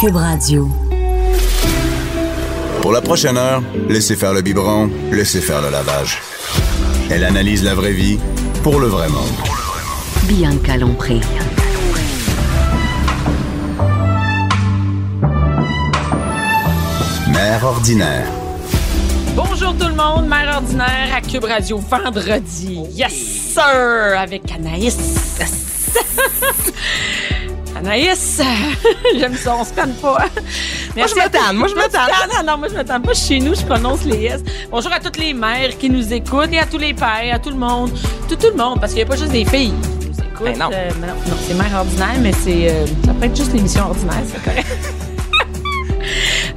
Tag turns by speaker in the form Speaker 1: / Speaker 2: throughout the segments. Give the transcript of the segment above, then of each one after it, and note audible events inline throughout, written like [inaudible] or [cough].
Speaker 1: Cube Radio.
Speaker 2: Pour la prochaine heure, laissez faire le biberon, laissez faire le lavage. Elle analyse la vraie vie pour le vrai monde.
Speaker 1: Bianca Lompré.
Speaker 2: Mère ordinaire.
Speaker 3: Bonjour tout le monde, Mère ordinaire à Cube Radio vendredi. Yes sir avec Anaïs. [laughs] Anaïs, [laughs] j'aime ça, on se tanne pas. Merci
Speaker 4: je me
Speaker 3: à tous-
Speaker 4: tanne, moi, je me
Speaker 3: Tu tannes? Ah non, moi je me tanne pas chez nous, je prononce les S. Bonjour à toutes les mères qui nous écoutent et à tous les pères, à tout le monde, tout tout le monde parce qu'il n'y a pas juste des filles. qui nous écoutent.
Speaker 4: Ben non.
Speaker 3: Euh, mais non, non, c'est mère ordinaire, mais c'est euh, ça peut être juste l'émission ordinaire, c'est
Speaker 4: [laughs]
Speaker 3: correct.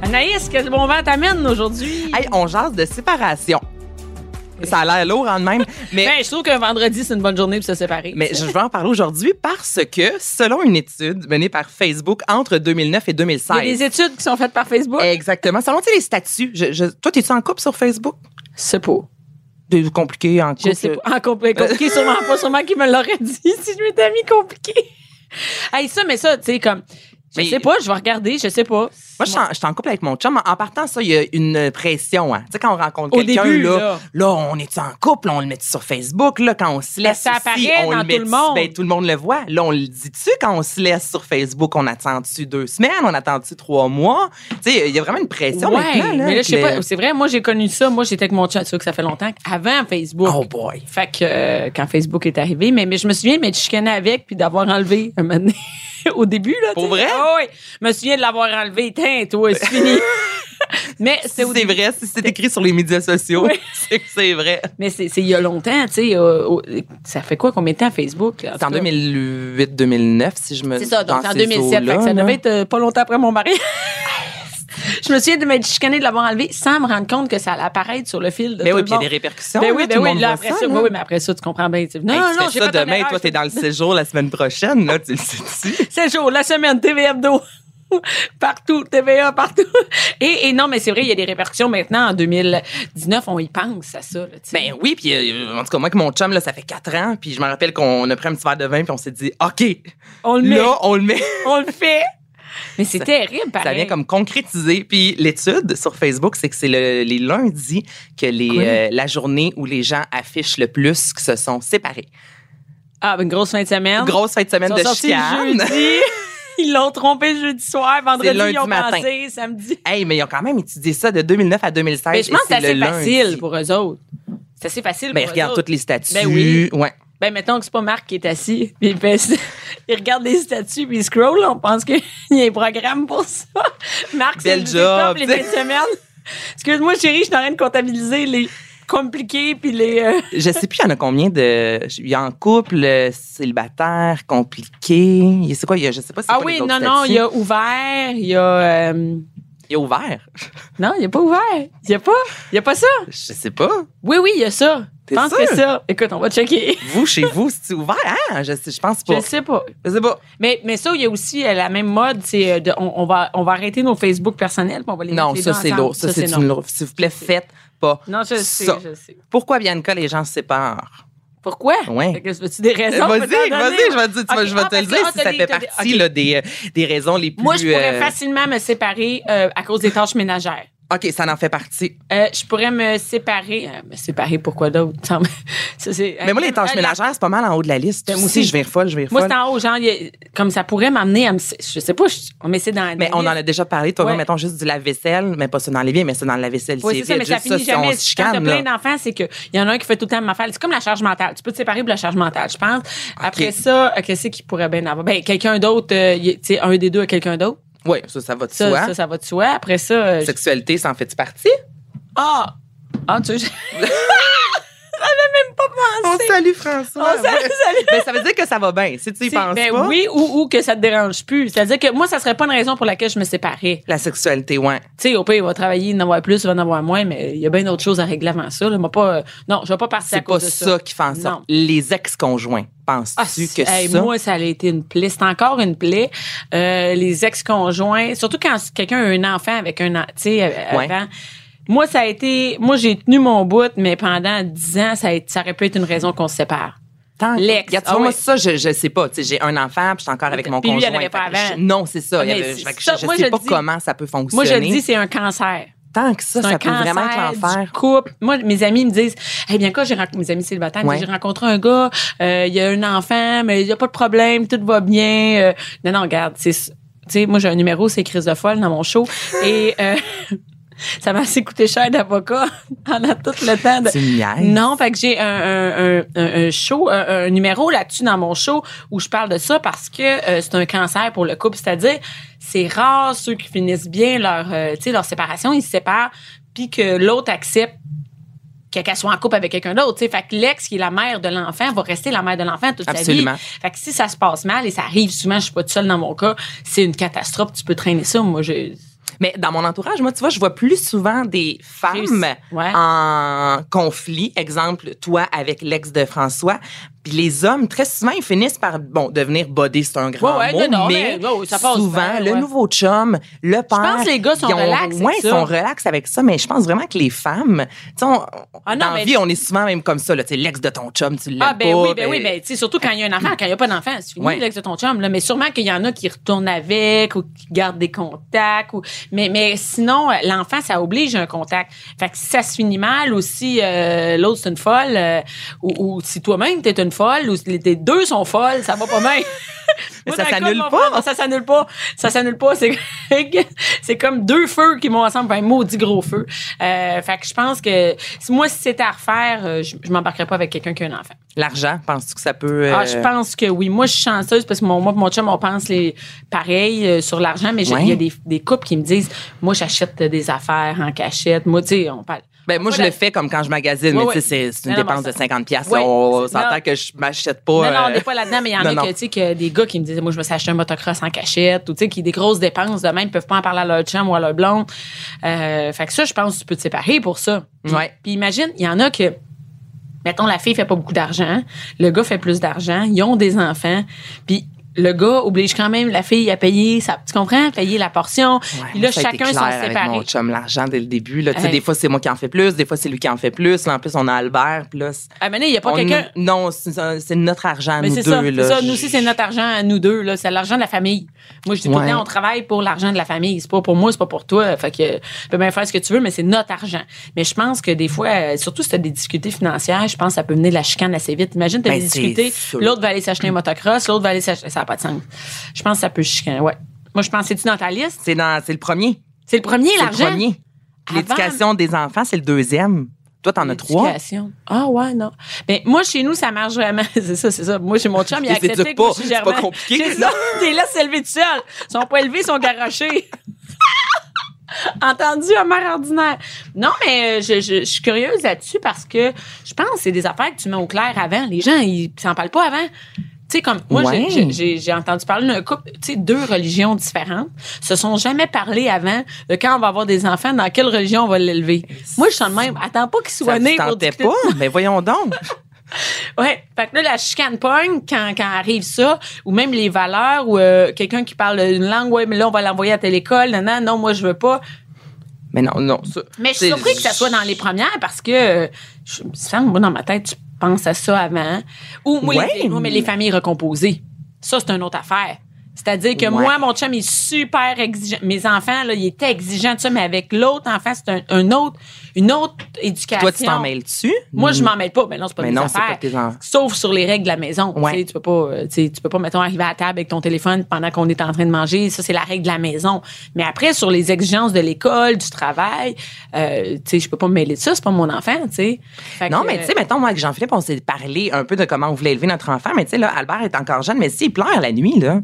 Speaker 3: Anaïs, quel bon vent t'amène aujourd'hui?
Speaker 4: Hey, on jase de séparation. Ça a l'air lourd
Speaker 3: [laughs]
Speaker 4: en même, mais,
Speaker 3: Ben, je trouve qu'un vendredi, c'est une bonne journée pour se séparer.
Speaker 4: mais je vais en parler aujourd'hui parce que, selon une étude menée par Facebook entre 2009 et
Speaker 3: Il y a
Speaker 4: 2016,
Speaker 3: des études qui sont faites par Facebook.
Speaker 4: Eh, exactement, selon tu sais, les statuts, je, je- toi, t'es-tu en couple sur Facebook?
Speaker 3: C'est pas.
Speaker 4: C'est compliqué en couple.
Speaker 3: Je sais pas. En compli- compliqué, sûrement pas. Sûrement qu'il me l'aurait dit [laughs] si je m'étais mis compliqué. hey, ça, mais ça, tu sais, comme. Je
Speaker 4: Mais-
Speaker 3: sais pas, je vais regarder, je sais pas.
Speaker 4: Moi, je suis en- je suis en, couple avec mon chum. En en partant, ça, il y a une pression. Hein. Tu sais, quand on rencontre
Speaker 3: Au
Speaker 4: quelqu'un,
Speaker 3: début,
Speaker 4: là,
Speaker 3: là.
Speaker 4: là. on est en couple, on le met sur Facebook. Là, quand on se laisse,
Speaker 3: ça
Speaker 4: aussi,
Speaker 3: apparaît
Speaker 4: on
Speaker 3: dans
Speaker 4: le met
Speaker 3: tout le monde.
Speaker 4: ben, tout le monde le voit. Là, on le dit-tu quand on se laisse sur Facebook? On attend-tu deux semaines? On attend-tu trois mois? Tu sais, il y a vraiment une pression
Speaker 3: ouais,
Speaker 4: maintenant. Là,
Speaker 3: mais là, je sais
Speaker 4: avec
Speaker 3: pas.
Speaker 4: le-
Speaker 3: C'est vrai, moi, j'ai connu ça. Moi, j'étais avec mon chat, tu vois que ça fait longtemps, avant Facebook.
Speaker 4: Oh boy.
Speaker 3: Fait que euh, quand Facebook est arrivé, mais, mais je me souviens mais de chicaner avec puis d'avoir enlevé un moment donné, [laughs] au début. Là,
Speaker 4: Pour
Speaker 3: tu sais.
Speaker 4: vrai?
Speaker 3: Ah oui. Je me souviens de l'avoir enlevé. Tiens, toi, c'est fini.
Speaker 4: [laughs]
Speaker 3: mais
Speaker 4: Si
Speaker 3: c'est au
Speaker 4: c'est
Speaker 3: début.
Speaker 4: vrai, si c'est écrit sur les médias sociaux, [laughs] c'est que c'est vrai.
Speaker 3: Mais c'est c'est il y a longtemps, tu sais. euh, au- ça fait quoi combien de temps Facebook? là, en
Speaker 4: C'est en
Speaker 3: tout cas?
Speaker 4: 2008-2009, si je me
Speaker 3: C'est ça, donc
Speaker 4: dans
Speaker 3: c'est en
Speaker 4: ces
Speaker 3: 2007. fait que ça
Speaker 4: eaux-là,
Speaker 3: devait
Speaker 4: là.
Speaker 3: être euh, pas longtemps après mon mari. [laughs] je me souviens de m'être chicanée de l'avoir enlevé sans me rendre compte que ça allait apparaître sur le fil de
Speaker 4: Ben
Speaker 3: tout
Speaker 4: oui,
Speaker 3: le
Speaker 4: puis il y a
Speaker 3: monde.
Speaker 4: des répercussions.
Speaker 3: Ben
Speaker 4: là,
Speaker 3: oui,
Speaker 4: tout
Speaker 3: ben
Speaker 4: le
Speaker 3: oui,
Speaker 4: monde
Speaker 3: là,
Speaker 4: voit
Speaker 3: après ça,
Speaker 4: là.
Speaker 3: oui, oui, mais après ça, tu comprends bien. tu sais, Non,
Speaker 4: Hey,
Speaker 3: non,
Speaker 4: tu
Speaker 3: non,
Speaker 4: fais
Speaker 3: j'ai
Speaker 4: ça
Speaker 3: fait ton
Speaker 4: demain,
Speaker 3: erreur,
Speaker 4: toi,
Speaker 3: j'ai
Speaker 4: t'es dans le séjour la semaine prochaine, là, tu le sais-tu?
Speaker 3: C'est jour, la semaine, TV Hebdo. [laughs] partout, TVA, partout. Et, et non, mais c'est vrai, il y a des répercussions maintenant. En 2019, on y pense à ça. là, tu sais.
Speaker 4: [laughs] Ben oui, puis euh, en tout cas, moi, avec mon chum, là, ça fait quatre ans, puis je me rappelle qu'on a pris un petit verre de vin, puis on s'est dit, OK,
Speaker 3: on le met,
Speaker 4: là, on le met. [laughs]
Speaker 3: on le fait. Mais c'est terrible, pareil.
Speaker 4: Ça vient comme concrétiser. Puis l'étude sur Facebook, c'est que c'est le- les lundis que les,
Speaker 3: Cool.
Speaker 4: euh, la journée où les gens affichent le plus que se sont séparés.
Speaker 3: Ah, une grosse fin de semaine.
Speaker 4: Grosse fin de
Speaker 3: Ils
Speaker 4: semaine
Speaker 3: sont
Speaker 4: de
Speaker 3: sortis
Speaker 4: chicane.
Speaker 3: jeudi. Ils l'ont trompé jeudi soir, vendredi,
Speaker 4: lundi
Speaker 3: ils ont
Speaker 4: matin.
Speaker 3: pensé, samedi.
Speaker 4: [laughs] Hey, mais ils ont quand même étudié ça de 2009 à 2016.
Speaker 3: Mais je
Speaker 4: et
Speaker 3: pense que c'est assez
Speaker 4: le lundi.
Speaker 3: facile pour eux autres. C'est assez facile
Speaker 4: Mais
Speaker 3: pour
Speaker 4: regarde
Speaker 3: eux
Speaker 4: toutes
Speaker 3: autres.
Speaker 4: les statues.
Speaker 3: Ben oui.
Speaker 4: Ouais.
Speaker 3: Ben, mettons que c'est pas Marc qui est assis, [laughs] puis il, fait- il regarde les statuts, puis il scroll, on pense qu'il y a un programme pour ça. Marc, c'est
Speaker 4: Bel
Speaker 3: le
Speaker 4: job.
Speaker 3: top les fins de semaine. Excuse-moi, chérie, je suis en train de comptabiliser les compliqués, puis les... euh,
Speaker 4: Je sais plus, il y en a combien de. Il y a en couple, euh, célibataire, compliqué. Il- C'est quoi? Il y a, je sais pas si
Speaker 3: Ah oui, non, non, il y a ouvert, il y a... euh,
Speaker 4: Il y a ouvert.
Speaker 3: Non, il y a pas ouvert. Il y a pas, il y a pas ça.
Speaker 4: Je sais pas.
Speaker 3: Oui, oui, il y a ça. Je
Speaker 4: T'es
Speaker 3: pense
Speaker 4: sûr?
Speaker 3: que ça. Écoute, on va checker.
Speaker 4: [laughs] Vous, chez vous, c'est ouvert, hein? Je, sais- je pense pas.
Speaker 3: Je sais pas.
Speaker 4: Je sais pas.
Speaker 3: Mais, mais ça, il y a aussi euh, la même mode, c'est euh, de- on, on va, on va arrêter nos Facebook personnels puis on va les
Speaker 4: Non,
Speaker 3: mettre les
Speaker 4: ça,
Speaker 3: deux
Speaker 4: c'est
Speaker 3: ensemble.
Speaker 4: lourd. Ça, c'est
Speaker 3: non.
Speaker 4: une lourde. S'il vous plaît, faites pas.
Speaker 3: Non, je sais,
Speaker 4: ça.
Speaker 3: je sais.
Speaker 4: Pourquoi, Bianca, les gens se séparent?
Speaker 3: Pourquoi?
Speaker 4: Ouais.
Speaker 3: Fait que As-tu des
Speaker 4: Euh,
Speaker 3: raisons?
Speaker 4: Vas-y,
Speaker 3: peut-être, à
Speaker 4: vas-y,
Speaker 3: donner?
Speaker 4: je vais te, tu vas-
Speaker 3: Ok,
Speaker 4: je vais
Speaker 3: ah,
Speaker 4: te
Speaker 3: parce que-
Speaker 4: le dire
Speaker 3: ah,
Speaker 4: si
Speaker 3: t'as
Speaker 4: ça
Speaker 3: des-
Speaker 4: fait
Speaker 3: t'as des-
Speaker 4: partie
Speaker 3: ok.
Speaker 4: là, des, des raisons les plus.
Speaker 3: Moi, je pourrais
Speaker 4: euh,
Speaker 3: facilement me séparer euh, à cause des tâches ménagères.
Speaker 4: OK, ça en fait partie.
Speaker 3: Euh, je pourrais me séparer. euh, me séparer, pourquoi d'autre? [laughs] Ça, c'est-
Speaker 4: Mais moi, les tâches
Speaker 3: Euh, la-
Speaker 4: ménagères, c'est pas mal en haut de la liste.
Speaker 3: Moi
Speaker 4: Moi
Speaker 3: aussi.
Speaker 4: aussi, je vais folle, je vais
Speaker 3: Moi,
Speaker 4: folle.
Speaker 3: c'est en haut, genre, il y a- comme ça pourrait m'amener à me. Je sais pas, je- on met ça dans.
Speaker 4: Mais on en a déjà parlé, toi,
Speaker 3: Ouais.
Speaker 4: mettons juste du lave-vaisselle, mais pas ça dans l'évier, mais ça dans le lave-vaisselle.
Speaker 3: Oui, c'est ça,
Speaker 4: vite,
Speaker 3: mais ça
Speaker 4: juste
Speaker 3: finit
Speaker 4: si
Speaker 3: jamais.
Speaker 4: on se
Speaker 3: Si Quand t'as
Speaker 4: chicane,
Speaker 3: plein
Speaker 4: là.
Speaker 3: d'enfants, c'est qu'il y en a un qui fait tout le temps ma affaire. C'est comme la charge mentale. Tu peux te séparer de la charge mentale, je pense. Après ça, euh, qu'est-ce qu'il pourrait bien avoir? Ben, quelqu'un d'autre, euh, y- tu sais, un des deux à quelqu'un d'autre.
Speaker 4: Oui, ça, ça va de
Speaker 3: Ça,
Speaker 4: soi.
Speaker 3: ça, ça va de soi. Après ça, euh, je-
Speaker 4: Sexualité, ça en fait-tu partie?
Speaker 3: ah! Ah, tu sais,
Speaker 4: [laughs]
Speaker 3: je- [laughs] j'avais même pas pensé.
Speaker 4: salue François.
Speaker 3: On salue,
Speaker 4: Ouais.
Speaker 3: salut.
Speaker 4: Ben, ça veut dire que ça va bien. Si tu y
Speaker 3: Tu sais,
Speaker 4: penses
Speaker 3: ben
Speaker 4: pas,
Speaker 3: oui, ou, ou que ça te dérange plus. C'est-à-dire que moi, ça serait pas une raison pour laquelle je me séparais.
Speaker 4: la sexualité, ouais.
Speaker 3: Tu sais, au pire, il va travailler, il en avoir plus, il va en avoir moins, mais il y a bien d'autres choses à régler avant ça. là. Moi, pas, euh, non, je vais pas partir à
Speaker 4: C'est pas
Speaker 3: cause
Speaker 4: ça.
Speaker 3: de ça.
Speaker 4: qui fait en sorte.
Speaker 3: Non.
Speaker 4: Les ex-conjoints,
Speaker 3: Ah,
Speaker 4: penses-tu
Speaker 3: c'est-
Speaker 4: que
Speaker 3: hey,
Speaker 4: ça?
Speaker 3: Moi, ça a été une plaie. C'est encore une plaie. Euh, les ex-conjoints, surtout quand quelqu'un a un enfant avec un an, tu sais, euh,
Speaker 4: Ouais.
Speaker 3: avant. Moi, ça a été. Moi, j'ai tenu mon bout, mais pendant dix ans, ça, a été- ça aurait pu être une raison qu'on se sépare.
Speaker 4: tant. que-
Speaker 3: L'ex,
Speaker 4: Regarde, tu
Speaker 3: ah
Speaker 4: vois, moi,
Speaker 3: ouais.
Speaker 4: ça, je, je sais pas. Tu sais, j'ai un enfant, puis je suis encore avec mon
Speaker 3: Puis lui, il
Speaker 4: conjoint.
Speaker 3: en avait pas
Speaker 4: Fait que je-
Speaker 3: avant.
Speaker 4: non, c'est Ah, ça. Il y
Speaker 3: Mais
Speaker 4: avait-
Speaker 3: c'est
Speaker 4: fait que
Speaker 3: ça,
Speaker 4: je, je
Speaker 3: moi,
Speaker 4: sais
Speaker 3: je
Speaker 4: pas
Speaker 3: dis-
Speaker 4: comment ça peut
Speaker 3: Moi,
Speaker 4: fonctionner.
Speaker 3: je le dis, c'est un cancer.
Speaker 4: tant que ça,
Speaker 3: C'est un
Speaker 4: ça peut
Speaker 3: cancer
Speaker 4: vraiment être
Speaker 3: du
Speaker 4: l'enfer.
Speaker 3: couple. Moi, mes amis me disent, eh bien quoi, j'ai rencontré mes amis célibataires, me
Speaker 4: Ouais.
Speaker 3: disent, j'ai rencontré un gars, euh, il a un enfant, mais il n'y a pas de problème, tout va bien. Euh, non, non, regarde, c'est, tu sais, moi j'ai un numéro, c'est crise de folle dans mon show et euh, [laughs] ça m'a assez coûté cher d'avocat [laughs] pendant tout le temps. de-
Speaker 4: Tu me niaises.
Speaker 3: Non, fait que j'ai un, un, un- un- un show, un, un numéro là-dessus dans mon show où je parle de ça parce que euh, c'est un cancer pour le couple. C'est-à-dire, c'est rare ceux qui finissent bien leur, euh, tu sais, leur séparation, ils se séparent, puis que l'autre accepte que- qu'elle soit en couple avec quelqu'un d'autre. tu sais. Fait que l'ex, qui est la mère de l'enfant, va rester la mère de l'enfant toute
Speaker 4: Absolument.
Speaker 3: sa vie. Fait que si ça se passe mal, et ça arrive souvent, je suis pas toute seule dans mon cas, c'est une catastrophe. Tu peux traîner ça. Moi, je...
Speaker 4: Mais dans mon entourage, moi, tu vois, je vois plus souvent des femmes
Speaker 3: Réussi- ouais.
Speaker 4: en conflit. Exemple, toi avec l'ex de François. Puis les hommes, très souvent, ils finissent par bon devenir body, c'est un grand
Speaker 3: Ouais, ouais,
Speaker 4: mot,
Speaker 3: non, non,
Speaker 4: mais,
Speaker 3: mais, ouais, ouais, ça passe
Speaker 4: souvent,
Speaker 3: bien,
Speaker 4: le
Speaker 3: ouais.
Speaker 4: nouveau chum, le père.
Speaker 3: pense que les gars sont
Speaker 4: ils ont-
Speaker 3: relax avec
Speaker 4: ouais, ils
Speaker 3: ça.
Speaker 4: sont relax avec ça, mais je pense vraiment que les femmes, tu sais, on-
Speaker 3: Ah non,
Speaker 4: dans la
Speaker 3: mais-
Speaker 4: vie, on est souvent même comme ça. là, Tu sais, l'ex de ton chum, tu l'aimes
Speaker 3: Ah, ben
Speaker 4: pas,
Speaker 3: oui, ben oui, ben, tu sais, surtout quand il y a un enfant, quand il n'y a pas d'enfant, c'est fini,
Speaker 4: Ouais.
Speaker 3: l'ex de ton chum, là. Mais sûrement qu'il y en a qui retournent avec ou qui gardent des contacts ou, mais, mais sinon, euh, l'enfant, ça oblige un contact. Fait que si ça se finit mal ou si euh, l'autre, c'est une folle, euh, ou, ou si toi-même, t'es une folle, ou si les- tes deux sont folles, ça va pas mal.
Speaker 4: [laughs] Mais
Speaker 3: Moi,
Speaker 4: ça
Speaker 3: dans le cas de
Speaker 4: s'annule
Speaker 3: mon
Speaker 4: pas.
Speaker 3: frère, non, ça s'annule pas. Ça s'annule pas. C'est, [laughs] c'est comme deux feux qui vont ensemble, un maudit gros feu. Euh, fait que je pense que, si- moi, si c'était à refaire, euh, je, je m'embarquerais pas avec quelqu'un qui a un enfant.
Speaker 4: L'argent, penses-tu que ça peut.
Speaker 3: Ah,
Speaker 4: euh,
Speaker 3: je pense que oui. Moi, je suis chanceuse parce que mon, moi et mon chum, on pense les, pareil euh, sur l'argent, mais j'ai- il
Speaker 4: Ouais.
Speaker 3: y a des, des couples qui me disent Moi, j'achète des affaires en cachette. Moi, tu sais, on parle.
Speaker 4: Ben, moi,
Speaker 3: Pas
Speaker 4: je le
Speaker 3: la-
Speaker 4: fais comme quand je magasine,
Speaker 3: Ouais,
Speaker 4: mais tu
Speaker 3: ouais.
Speaker 4: sais, c'est- c'est une
Speaker 3: Non, non,
Speaker 4: dépense
Speaker 3: mais
Speaker 4: de 50$. piastres.
Speaker 3: Ouais,
Speaker 4: on
Speaker 3: c'est- non.
Speaker 4: s'entend que je m'achète pas.
Speaker 3: Non, non, on
Speaker 4: euh,
Speaker 3: n'est pas là-dedans, mais il y en
Speaker 4: non,
Speaker 3: a
Speaker 4: non.
Speaker 3: que, tu sais, que des gars qui me disaient Moi, je me suis acheté un motocross en cachette, ou tu sais, qui des grosses dépenses de même, peuvent pas en parler à leur chum ou à leur blonde. Euh, fait que ça, je pense que tu peux te séparer pour ça.
Speaker 4: Ouais.
Speaker 3: Puis imagine, il y en a que. mettons la fille fait pas beaucoup d'argent, le gars fait plus d'argent, ils ont des enfants, puis le gars oblige quand même la fille à payer sa tu comprends, payer la portion.
Speaker 4: Ouais,
Speaker 3: puis là
Speaker 4: ça a été
Speaker 3: chacun
Speaker 4: clair
Speaker 3: s'en
Speaker 4: avec
Speaker 3: séparé.
Speaker 4: mon chum, l'argent dès le début. Là, Tu sais,
Speaker 3: Hey.
Speaker 4: Des fois, c'est moi qui en fais plus, des fois, c'est lui qui en fait plus. Là, en plus, on a Albert. Puis là, c'est-
Speaker 3: Ah mais là, il y a pas
Speaker 4: on-
Speaker 3: quelqu'un
Speaker 4: Non, c'est ça, c'est notre argent,
Speaker 3: mais
Speaker 4: nous
Speaker 3: c'est
Speaker 4: deux.
Speaker 3: ça,
Speaker 4: là.
Speaker 3: c'est ça, nous aussi c'est notre argent à nous deux là, c'est l'argent de la famille. Moi je dis tout le
Speaker 4: Ouais.
Speaker 3: temps on travaille pour l'argent de la famille, c'est pas pour moi, c'est pas pour toi, fait que euh, tu peux bien faire ce que tu veux mais c'est notre argent. Mais je pense que des fois euh, surtout si tu as des difficultés financières, je pense que ça peut mener de la chicane assez vite. Imagine tu as
Speaker 4: Ben,
Speaker 3: des
Speaker 4: c'est
Speaker 3: difficultés,
Speaker 4: sûr.
Speaker 3: l'autre va aller s'acheter un motocross, l'autre va aller s'acheter ça n'a pas de sens. Je pense que ça peut chicaner, ouais. Moi je pense c'est tu dans ta liste
Speaker 4: C'est dans- c'est le premier.
Speaker 3: C'est le premier,
Speaker 4: C'est le
Speaker 3: l'argent?
Speaker 4: premier.
Speaker 3: Avant-
Speaker 4: L'éducation des enfants, c'est le deuxième. Toi, t'en as trois.
Speaker 3: L'éducation. Ah ouais, non. Ben, moi, chez nous, ça marche vraiment. [laughs] c'est ça, c'est ça. Moi, chez mon chum, il a
Speaker 4: [laughs] Les éduque
Speaker 3: accepté que moi,
Speaker 4: pas.
Speaker 3: je suis
Speaker 4: C'est pas
Speaker 3: germaine.
Speaker 4: compliqué.
Speaker 3: C'est ça. T'es là, s'élever tout seul. Ils sont pas élevés, ils sont garochés. [laughs] Entendu, un mère ordinaire. Non, mais euh, je, je- je suis curieuse là-dessus parce que je pense que c'est des affaires que tu mets au clair avant. Les gens, ils s'en parlent pas avant. Tu sais, comme moi,
Speaker 4: Ouais.
Speaker 3: j'ai- j'ai- j'ai j'ai entendu parler d'un couple, tu sais, deux religions différentes, se sont jamais parlé avant de quand on va avoir des enfants, dans quelle religion on va l'élever. Moi, je suis en même, attends pas qu'ils soient
Speaker 4: Ça
Speaker 3: nés
Speaker 4: ne
Speaker 3: pour
Speaker 4: tentait
Speaker 3: discuter
Speaker 4: pas. Mais voyons donc.
Speaker 3: Ouais, fait que là, la chicane pogne quand, quand arrive ça, ou même les valeurs, ou euh, quelqu'un qui parle une langue, ouais, mais là, on va l'envoyer à telle école, non, non, non, moi, je veux pas.
Speaker 4: Mais non, non. ça-
Speaker 3: Mais je
Speaker 4: c'est-
Speaker 3: suis surpris que ça soit dans les premières parce que, euh, je il me semble, moi, dans ma tête, tu penses à ça avant. Ou, moi,
Speaker 4: Ouais.
Speaker 3: les, moi, mais les familles recomposées. Ça, c'est une autre affaire. C'est-à-dire que
Speaker 4: Ouais.
Speaker 3: moi, mon chum est super exigeant. Mes enfants, là, ils étaient exigeants de ça, mais avec l'autre enfant, c'est un, un autre, une autre éducation.
Speaker 4: Toi, tu t'en mêles-tu?
Speaker 3: Moi, je m'en mêle pas. Mais non, c'est pas
Speaker 4: Hmm. Mais
Speaker 3: mes
Speaker 4: non, c'est
Speaker 3: affaires.
Speaker 4: pas tes enfants.
Speaker 3: Sauf sur les règles de la maison.
Speaker 4: Ouais.
Speaker 3: Tu sais, tu peux pas, euh, tu sais, tu peux pas, mettons, arriver à la table avec ton téléphone pendant qu'on est en train de manger. Ça, c'est la règle de la maison. Mais après, sur les exigences de l'école, du travail, euh, tu sais, je peux pas me mêler de ça. C'est pas mon enfant, tu sais. Fait
Speaker 4: Non,
Speaker 3: que, euh,
Speaker 4: mais tu sais, mettons, moi, avec Jean-Philippe, on s'est parlé un peu de comment on voulait élever notre enfant. Mais tu sais, là, Albert est encore jeune, mais s'il pleure la nuit, là.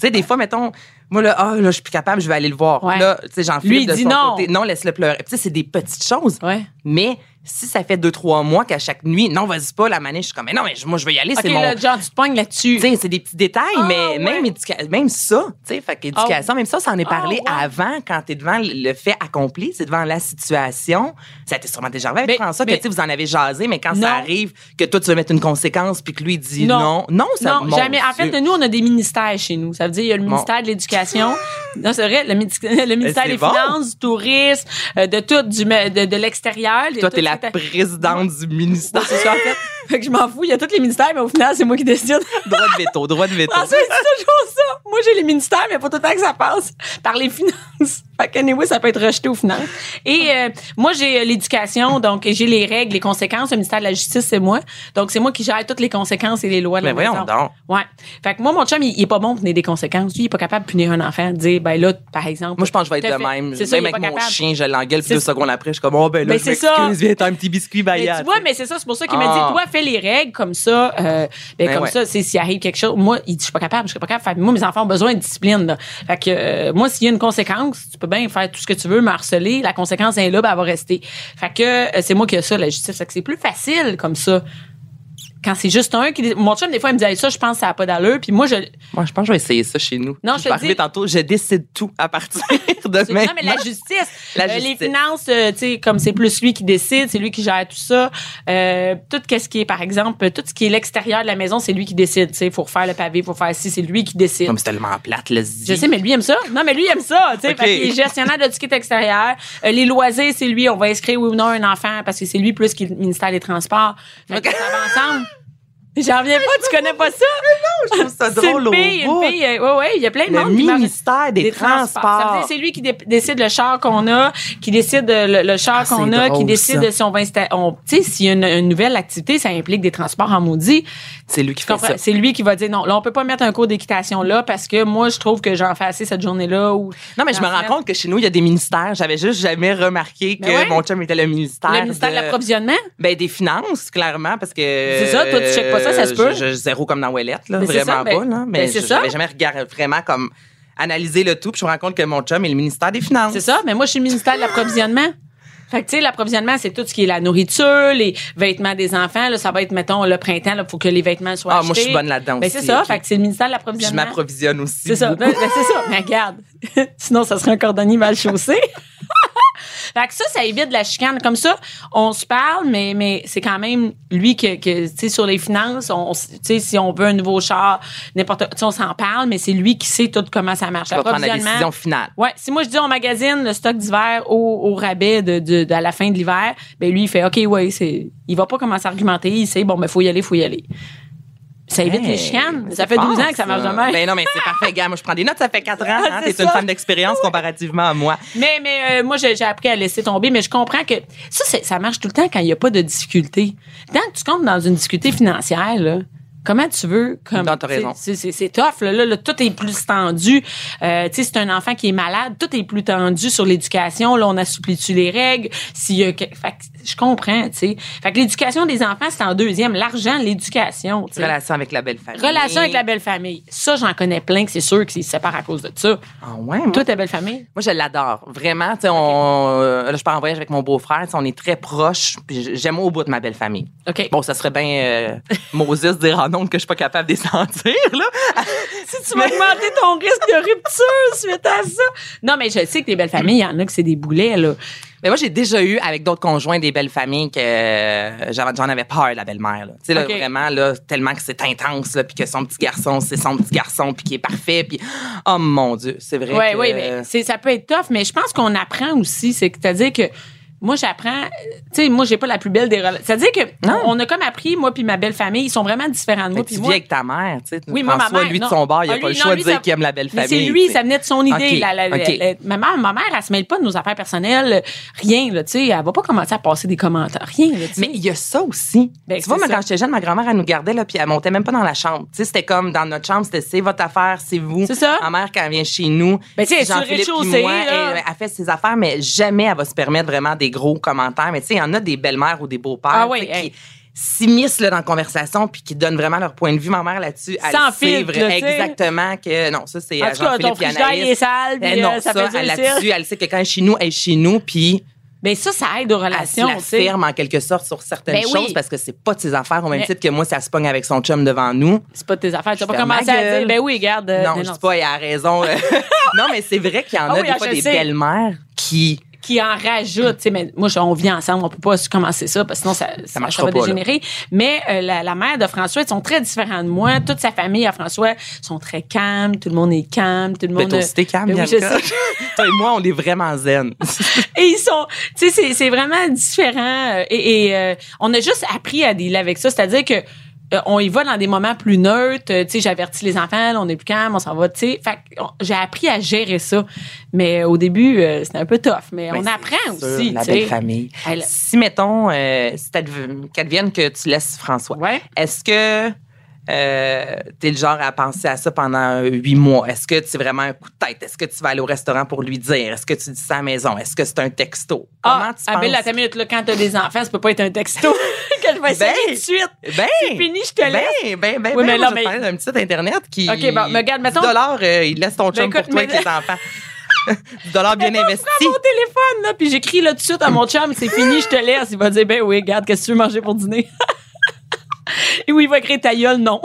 Speaker 4: Tu sais, des fois, mettons, moi, là, ah, là, je suis plus capable, je vais aller le voir.
Speaker 3: Ouais.
Speaker 4: Là, tu sais,
Speaker 3: Lui, il
Speaker 4: Jean-Philippe, de
Speaker 3: dit
Speaker 4: son
Speaker 3: non.
Speaker 4: côté, non, laisse-le pleurer. Tu sais, c'est des petites choses.
Speaker 3: Ouais.
Speaker 4: Mais si ça fait deux, trois mois qu'à chaque nuit, non, vas-y pas, la manée, je suis comme, mais non, mais je- moi, je veux y aller,
Speaker 3: OK,
Speaker 4: c'est mon.
Speaker 3: là, genre, tu te pognes là-dessus.
Speaker 4: Tu sais, c'est des petits détails,
Speaker 3: Ah,
Speaker 4: mais
Speaker 3: ouais.
Speaker 4: même, éduca- même ça, tu sais, fait qu'éducation, même ça, ça en est
Speaker 3: Ah,
Speaker 4: parlé
Speaker 3: ouais.
Speaker 4: avant quand t'es devant le fait accompli, c'est devant la situation. Ça t'est sûrement déjà arrivé avec
Speaker 3: Mais-
Speaker 4: François que
Speaker 3: mais-
Speaker 4: tu sais, vous en avez jasé, mais quand ça
Speaker 3: Non.
Speaker 4: arrive, que toi, tu veux mettre une conséquence puis que lui, il dit non. Non, ça
Speaker 3: Non,
Speaker 4: mon
Speaker 3: jamais. En
Speaker 4: Dieu.
Speaker 3: fait, nous, on a des ministères chez nous. Ça veut dire, il y a le
Speaker 4: Bon.
Speaker 3: ministère de
Speaker 4: [laughs]
Speaker 3: l'Éducation. non, c'est vrai, [laughs] le, midi- le ministère
Speaker 4: c'est
Speaker 3: des
Speaker 4: bon.
Speaker 3: Finances, du tourisme, euh, de tout, du, de, de l'extérieur.
Speaker 4: Toi, t'es la la présidente du ministère. C'est ça, en fait.
Speaker 3: Fait que je m'en fous, il y a tous les ministères, mais au final, c'est moi qui décide.
Speaker 4: [laughs] Droit de veto, droit de veto.
Speaker 3: François, c'est toujours ça. Moi, j'ai les ministères, mais pas tout le temps que ça passe par les finances. Fait que, anyway, ça peut être rejeté aux finances. Et euh, moi, j'ai euh, l'éducation, donc j'ai les règles, les conséquences. Le ministère de la Justice, c'est moi. Donc, c'est moi qui gère toutes les conséquences et les lois de
Speaker 4: Mais
Speaker 3: la maison.
Speaker 4: voyons donc.
Speaker 3: Ouais. Fait que moi, mon chum, il, il est pas bon pour tenir des conséquences. Lui, il est pas capable de punir un enfant, de dire, ben là, par exemple.
Speaker 4: Moi, je pense que je vais
Speaker 3: Tout
Speaker 4: être
Speaker 3: à
Speaker 4: de
Speaker 3: fait.
Speaker 4: même.
Speaker 3: C'est ça,
Speaker 4: même
Speaker 3: il est
Speaker 4: avec
Speaker 3: pas
Speaker 4: mon
Speaker 3: capable.
Speaker 4: chien, je l'engueule, puis
Speaker 3: C'est
Speaker 4: deux
Speaker 3: ça.
Speaker 4: secondes après, je suis comme, oh, ben là,
Speaker 3: Mais
Speaker 4: je
Speaker 3: c'est ça.
Speaker 4: m'excuse, viens, t'as un petit biscuit
Speaker 3: Mais
Speaker 4: Maya.
Speaker 3: tu vois, mais c'est ça, c'est pour ça qu'il me
Speaker 4: Ah.
Speaker 3: dit, toi, fais les règles comme ça, euh, ben,
Speaker 4: Ben
Speaker 3: comme
Speaker 4: ouais.
Speaker 3: ça, c'est s'il arrive quelque chose. Moi, il dit, je suis pas capable, je suis pas capable. Fait que moi, mes enfants ont besoin de discipline, là. Fait que, euh, moi, s'il y a une conséquence, tu peux bien faire tout ce que tu veux, me harceler, la conséquence est là, ben, elle va rester. Fait que, euh, c'est moi qui ai ça, la justice. Fait que c'est plus facile comme ça. Quand c'est juste un qui. Mon chum, des fois, il me dit, Hey, ça, je pense que ça a pas d'allure, puis moi, je.
Speaker 4: Moi, je pense que je vais essayer ça chez nous.
Speaker 3: Non, je te
Speaker 4: vais arriver
Speaker 3: dis-
Speaker 4: tantôt, je décide tout
Speaker 3: [laughs]
Speaker 4: à partir
Speaker 3: C'est-
Speaker 4: de
Speaker 3: Non,
Speaker 4: maintenant.
Speaker 3: mais la justice.
Speaker 4: La
Speaker 3: Euh, les
Speaker 4: justice.
Speaker 3: finances, euh, tu sais, comme c'est plus lui qui décide, c'est lui qui gère tout ça. Euh, tout ce qui est, par exemple, euh, tout ce qui est l'extérieur de la maison, c'est lui qui décide. Tu sais, faut refaire le pavé, faut faire ci, c'est lui qui décide.
Speaker 4: Non, mais c'est tellement plate, le zizi.
Speaker 3: Je sais, mais lui aime ça. Non, mais lui aime ça. Tu sais,
Speaker 4: Ok.
Speaker 3: fait qu'il est gestionnaire de tout ce qui est extérieur. Euh, les loisirs, c'est lui. On va inscrire oui ou non un enfant parce que c'est lui plus qui est le ministère des Transports. Fait que
Speaker 4: Ok.
Speaker 3: ça va ensemble. J'en reviens pas, tu connais pas ça?
Speaker 4: je trouve [laughs] ça
Speaker 3: C'est
Speaker 4: drôle
Speaker 3: une
Speaker 4: au
Speaker 3: fille, une
Speaker 4: bout.
Speaker 3: fille. euh, ouais, ouais, il y a plein de
Speaker 4: Le
Speaker 3: monde qui marche-
Speaker 4: ministère des, Transports.
Speaker 3: ça veut dire que c'est lui qui dé- décide le char qu'on a, qui décide euh, le, le char
Speaker 4: Ah, c'est
Speaker 3: qu'on a,
Speaker 4: drôle,
Speaker 3: qui décide
Speaker 4: ça.
Speaker 3: si on va installer. Tu sais, s'il y a une, une nouvelle activité, ça implique des transports en maudit.
Speaker 4: C'est lui qui
Speaker 3: Tu
Speaker 4: fait ça.
Speaker 3: comprends? C'est lui qui va dire non. Là, on peut pas mettre un cours d'équitation là parce que moi, je trouve que j'en fais assez cette journée-là. Ou
Speaker 4: Non, mais je me
Speaker 3: Dans la
Speaker 4: rends
Speaker 3: semaine.
Speaker 4: compte que chez nous, il y a des ministères. J'avais juste jamais remarqué que
Speaker 3: Ben ouais.
Speaker 4: mon chum était le ministère.
Speaker 3: Le ministère de l'approvisionnement.
Speaker 4: Ben, des finances, clairement, parce que. C'est
Speaker 3: ça, toi, tu checkes pas ça, ça se peut.
Speaker 4: Je, je- zéro comme dans Ouellet, là.
Speaker 3: Mais c'est
Speaker 4: vraiment
Speaker 3: ça, ben-
Speaker 4: pas, là. Mais
Speaker 3: ben, c'est
Speaker 4: je-
Speaker 3: ça.
Speaker 4: j'avais jamais regardé vraiment comme analyser le tout, puis je me rends compte que mon chum est le ministère des Finances.
Speaker 3: C'est ça, mais moi, je suis le ministère
Speaker 4: Ah!
Speaker 3: de l'approvisionnement. Fait que, tu sais, l'approvisionnement, c'est tout ce qui est la nourriture, les vêtements des enfants. Là, ça va être, mettons, le printemps, il faut que les vêtements soient
Speaker 4: Ah,
Speaker 3: achetés.
Speaker 4: moi, je suis bonne là-dedans
Speaker 3: Ben,
Speaker 4: aussi,
Speaker 3: c'est ça.
Speaker 4: ok.
Speaker 3: Fait que c'est le ministère de
Speaker 4: Puis je
Speaker 3: l'approvisionnement.
Speaker 4: m'approvisionne aussi.
Speaker 3: C'est ça.
Speaker 4: beaucoup.
Speaker 3: Ben, ben, c'est ça. Mais regarde. [laughs] Sinon, ça serait un cordonnier mal chaussé. [laughs] fait que ça, ça évite la chicane. Comme ça, on se parle, mais, mais c'est quand même lui que, que tu sais, sur les finances, on, tu sais, si on veut un nouveau char, n'importe, tu sais, on s'en parle, mais c'est lui qui sait tout comment ça marche.
Speaker 4: Je vais prendre la
Speaker 3: L'approvisionnement,
Speaker 4: décision finale.
Speaker 3: Ouais, si moi je dis on magazine le stock d'hiver au, au rabais de, de, de- à la fin de l'hiver, ben lui il fait OK, ouais, c'est il va pas commencer à argumenter, il sait bon ben faut y aller, faut y aller. Ça évite les
Speaker 4: Hey,
Speaker 3: chicanes.
Speaker 4: c'est
Speaker 3: Ça fait 12
Speaker 4: fort,
Speaker 3: ans que ça marche de
Speaker 4: Mais
Speaker 3: même.
Speaker 4: Ben non, mais c'est parfait, gars. Moi, je prends des notes, ça fait 4 ans.
Speaker 3: Ah,
Speaker 4: hein.
Speaker 3: c'est
Speaker 4: T'es une
Speaker 3: ça.
Speaker 4: femme d'expérience comparativement à moi.
Speaker 3: Mais, mais euh, moi, j'ai j'ai appris à laisser tomber, mais je comprends que ça, c'est- ça marche tout le temps quand il n'y a pas de difficulté. Tant que tu comptes dans une difficulté financière, là, comment tu veux? Comme,
Speaker 4: Non, t'as raison.
Speaker 3: C'est c'est- c'est tough, là, là, là, tout est plus tendu. Euh, tu sais, c'est un enfant qui est malade, tout est plus tendu sur l'éducation. Là, on assouplit-tu les règles? S'il y a que- fait que je comprends, tu sais. Fait que l'éducation des enfants, c'est en deuxième. L'argent, l'éducation, tu sais.
Speaker 4: Relation avec la belle famille.
Speaker 3: Relation avec la belle famille. Ça, j'en connais plein que c'est sûr qu'ils se séparent à cause de ça.
Speaker 4: Ah ouais, moi,
Speaker 3: Toi, ta belle famille?
Speaker 4: Moi, je l'adore. Vraiment, tu sais, on, euh, là, je pars en voyage avec mon beau-frère, tu sais, on est très proches, puis j- j'aime au bout de ma belle-famille.
Speaker 3: OK.
Speaker 4: Bon, ça
Speaker 3: [laughs]
Speaker 4: serait bien euh, Moses dire en ondes que je suis pas capable de les sentir, là.
Speaker 3: Si tu vas augmenter ton risque de rupture suite à ça. Non, mais je sais que les belles familles, il y en a que c'est des boulets, là.
Speaker 4: Mais moi, j'ai déjà eu avec d'autres conjoints des belles familles que euh, j'avais- j'en avais peur, la belle-mère. là. Tu sais, là,
Speaker 3: Ok.
Speaker 4: vraiment, là, tellement que c'est intense, là, puis que son petit garçon, c'est son petit garçon, puis qui est parfait, puis oh mon Dieu, c'est vrai.
Speaker 3: Ouais,
Speaker 4: que- euh,
Speaker 3: ouais, mais c'est, ça peut être tough, mais je pense qu'on apprend aussi. C'est, c'est-à-dire que moi, j'apprends. euh, Tu sais, moi, j'ai pas la plus belle des relations. C'est-à-dire que
Speaker 4: Non.
Speaker 3: on a comme appris, moi puis ma belle famille, ils sont vraiment différents de
Speaker 4: Mais
Speaker 3: moi.
Speaker 4: tu
Speaker 3: Puis
Speaker 4: vis
Speaker 3: moi,
Speaker 4: avec ta mère, tu sais.
Speaker 3: Oui, moi,
Speaker 4: François,
Speaker 3: ma mère,
Speaker 4: lui, de
Speaker 3: non.
Speaker 4: son bord, il a
Speaker 3: Ah,
Speaker 4: pas
Speaker 3: lui,
Speaker 4: le
Speaker 3: non,
Speaker 4: choix
Speaker 3: lui,
Speaker 4: de dire
Speaker 3: ça-
Speaker 4: qu'il aime la belle
Speaker 3: mais
Speaker 4: famille.
Speaker 3: c'est lui,
Speaker 4: tu sais.
Speaker 3: ça venait de son idée.
Speaker 4: Ok,
Speaker 3: la- la- la-
Speaker 4: ok.
Speaker 3: la- ma, mère, ma mère, elle se mêle pas de nos affaires personnelles. Rien, là, tu sais. Elle va pas commencer à passer des commentaires. Rien, là, tu sais.
Speaker 4: Mais il y a ça aussi.
Speaker 3: Ben,
Speaker 4: tu vois,
Speaker 3: c'est
Speaker 4: moi,
Speaker 3: ça.
Speaker 4: quand j'étais jeune, ma grand-mère, elle nous gardait, là, puis elle montait même pas dans la chambre. Tu sais, c'était comme dans notre chambre, c'était c'est votre affaire, c'est vous.
Speaker 3: C'est ça.
Speaker 4: Ma mère, quand elle vient chez nous,
Speaker 3: Ben, tu sais, elle est sur le
Speaker 4: Jean-Philippe puis
Speaker 3: rez-de-chaussée,
Speaker 4: moi,
Speaker 3: là.
Speaker 4: elle, elle fait ses affaires, mais jamais elle va se permettre vraiment des gros commentaires. Mais tu sais, il y en a des belles-mères ou des beaux-pères
Speaker 3: Ah
Speaker 4: tu sais,
Speaker 3: oui, hey.
Speaker 4: qui s'immiscent là, dans la conversation puis qui donnent vraiment leur point de vue. Ma mère, là-dessus, elle
Speaker 3: Sans
Speaker 4: le sait
Speaker 3: filtre, là, tu sais.
Speaker 4: exactement que... Non, ça, c'est
Speaker 3: En
Speaker 4: à
Speaker 3: tout cas, ton
Speaker 4: Jean-Philippe puis
Speaker 3: frigidaire, il est
Speaker 4: Anaïs.
Speaker 3: sale,
Speaker 4: Ben
Speaker 3: puis,
Speaker 4: non,
Speaker 3: euh, ça
Speaker 4: ça,
Speaker 3: fait
Speaker 4: elle,
Speaker 3: du
Speaker 4: là-dessus, elle sait que quand elle est chez nous, elle est chez nous, puis
Speaker 3: Mais Ben ça, ça aide aux
Speaker 4: elle se
Speaker 3: relations,
Speaker 4: la
Speaker 3: tu sais.
Speaker 4: ferme en quelque sorte sur certaines
Speaker 3: Ben oui.
Speaker 4: choses parce que c'est pas de ses affaires au même
Speaker 3: Mais-
Speaker 4: titre que moi si elle se pogne avec son chum devant nous.
Speaker 3: c'est pas tes affaires. Tu vas
Speaker 4: Je
Speaker 3: pas
Speaker 4: ferme ma
Speaker 3: commencer à
Speaker 4: gueule.
Speaker 3: dire, ben oui, regarde. euh,
Speaker 4: non,
Speaker 3: mais [laughs]
Speaker 4: je dis pas elle a raison. euh. non mais c'est vrai qu'il y en
Speaker 3: Ah
Speaker 4: a
Speaker 3: oui,
Speaker 4: des
Speaker 3: ah,
Speaker 4: fois
Speaker 3: je
Speaker 4: des
Speaker 3: sais.
Speaker 4: belles-mères qui
Speaker 3: qui en rajoute. Tu sais, mais moi, je- on vit ensemble, on peut pas commencer ça parce que sinon ça, ça,
Speaker 4: marchera
Speaker 3: va
Speaker 4: pas, là.
Speaker 3: dégénérer. Mais euh, la, la mère de François, ils sont très différents de moi. Toute sa famille à François sont très calmes. Tout le monde est calme. Tout le
Speaker 4: Mais
Speaker 3: monde.
Speaker 4: toi aussi, t'es calme,
Speaker 3: Ben oui, je
Speaker 4: Bianca.
Speaker 3: sais.
Speaker 4: [laughs] Toi et moi, on est
Speaker 3: [laughs]
Speaker 4: vraiment zen.
Speaker 3: Et ils sont, tu sais, c'est- c'est vraiment différent. euh, Et, et, euh, on a juste appris à dealer avec ça. C'est-à-dire que euh, on y va dans des moments plus neutres. euh, Tu sais, j'avertis les enfants, là, on est plus calme, on s'en va. Tu sais, fait que, on- j'ai appris à gérer ça. Mais au début, euh, c'était un peu tough. Mais
Speaker 4: Ben,
Speaker 3: on apprend
Speaker 4: c'est sûr,
Speaker 3: aussi.
Speaker 4: La
Speaker 3: tu sais.
Speaker 4: belle famille.
Speaker 3: Elle-
Speaker 4: Si, mettons, euh, si t'adv- qu'advienne que tu laisses François,
Speaker 3: Ouais.
Speaker 4: est-ce que euh, t'es le genre à penser à ça pendant huit mois? Est-ce que c'est vraiment un coup de tête? Est-ce que tu vas aller au restaurant pour lui dire? Est-ce que tu dis ça à la maison? Est-ce que c'est un texto?
Speaker 3: Ah,
Speaker 4: tu
Speaker 3: ah, Bill, attends une minute, là, quand t'as des enfants, ça peut pas être un texto [laughs] que je vais essayer
Speaker 4: Ben,
Speaker 3: tout de suite.
Speaker 4: Ben,
Speaker 3: C'est fini, je te laisse.
Speaker 4: Ben, ben, ben,
Speaker 3: Oui,
Speaker 4: ben,
Speaker 3: mais
Speaker 4: moi,
Speaker 3: là,
Speaker 4: je
Speaker 3: mais-
Speaker 4: parlais d'un petit site internet qui.
Speaker 3: OK, bon, mais regarde, mettons- Ben,
Speaker 4: 10 euh, il laisse ton chum
Speaker 3: écoute,
Speaker 4: pour toi
Speaker 3: mais- [laughs]
Speaker 4: avec les enfants. 10 bien
Speaker 3: Attends,
Speaker 4: investi.
Speaker 3: prends mon téléphone, là, puis j'écris là tout de suite à mon chum, c'est fini, je te laisse. Il va dire, ben oui, regarde, qu'est-ce que tu veux manger pour dîner? [laughs] Et oui, il va écrire ta gueule, non.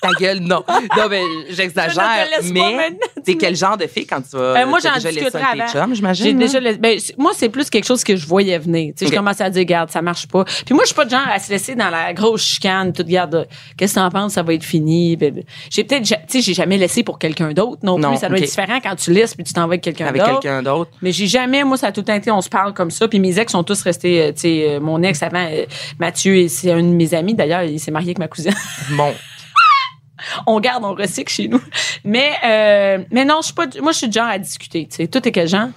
Speaker 4: Ta gueule, non. Non, ben, j'exagère.
Speaker 3: Je ne te laisse pas
Speaker 4: Mais
Speaker 3: maintenant.
Speaker 4: t'es quel genre de fille quand tu vas.
Speaker 3: Euh, moi,
Speaker 4: t'as
Speaker 3: j'en
Speaker 4: déjà laissé
Speaker 3: discuterai
Speaker 4: un de tes
Speaker 3: avant.
Speaker 4: chums, j'imagine.
Speaker 3: J'ai
Speaker 4: hein?
Speaker 3: déjà laissé- ben, c'est- moi, c'est plus quelque chose que je voyais venir. Tu sais,
Speaker 4: Ok.
Speaker 3: Je commençais à dire, garde, ça marche pas. Puis moi, je suis pas de genre à se laisser dans la grosse chicane, toute garde. euh, Qu'est-ce que t'en penses, ça va être fini. ben, ben. J'ai peut-être, ja- tu sais, j'ai jamais laissé pour quelqu'un d'autre non,
Speaker 4: Non,
Speaker 3: plus. Ça doit
Speaker 4: ok.
Speaker 3: être différent quand tu laisses puis tu t'en vas avec quelqu'un
Speaker 4: Avec
Speaker 3: d'autre.
Speaker 4: quelqu'un d'autre.
Speaker 3: Mais j'ai jamais, moi, ça a tout le temps été, on se parle comme ça. Puis mes ex sont tous restés, euh, tu sais, euh, mon ex avant, euh, Mathieu, c'est un de mes amis. D'ailleurs, il s'est marié avec ma cousine. [laughs]
Speaker 4: Bon.
Speaker 3: on garde, on recycle chez nous. Mais, euh, mais non, je suis pas, du- moi, je suis du genre à discuter, tu sais. Tout est quel genre?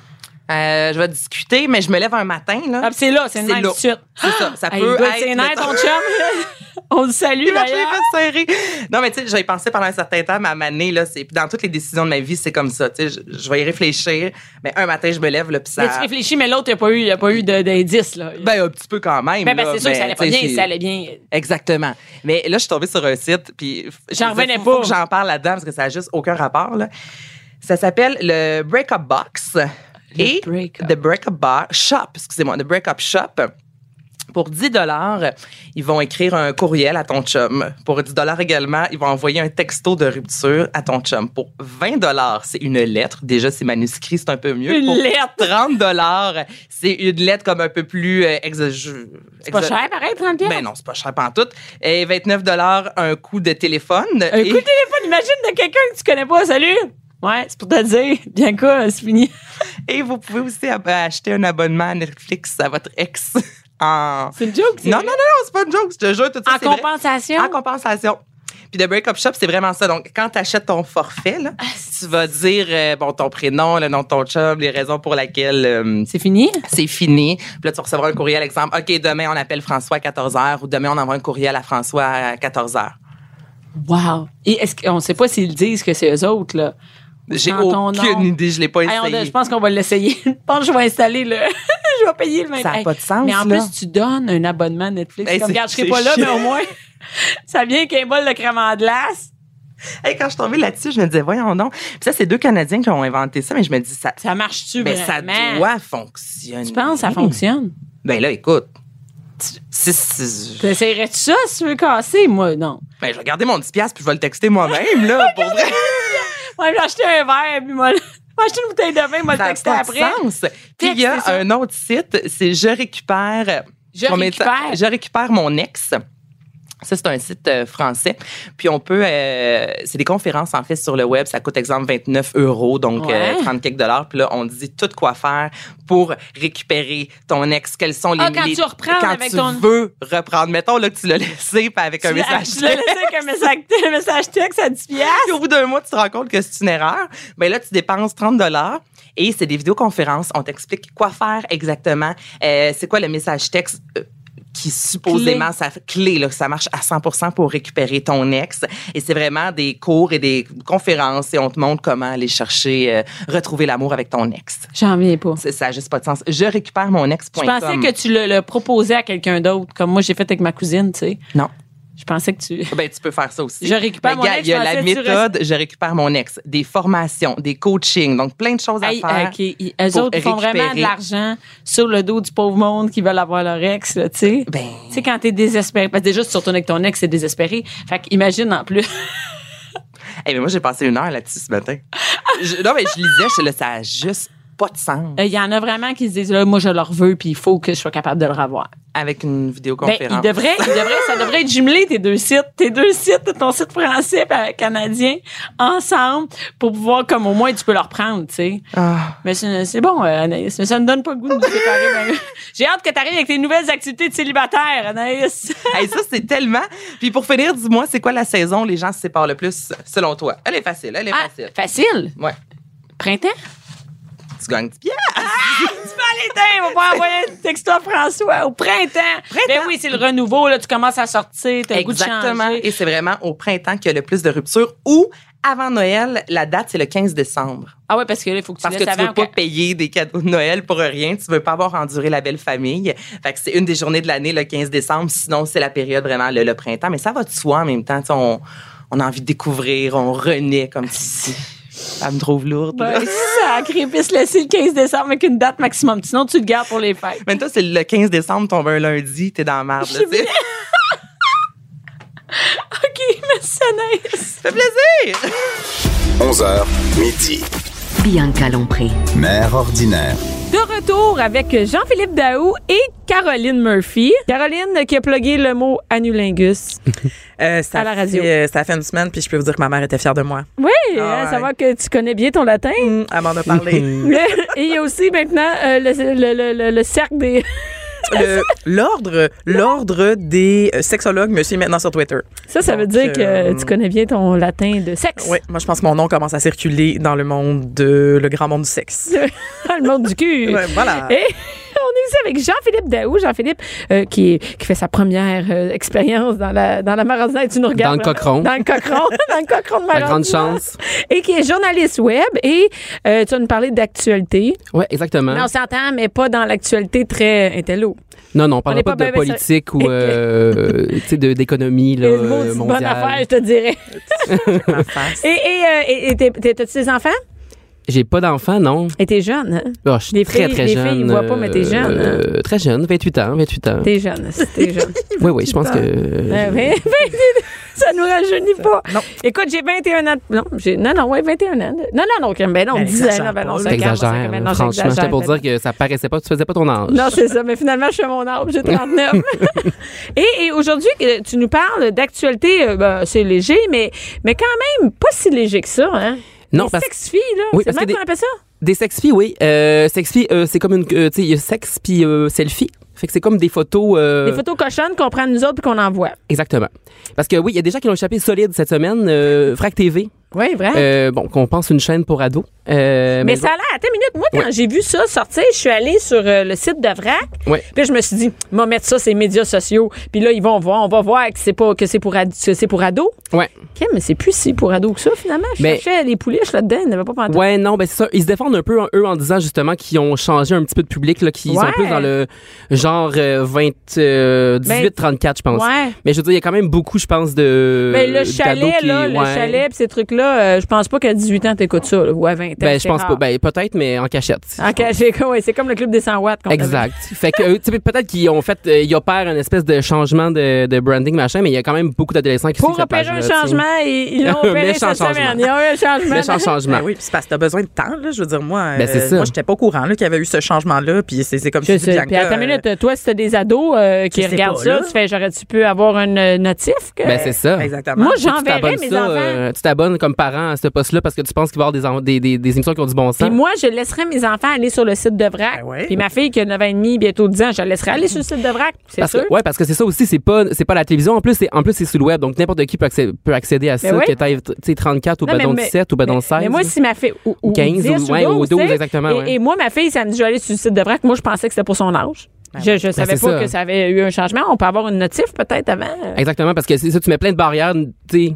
Speaker 4: Euh, je vais discuter, mais je me lève un matin, là.
Speaker 3: Ah, puis c'est là, c'est une
Speaker 4: C'est
Speaker 3: même
Speaker 4: là.
Speaker 3: tout de suite.
Speaker 4: C'est ça. Ça
Speaker 3: Ah, il
Speaker 4: peut
Speaker 3: doit être
Speaker 4: être.
Speaker 3: ses nerfs,
Speaker 4: mettons-
Speaker 3: ton chum. on le salue,
Speaker 4: Il marche les
Speaker 3: d'ailleurs.
Speaker 4: fesses serrées. Non, mais tu sais, j'avais pensé pendant un certain temps, mais à maner, là, c'est. Dans toutes les décisions de ma vie, c'est comme ça. Tu sais, je, je vais y réfléchir. Mais un matin, je me lève, là, puis ça.
Speaker 3: Mais tu réfléchis, mais l'autre, il n'y a pas eu, il y a pas eu de- d'indice, là. Ben,
Speaker 4: Ben, un petit peu quand même.
Speaker 3: ben,
Speaker 4: là.
Speaker 3: c'est sûr que ça allait pas
Speaker 4: tu sais,
Speaker 3: bien,
Speaker 4: c'est-
Speaker 3: ça allait bien.
Speaker 4: Exactement. Mais là, je suis tombée sur un site, puis f-
Speaker 3: J'en
Speaker 4: je disais,
Speaker 3: revenais
Speaker 4: faut- faut
Speaker 3: pas.
Speaker 4: que j'en parle là-dedans parce que ça a juste aucun rapport. là. Ça s'appelle le Breakup Box et
Speaker 3: Break Up.
Speaker 4: The Breakup Bar Shop, excusez-moi, The Breakup Shop. Pour 10 dollars, ils vont écrire un courriel à ton chum. Pour 10 dollars également, ils vont envoyer un texto de rupture à ton chum. Pour 20 dollars, c'est une lettre. Déjà, c'est manuscrit, c'est un peu mieux.
Speaker 3: Une
Speaker 4: Pour
Speaker 3: lettre.
Speaker 4: 30 dollars, c'est une lettre comme un peu plus euh, exa- je-
Speaker 3: C'est pas
Speaker 4: exa-
Speaker 3: cher, pareil, 30 piastres.
Speaker 4: ben non, c'est pas cher pantoute. Et 29 un coup de téléphone.
Speaker 3: Un
Speaker 4: Et-
Speaker 3: coup de téléphone, imagine de quelqu'un que tu connais pas, salut! Ouais, c'est pour te dire, bien quoi, c'est fini.
Speaker 4: et vous pouvez aussi ab- acheter un abonnement à Netflix à votre ex. [laughs] en...
Speaker 3: C'est une joke, c'est
Speaker 4: Non, non,
Speaker 3: vrai?
Speaker 4: non, non, c'est pas une joke, je te jure, tout ça,
Speaker 3: En
Speaker 4: c'est vrai.
Speaker 3: compensation?
Speaker 4: En compensation. Puis le break-up shop, c'est vraiment ça. Donc, quand tu achètes ton forfait, là,
Speaker 3: Ah,
Speaker 4: tu vas dire euh, bon, ton prénom, le nom de ton chum, les raisons pour lesquelles euh,
Speaker 3: C'est fini?
Speaker 4: c'est fini. Puis là, tu recevras un courriel, exemple, OK, demain, on appelle François à 14h ou demain, on envoie un courriel à François à 14h.
Speaker 3: Wow! Et est-ce qu'on sait pas s'ils disent que c'est eux autres, là?
Speaker 4: J'ai
Speaker 3: Dans ton nom.
Speaker 4: aucune idée, je l'ai pas
Speaker 3: Hey, on
Speaker 4: essayé.
Speaker 3: doit- je pense qu'on va l'essayer. [laughs] Je pense que je vais installer le. [laughs] je vais payer le même.
Speaker 4: Ça a pas de sens,
Speaker 3: Mais en
Speaker 4: là.
Speaker 3: plus, tu donnes un abonnement Netflix.
Speaker 4: Hey,
Speaker 3: comme,
Speaker 4: c'est-
Speaker 3: regarde, je serai
Speaker 4: c'est
Speaker 3: pas là, mais
Speaker 4: chiant.
Speaker 3: au moins, [laughs] ça vient qu'un bol de crème en glace.
Speaker 4: Hey, quand je suis tombée là-dessus, je me disais, voyons donc. Puis ça, c'est deux Canadiens qui ont inventé ça, mais je me dis, ça,
Speaker 3: Ça marche-tu
Speaker 4: ben,
Speaker 3: vraiment?
Speaker 4: ça doit fonctionner.
Speaker 3: Tu penses que ça fonctionne?
Speaker 4: Ben là, écoute. Si, si-
Speaker 3: T'essayerais-tu ça si tu veux casser? Moi, non.
Speaker 4: ben, je vais garder mon 10$ piastres, puis je vais le
Speaker 3: [laughs]
Speaker 4: texter moi-même, là, pour vrai.
Speaker 3: Moi, je vais acheter un verre, puis moi, [laughs] je vais acheter une bouteille de vin, moi, le
Speaker 4: Ça
Speaker 3: texter
Speaker 4: n'a pas de
Speaker 3: après.
Speaker 4: sens. Puis il y
Speaker 3: Texte,
Speaker 4: a
Speaker 3: c'est ça.
Speaker 4: un autre site, c'est Je récupère.
Speaker 3: Je
Speaker 4: Combien de temps-
Speaker 3: récupère.
Speaker 4: Je récupère mon ex. Ça, c'est un site euh, français. Puis on peut. euh, c'est des conférences, en fait, sur le web. Ça coûte, exemple, 29 euros, donc
Speaker 3: Ouais.
Speaker 4: euh, 30 quelques dollars. Puis là, on dit tout quoi faire pour récupérer ton ex. Quels sont les.
Speaker 3: Ah, quand
Speaker 4: les-
Speaker 3: tu reprends
Speaker 4: quand
Speaker 3: avec
Speaker 4: tu
Speaker 3: ton-
Speaker 4: veux reprendre. Mettons là, que tu l'as laissé, puis avec un
Speaker 3: Tu l'as-
Speaker 4: message.
Speaker 3: Tu l'as laissé avec un message, un message texte à 10 piastres.
Speaker 4: Puis au bout d'un mois, tu te rends compte que c'est une erreur. Ben là, tu dépenses 30 dollars et c'est des vidéoconférences. On t'explique quoi faire exactement. Euh, c'est quoi le message texte euh, qui supposément
Speaker 3: Clé.
Speaker 4: sa clé là, que ça marche à 100% pour récupérer ton ex et c'est vraiment des cours et des conférences et on te montre comment aller chercher euh, retrouver l'amour avec ton ex.
Speaker 3: J'en viens pas.
Speaker 4: C'est- Ça n'a juste pas de sens. Je récupère mon
Speaker 3: Je
Speaker 4: ex.com.
Speaker 3: pensais que tu le, le proposais à quelqu'un d'autre, comme moi j'ai fait avec ma cousine, tu sais.
Speaker 4: non.
Speaker 3: Je pensais que tu.
Speaker 4: Ben, tu peux faire ça aussi.
Speaker 3: Je récupère
Speaker 4: Ben,
Speaker 3: mon
Speaker 4: gars,
Speaker 3: ex,
Speaker 4: Il y a
Speaker 3: je
Speaker 4: la
Speaker 3: pensais que tu
Speaker 4: méthode, je récupère mon ex, des formations, des coachings, donc plein de choses
Speaker 3: Hey,
Speaker 4: à faire.
Speaker 3: ok, ils- eux
Speaker 4: pour
Speaker 3: autres ils font vraiment de
Speaker 4: récupérer.
Speaker 3: l'argent sur le dos du pauvre monde qui veulent avoir leur ex, là, tu sais.
Speaker 4: Ben.
Speaker 3: Tu sais, quand t'es désespéré. Parce que déjà, si tu retournes avec ton ex, c'est désespéré. Fait qu'imagine en plus. [laughs]
Speaker 4: Eh, mais moi, j'ai passé une heure là-dessus ce matin. Je- non, mais je lisais, je suis là, ça a juste pas de sens.
Speaker 3: Il y en a vraiment qui se disent là, moi je le veux puis il faut que je sois capable de le revoir.
Speaker 4: Avec une
Speaker 3: Ben,
Speaker 4: vidéoconférence.
Speaker 3: il devrait, il devrait, ça devrait être jumelé tes deux sites, tes deux sites, ton site français et euh, canadien ensemble pour pouvoir comme au moins tu peux le reprendre, tu sais.
Speaker 4: Ah.
Speaker 3: Mais c'est c'est bon, euh, Anaïs, mais ça ne donne pas le goût de nous séparer. ben, [laughs] J'ai hâte que tu arrives avec tes nouvelles activités de célibataire, Anaïs.
Speaker 4: Hey, ça, c'est tellement. Puis pour finir, dis-moi, c'est quoi la saison où les gens se séparent le plus, selon toi? Elle est facile, elle est
Speaker 3: Ah,
Speaker 4: facile.
Speaker 3: facile.
Speaker 4: Ouais.
Speaker 3: Printemps?
Speaker 4: Tu gagnes 10 piastres.
Speaker 3: Tu peux aller l'éteindre, on va envoyer un texto à François au printemps. Ben oui, c'est le renouveau, là, tu commences à sortir, t'as le goût de
Speaker 4: Exactement.
Speaker 3: changer.
Speaker 4: Et c'est vraiment au printemps qu'il y a le plus de ruptures ou avant Noël, la date, c'est le 15 décembre.
Speaker 3: Ah ouais, parce que là, il faut que tu
Speaker 4: Parce que
Speaker 3: laisses
Speaker 4: tu veux
Speaker 3: avant.
Speaker 4: pas payer des cadeaux de Noël pour rien. Tu veux pas avoir enduré la belle famille. Fait que c'est une des journées de l'année, le 15 décembre. Sinon, c'est la période vraiment, le, le printemps. Mais ça va de soi en même temps. Tu sais, on, on a envie de découvrir, on renaît comme
Speaker 5: Ah,
Speaker 4: si. Ça me trouve lourde. là. [laughs]
Speaker 3: Ben, sacré, puis se laisser le 15 décembre avec une date maximum. Sinon, tu le gardes pour les
Speaker 5: [laughs]
Speaker 3: fêtes.
Speaker 4: Mais toi, c'est le 15 décembre, tombe un lundi, t'es dans la merde. là,
Speaker 3: Je
Speaker 4: tu sais.
Speaker 3: OK, merci Anaïs.
Speaker 4: Ça fait plaisir!
Speaker 2: 11h, midi.
Speaker 1: Bianca Lompré.
Speaker 2: Mère ordinaire.
Speaker 5: De retour avec Jean-Philippe Daou et Caroline Murphy. Caroline qui a plugué le mot anulingus.
Speaker 6: Euh, ça
Speaker 5: À la radio.
Speaker 6: Fait, euh, ça fait une semaine, puis je peux vous dire que ma mère était fière de moi.
Speaker 5: Oui,
Speaker 6: Ah
Speaker 5: hein,
Speaker 6: ouais.
Speaker 5: savoir que tu connais bien ton latin.
Speaker 3: Mm.
Speaker 5: [laughs]
Speaker 6: Hum, Elle m'en
Speaker 4: [laughs]
Speaker 6: a parlé.
Speaker 5: et il y a aussi maintenant euh, le, le- le- le- le cercle des... [laughs]
Speaker 6: Le- L'ordre, l'ordre des euh, sexologues me suit maintenant sur Twitter.
Speaker 5: Ça, ça veut
Speaker 6: Donc,
Speaker 5: dire que
Speaker 6: euh,
Speaker 5: tu connais bien ton latin de sexe. [laughs]
Speaker 6: Oui, moi je pense que mon nom commence à circuler dans le monde de le grand monde du sexe.
Speaker 5: Dans Ah, le monde du cul.
Speaker 6: Ouais, voilà.
Speaker 5: Et [laughs] on est ici avec Jean-Philippe Daou. Jean-Philippe, euh, qui, qui fait sa première euh, expérience dans la, dans la maraudinaire. Tu nous regardes.
Speaker 7: Dans le cochon.
Speaker 5: Dans le cochon. [laughs] dans le cochon de
Speaker 7: La grande
Speaker 5: Maraudinaire.
Speaker 7: chance.
Speaker 5: Et qui est journaliste web. Et euh, tu vas nous parler d'actualité.
Speaker 7: Oui, exactement.
Speaker 5: Mais on s'entend, mais pas dans l'actualité très intello.
Speaker 7: Non, non, on
Speaker 5: on est
Speaker 7: parle
Speaker 5: pas
Speaker 7: pas
Speaker 5: ben,
Speaker 7: de
Speaker 5: ben
Speaker 7: politique ou
Speaker 5: [laughs]
Speaker 7: euh, tu sais, de- d'économie là,
Speaker 5: Une
Speaker 7: euh,
Speaker 5: maudite bonne affaire, je
Speaker 7: mondiale.
Speaker 5: te [laughs] dirais.
Speaker 6: Ma face.
Speaker 5: Et et, euh, et- et t'es- t'es- t'as-tu des enfants?
Speaker 7: J'ai pas d'enfant, non.
Speaker 5: Et t'es jeune, hein?
Speaker 7: Ah, je suis
Speaker 5: Les
Speaker 7: très,
Speaker 5: filles-
Speaker 7: très
Speaker 5: les
Speaker 7: jeune.
Speaker 5: filles, ils voient pas, mais t'es jeune, hein.
Speaker 7: euh, Très jeune, 28 ans, 28 ans.
Speaker 5: T'es jeune, si t'es jeune.
Speaker 7: Oui, oui, je pense que...
Speaker 5: Euh,
Speaker 7: Ben,
Speaker 5: mais- ça nous rajeunit pas.
Speaker 6: Non.
Speaker 5: Écoute, j'ai 21 ans. de- Non, j'ai, non, non, ouais, 21 ans. de- Non, non, non, Kim, ben non,
Speaker 6: Ben,
Speaker 5: 10 ans.
Speaker 6: exagère
Speaker 5: Non, ben non,
Speaker 6: pas,
Speaker 5: cinq ans, cinq ans,
Speaker 7: T'exagères,
Speaker 5: ben non,
Speaker 7: là, franchement.
Speaker 5: j'exagère,
Speaker 7: J'étais pour
Speaker 5: ben
Speaker 7: dire que ça paraissait pas, tu faisais pas ton âge.
Speaker 5: Non, c'est ça, mais finalement, je suis à mon âge, j'ai
Speaker 7: [laughs]
Speaker 5: 39. [laughs] et et aujourd'hui, euh, tu nous parles d'actualité, euh, ben, c'est léger, mais, mais quand même, pas si léger que ça. Hein?
Speaker 7: Non,
Speaker 5: Les
Speaker 7: parce-
Speaker 5: sex-filles, là,
Speaker 7: Oui,
Speaker 5: c'est
Speaker 7: parce
Speaker 5: même
Speaker 7: que
Speaker 5: qu'on appelle ça?
Speaker 7: Des sex-filles, oui. Euh, sex-filles, euh, c'est comme une... euh, tu sais, il y a sex puis euh, selfie. Fait que c'est comme des photos... euh,
Speaker 5: Des photos cochonnes qu'on prend de nous autres puis qu'on envoie.
Speaker 7: Exactement. Parce que oui, il y a des gens qui l'ont échappé solide cette semaine. euh, Frac TV,
Speaker 5: Oui, vrai.
Speaker 7: euh, bon, qu'on pense une chaîne pour ados. Euh,
Speaker 5: Mais
Speaker 7: je-
Speaker 5: ça a l'air. Attends une minute. Moi, quand j'ai vu ça sortir, je suis allée sur euh, le site de Vrac.
Speaker 7: Ouais.
Speaker 5: Puis je me suis dit, moi mettre ça ces médias sociaux. Puis là, ils vont voir, on va voir que c'est pas que c'est pour ad- que c'est pour ados.
Speaker 7: Ouais.
Speaker 5: OK, mais c'est plus si pour ados que ça finalement. Je
Speaker 7: Mais-
Speaker 5: cherchais les pouliches là-dedans, ils n'avaient pas pensé.
Speaker 7: Ouais, non, ben c'est ça. Ils se défendent un peu, hein, eux, en disant justement qu'ils ont changé un petit peu de public, là, qu'ils
Speaker 5: Ouais. Ben,
Speaker 7: sont plus dans le genre euh, 20, euh, 18, 34, je pense.
Speaker 5: Ouais.
Speaker 7: Mais je veux dire, il y a quand même beaucoup, je pense, de.
Speaker 5: Ben, le
Speaker 7: d'ados
Speaker 5: chalet,
Speaker 7: qui-
Speaker 5: là, le
Speaker 7: ouais.
Speaker 5: chalet, pis ces trucs-là, euh, je pense pas qu'à 18 ans, t'écoutes ça, là, ou à 20 ans.
Speaker 7: Ben, je
Speaker 5: c'est
Speaker 7: pense pas.
Speaker 5: rare.
Speaker 7: Ben, peut-être, mais en cachette.
Speaker 5: En cachet, quoi, ouais, c'est comme le club des 100 watts. qu'on Ah, avait.
Speaker 7: Exact. fait que euh, tu sais, peut-être qu'ils ont fait, euh, ils opèrent un espèce de changement de, de branding machin, mais il y a quand même beaucoup d'adolescents qui
Speaker 5: Pour
Speaker 7: suivent cette
Speaker 5: opérer un
Speaker 7: page-là, tu sais.
Speaker 5: changement, ils
Speaker 7: [laughs]
Speaker 5: ils l'ont
Speaker 7: Un
Speaker 5: opéré
Speaker 7: méchant
Speaker 5: cette semaine.
Speaker 7: changement.
Speaker 5: Il y a eu un changement.
Speaker 7: Méchant changement.
Speaker 6: Ben oui, puis c'est parce que t'as besoin de temps, là. Je veux dire, moi, euh,
Speaker 7: Ben, c'est ça.
Speaker 6: moi, j'étais pas au courant là, qu'il y avait eu ce changement-là, puis c'est c'est comme
Speaker 5: Je
Speaker 6: tu dis,
Speaker 5: sais.
Speaker 6: Bianca,
Speaker 5: Puis attends
Speaker 6: euh,
Speaker 5: une minute, toi, si t'as des ados euh, qui
Speaker 6: je sais
Speaker 5: regardent
Speaker 6: pas,
Speaker 5: ça,
Speaker 6: là.
Speaker 5: tu fais j'aurais-tu pu avoir un euh, notif? Que...
Speaker 7: Ben, c'est
Speaker 5: Euh,
Speaker 7: ça.
Speaker 6: euh, Exactement.
Speaker 5: Moi,
Speaker 7: Tu
Speaker 5: j'enverrais
Speaker 7: t'abonnes
Speaker 5: mes
Speaker 7: ça,
Speaker 5: enfants.
Speaker 7: euh, tu t'abonnes comme parent à ce poste-là parce que tu penses qu'il va y avoir des, en- des, des, des émissions qui ont du bon
Speaker 5: Puis
Speaker 7: sens.
Speaker 5: moi, je laisserais mes enfants aller sur le site de Vrac.
Speaker 6: Ben ouais.
Speaker 5: Puis ma fille qui a 9 ans et demi, bientôt 10 ans, je la laisserais aller sur le site de Vrac. C'est
Speaker 7: Parce
Speaker 5: sûr.
Speaker 7: que, ouais, parce que c'est ça aussi, c'est pas, c'est pas la télévision. En plus, c'est, en plus, c'est sur le web. Donc, n'importe qui peut, accé- peut accéder à ça,
Speaker 5: Ben oui.
Speaker 7: que t'ailles, tu sais, 34 ou
Speaker 5: Non, mais-
Speaker 7: badon
Speaker 5: mais-
Speaker 7: 17 ou badon 16.
Speaker 5: Mais moi, si ma fille. Ou, ou
Speaker 7: 15
Speaker 5: 10
Speaker 7: ou- ouais, ou 12,
Speaker 5: tu sais.
Speaker 7: exactement,
Speaker 5: Et,
Speaker 7: ouais.
Speaker 5: et moi, ma fille, ça me dit, je vais aller sur le site de Vrac. Moi, je pensais que c'était pour son âge. Je, je savais
Speaker 7: Ben c'est
Speaker 5: pas
Speaker 7: ça.
Speaker 5: que ça avait eu un changement. On peut avoir une notif peut-être avant. euh,
Speaker 7: Exactement, parce que c'est ça, tu mets plein de barrières, tu sais.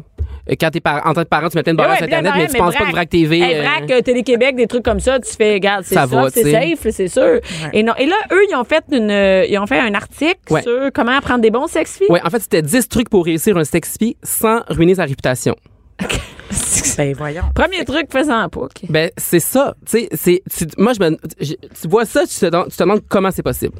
Speaker 7: euh, Quand t'es par- en tant que parent, tu mets plein de
Speaker 5: Ben
Speaker 7: barrières
Speaker 5: ouais,
Speaker 7: sur Internet,
Speaker 5: puis là,
Speaker 7: mais tu penses
Speaker 5: Vrac-
Speaker 7: pas que Vrac TV.
Speaker 5: Hey,
Speaker 7: euh,
Speaker 5: Vrac, euh, Télé-Québec, des trucs comme ça, tu fais, regarde, c'est ça,
Speaker 7: Ça va,
Speaker 5: c'est
Speaker 7: tu sais.
Speaker 5: safe, c'est sûr. Et, non, et là, eux, ils ont fait, une, euh, ils ont fait un article
Speaker 7: Ouais.
Speaker 5: sur comment prendre des bons sex filles.
Speaker 7: euh, Ouais, en fait, c'était 10 trucs pour réussir un sexy sans ruiner sa réputation.
Speaker 6: Ben, voyons.
Speaker 5: Premier truc, faisant pas. OK. Eh
Speaker 7: Ben, c'est ça. Tu sais, c'est, tu- moi, je me, je- tu vois ça, tu te, demandes- tu te demandes comment c'est possible.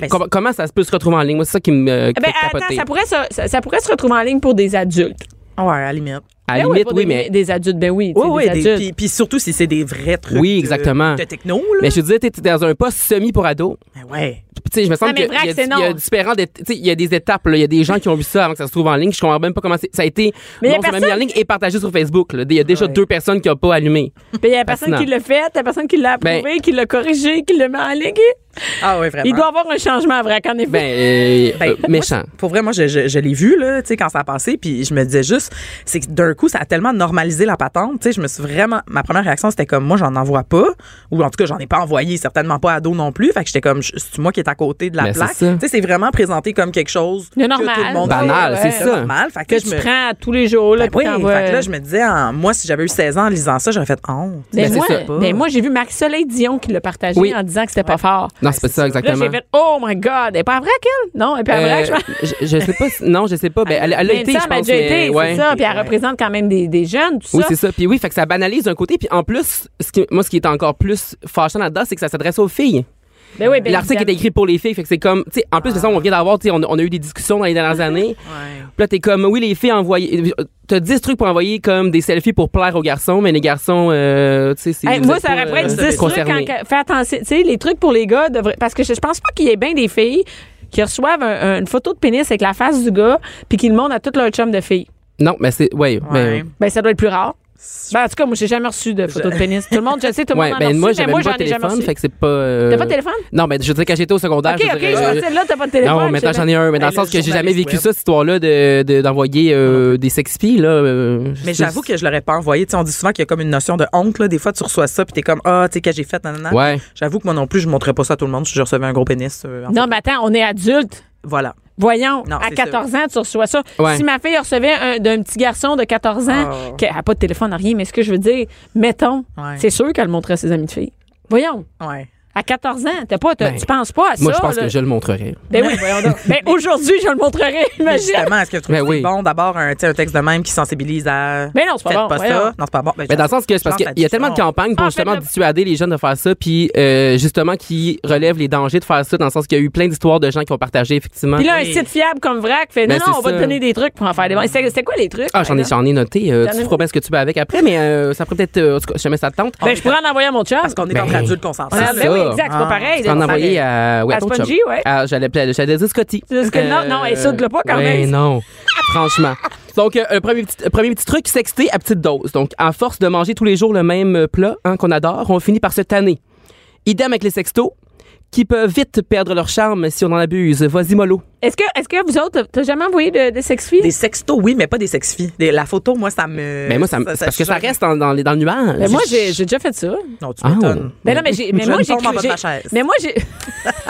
Speaker 6: Ben,
Speaker 7: Comment, comment ça peut se retrouver en ligne? Moi, c'est ça qui me euh,
Speaker 5: Eh Ben,
Speaker 7: fait
Speaker 5: attends,
Speaker 7: capoter.
Speaker 5: ça pourrait, se- ça, ça pourrait se retrouver en ligne pour des adultes.
Speaker 6: c'est- Ouais, à la limite.
Speaker 7: À
Speaker 5: Ben
Speaker 7: la
Speaker 5: oui,
Speaker 7: limite,
Speaker 5: pour des,
Speaker 7: oui, mais.
Speaker 5: Des adultes, ben oui. tu sais,
Speaker 6: Oui, oui.
Speaker 5: des
Speaker 6: des-
Speaker 5: adultes.
Speaker 6: Puis, puis surtout si c'est des vrais trucs.
Speaker 7: Oui,
Speaker 6: de-
Speaker 7: exactement.
Speaker 6: De, techno, là.
Speaker 7: Mais je te disais, t'es t'es dans un poste semi-pour ado.
Speaker 6: Ben ouais.
Speaker 7: Puis, tu sais, je me sens
Speaker 5: Ah, mais
Speaker 7: qu'il y, a-
Speaker 5: Vrac,
Speaker 7: il y a
Speaker 5: c'est
Speaker 7: il y a
Speaker 5: non.
Speaker 7: différents, dé- tu sais, il y a des étapes. là. Il y a des gens qui ont vu ça avant que ça se trouve en ligne. Je comprends même pas comment c'est- ça a été.
Speaker 5: Mais il y a
Speaker 7: non, ça m'a mis
Speaker 5: personne
Speaker 7: en ligne et partagé sur Facebook. là. Il y a déjà deux personnes qui n'ont pas allumé.
Speaker 5: Puis il Ben, y a personne qui
Speaker 7: Fascinant.
Speaker 5: l'a fait, il y a personne qui l'a approuvé,
Speaker 7: Ben-
Speaker 5: qui l'a corrigé, qui le met en ligne.
Speaker 6: Ah ouais, vraiment.
Speaker 5: Il doit avoir un changement à vrac, en effet.
Speaker 7: Ben, euh,
Speaker 5: [laughs]
Speaker 6: Ben,
Speaker 7: euh,
Speaker 6: moi,
Speaker 7: méchant.
Speaker 6: c'est- pour vrai, moi, je, je- je l'ai vu, là, tu sais, quand ça a passé, puis je me disais juste, c'est que d'un coup, ça a tellement normalisé la patente, tu sais, je me suis vraiment, ma première réaction, c'était comme, moi, j'en envoie pas, ou en tout cas, j'en ai pas envoyé, certainement pas à dos non plus, fait que j'étais comme, je- c'est moi qui est à côté de la
Speaker 7: Ben, c'est
Speaker 6: plaque, tu
Speaker 7: ça.
Speaker 6: sais, c'est vraiment présenté comme quelque chose
Speaker 5: De
Speaker 6: que tout
Speaker 5: normal. Ben,
Speaker 6: le monde
Speaker 7: Banal,
Speaker 6: fait,
Speaker 7: c'est
Speaker 6: de
Speaker 7: ça.
Speaker 6: normal, fait
Speaker 5: que
Speaker 6: que,
Speaker 5: tu
Speaker 6: je me...
Speaker 5: prends tous les jours. Là,
Speaker 6: Ben oui,
Speaker 5: puis t'en vas-
Speaker 6: fait que là, je me disais, en- moi, si j'avais eu 16 ans en lisant ça, j'aurais fait honte.
Speaker 5: Ben,
Speaker 7: Ben, c'est
Speaker 5: moi,
Speaker 7: ça.
Speaker 5: ben, moi, j'ai vu Marc Soleil Dion qui l'a partagé
Speaker 7: Oui.
Speaker 5: en disant que c'était pas fort.
Speaker 7: Non, c'est pas ça,
Speaker 5: Là,
Speaker 7: exactement.
Speaker 5: j'ai fait Oh my God, elle est pas vrac, elle? Non, elle est pas vrac. Je
Speaker 7: Euh,
Speaker 5: pense.
Speaker 7: je, je sais pas. si- Non, je sais pas. Ben, elle, elle a
Speaker 5: Mais
Speaker 7: été,
Speaker 5: ça,
Speaker 7: je
Speaker 5: elle a
Speaker 7: pense.
Speaker 5: déjà
Speaker 7: mais-
Speaker 5: été,
Speaker 7: ouais.
Speaker 5: c'est ça. Puis elle représente quand même des, des jeunes, tout
Speaker 7: Oui,
Speaker 5: ça.
Speaker 7: c'est ça. Puis oui, fait que ça banalise d'un côté. Puis en plus, ce qui- moi, ce qui est encore plus fâchant là-dedans, c'est que ça s'adresse aux filles.
Speaker 5: Ben oui, ben, Ah.
Speaker 7: L'article est
Speaker 5: évidemment.
Speaker 7: écrit pour les filles. Fait que c'est comme, tu sais, en plus de ça, on vient d'avoir, tu sais, on, on a eu des discussions dans les
Speaker 5: Mhm.
Speaker 7: dernières années. Puis là, t'es comme, oui, les filles envoyez. T'as 10 trucs pour envoyer comme des selfies pour plaire aux garçons, mais les garçons, euh, tu sais, c'est.
Speaker 5: Hey,
Speaker 7: vous
Speaker 5: moi,
Speaker 7: êtes
Speaker 5: ça
Speaker 7: pas,
Speaker 5: aurait pu
Speaker 7: euh,
Speaker 5: être 10 trucs.
Speaker 7: concernés.
Speaker 5: en- Fais attention. Tu sais, les trucs pour les gars devraient. Parce que je, je pense pas qu'il y ait bien des filles qui reçoivent un- un- une photo de pénis avec la face du gars puis qui le montrent à tout leur chum de filles.
Speaker 7: Non, mais c'est. Ouais, mais-
Speaker 5: Ben, ça doit être plus rare. Ben, en tout cas, moi, j'ai jamais reçu de photo de pénis. Tout le monde, je sais, tout le
Speaker 7: Ouais,
Speaker 5: monde en a
Speaker 7: ben
Speaker 5: reçu,
Speaker 7: moi,
Speaker 5: mais
Speaker 7: j'avais
Speaker 5: moi,
Speaker 7: même
Speaker 5: j'en
Speaker 7: pas de
Speaker 5: ai jamais
Speaker 7: téléphone.
Speaker 5: reçu.
Speaker 7: Fait que c'est pas. euh,
Speaker 5: T'as pas de téléphone?
Speaker 7: Non, mais je veux dire, quand j'étais au secondaire,
Speaker 5: OK,
Speaker 7: je
Speaker 5: OK,
Speaker 7: dirais,
Speaker 5: je
Speaker 7: euh,
Speaker 5: pensais, là, t'as pas de téléphone.
Speaker 7: non, maintenant
Speaker 5: je sais
Speaker 7: j'en ai un, mais dans le
Speaker 6: Ben,
Speaker 7: sens
Speaker 6: le
Speaker 7: que j'ai jamais
Speaker 6: journaliste
Speaker 7: vécu
Speaker 6: web.
Speaker 7: ça, cette histoire-là, de- de- d'envoyer euh, des sexpies, là. euh, c'est-
Speaker 6: Mais j'avoue que je l'aurais pas envoyé. Tu sais, on dit souvent qu'il y a comme une notion de honte. Là. Des fois, tu reçois ça, puis t'es comme, ah, tu sais, qu'est-ce que j'ai fait, nanana.
Speaker 7: Ouais.
Speaker 6: J'avoue que moi non plus, je montrais pas ça à tout le monde. Je recevais un gros pénis. euh, en-
Speaker 5: Non, mais attends, on est adulte.
Speaker 6: Voilà.
Speaker 5: Voyons,
Speaker 6: Non,
Speaker 5: à
Speaker 6: c'est
Speaker 5: 14 ans, tu reçois ça.
Speaker 7: Ouais.
Speaker 5: Si ma fille recevait un, d'un petit garçon de 14 ans,
Speaker 6: Oh.
Speaker 5: qui n'a pas de téléphone, rien, mais ce que je veux dire, mettons,
Speaker 6: Ouais.
Speaker 5: c'est sûr qu'elle le montrait à ses amis de filles. Voyons,
Speaker 6: Ouais.
Speaker 5: à 14 ans, t'as pas, t'as-
Speaker 7: Ben,
Speaker 5: tu penses pas à ça.
Speaker 7: Moi, je pense
Speaker 5: là.
Speaker 7: que je le montrerai.
Speaker 5: Ben oui, voyons
Speaker 7: [laughs]
Speaker 5: donc. Ben aujourd'hui, je le
Speaker 6: [laughs]
Speaker 5: montrerai, [laughs]
Speaker 6: Mais
Speaker 5: imagine.
Speaker 6: justement, est-ce que tu trouves
Speaker 7: Ben
Speaker 6: que c'est
Speaker 7: oui.
Speaker 6: bon d'avoir un, tu sais, un texte de même qui sensibilise à.
Speaker 5: Ben non, c'est pas
Speaker 6: Faites
Speaker 5: bon,
Speaker 6: pas
Speaker 5: voyons.
Speaker 6: ça. Non, c'est pas bon. Ben,
Speaker 7: Mais dans le sens que c'est parce
Speaker 6: je
Speaker 7: qu'il
Speaker 6: pense
Speaker 7: y a tellement de
Speaker 6: la discussion.
Speaker 7: campagnes pour
Speaker 5: Ah,
Speaker 7: justement
Speaker 5: faites-le.
Speaker 7: dissuader les jeunes de faire ça, puis euh, justement qui relèvent les dangers de faire ça, dans le sens qu'il y a eu plein d'histoires de gens qui ont partagé effectivement.
Speaker 5: Puis là, un
Speaker 6: Oui.
Speaker 5: site fiable comme Vrac fait non,
Speaker 7: Ben,
Speaker 5: non,
Speaker 7: c'est
Speaker 5: on va
Speaker 7: ça.
Speaker 5: te donner des trucs pour en faire des bons. C'est c'est quoi les trucs? Ben
Speaker 7: Ah, j'en ai, j'en ai noté. euh,
Speaker 5: J'en ai-
Speaker 7: tu feras bien ce que tu veux avec après, mais euh, ça pourrait peut-être, euh, en tout cas, si jamais ça te tente.
Speaker 5: Ben, je pourrais en envoyer à mon chum.
Speaker 6: Parce qu'on est
Speaker 7: Ben,
Speaker 6: entre adultes
Speaker 5: Ah,
Speaker 6: consentants.
Speaker 7: c'est
Speaker 5: ben
Speaker 6: là.
Speaker 7: ça.
Speaker 5: oui, exact, c'est pas
Speaker 6: Ah.
Speaker 5: pareil.
Speaker 7: Tu peux en envoyer à, ouais,
Speaker 5: À
Speaker 7: à ton chum.
Speaker 5: Spongy, ouais.
Speaker 7: Ah, j'allais, j'allais dire Scotty.
Speaker 5: Parce que non, non, elle saute-le pas quand
Speaker 7: ouais,
Speaker 5: même.
Speaker 7: non. Franchement. Donc, euh, un premier petit, un premier petit truc, sexter à petite dose. Donc, à force de manger tous les jours le même euh, plat hein, qu'on adore, on finit par se tanner. Idem avec les sextos, qui peuvent vite perdre leur charme si on en abuse. Vas-y, mollo.
Speaker 5: Est-ce que, est-ce que vous autres, t'as- t'as jamais envoyé de, de sex-filles?
Speaker 6: Des sextos, oui, mais pas des sexfies. Des- La photo, moi, ça me.
Speaker 7: Mais Ben, moi, ça, me- c'est parce que ça
Speaker 6: choque.
Speaker 7: reste dans, dans, les- dans le nuage.
Speaker 5: Ben, moi, j'ai, j'ai déjà fait ça.
Speaker 6: Non, tu
Speaker 7: Ah.
Speaker 6: m'étonnes.
Speaker 5: Ben non, mais j'ai, mais
Speaker 6: Je
Speaker 5: moi,
Speaker 6: ne
Speaker 5: j'ai,
Speaker 6: tombe pas de
Speaker 5: j'ai-
Speaker 6: ma chaise.
Speaker 5: mais moi, j'ai, [laughs]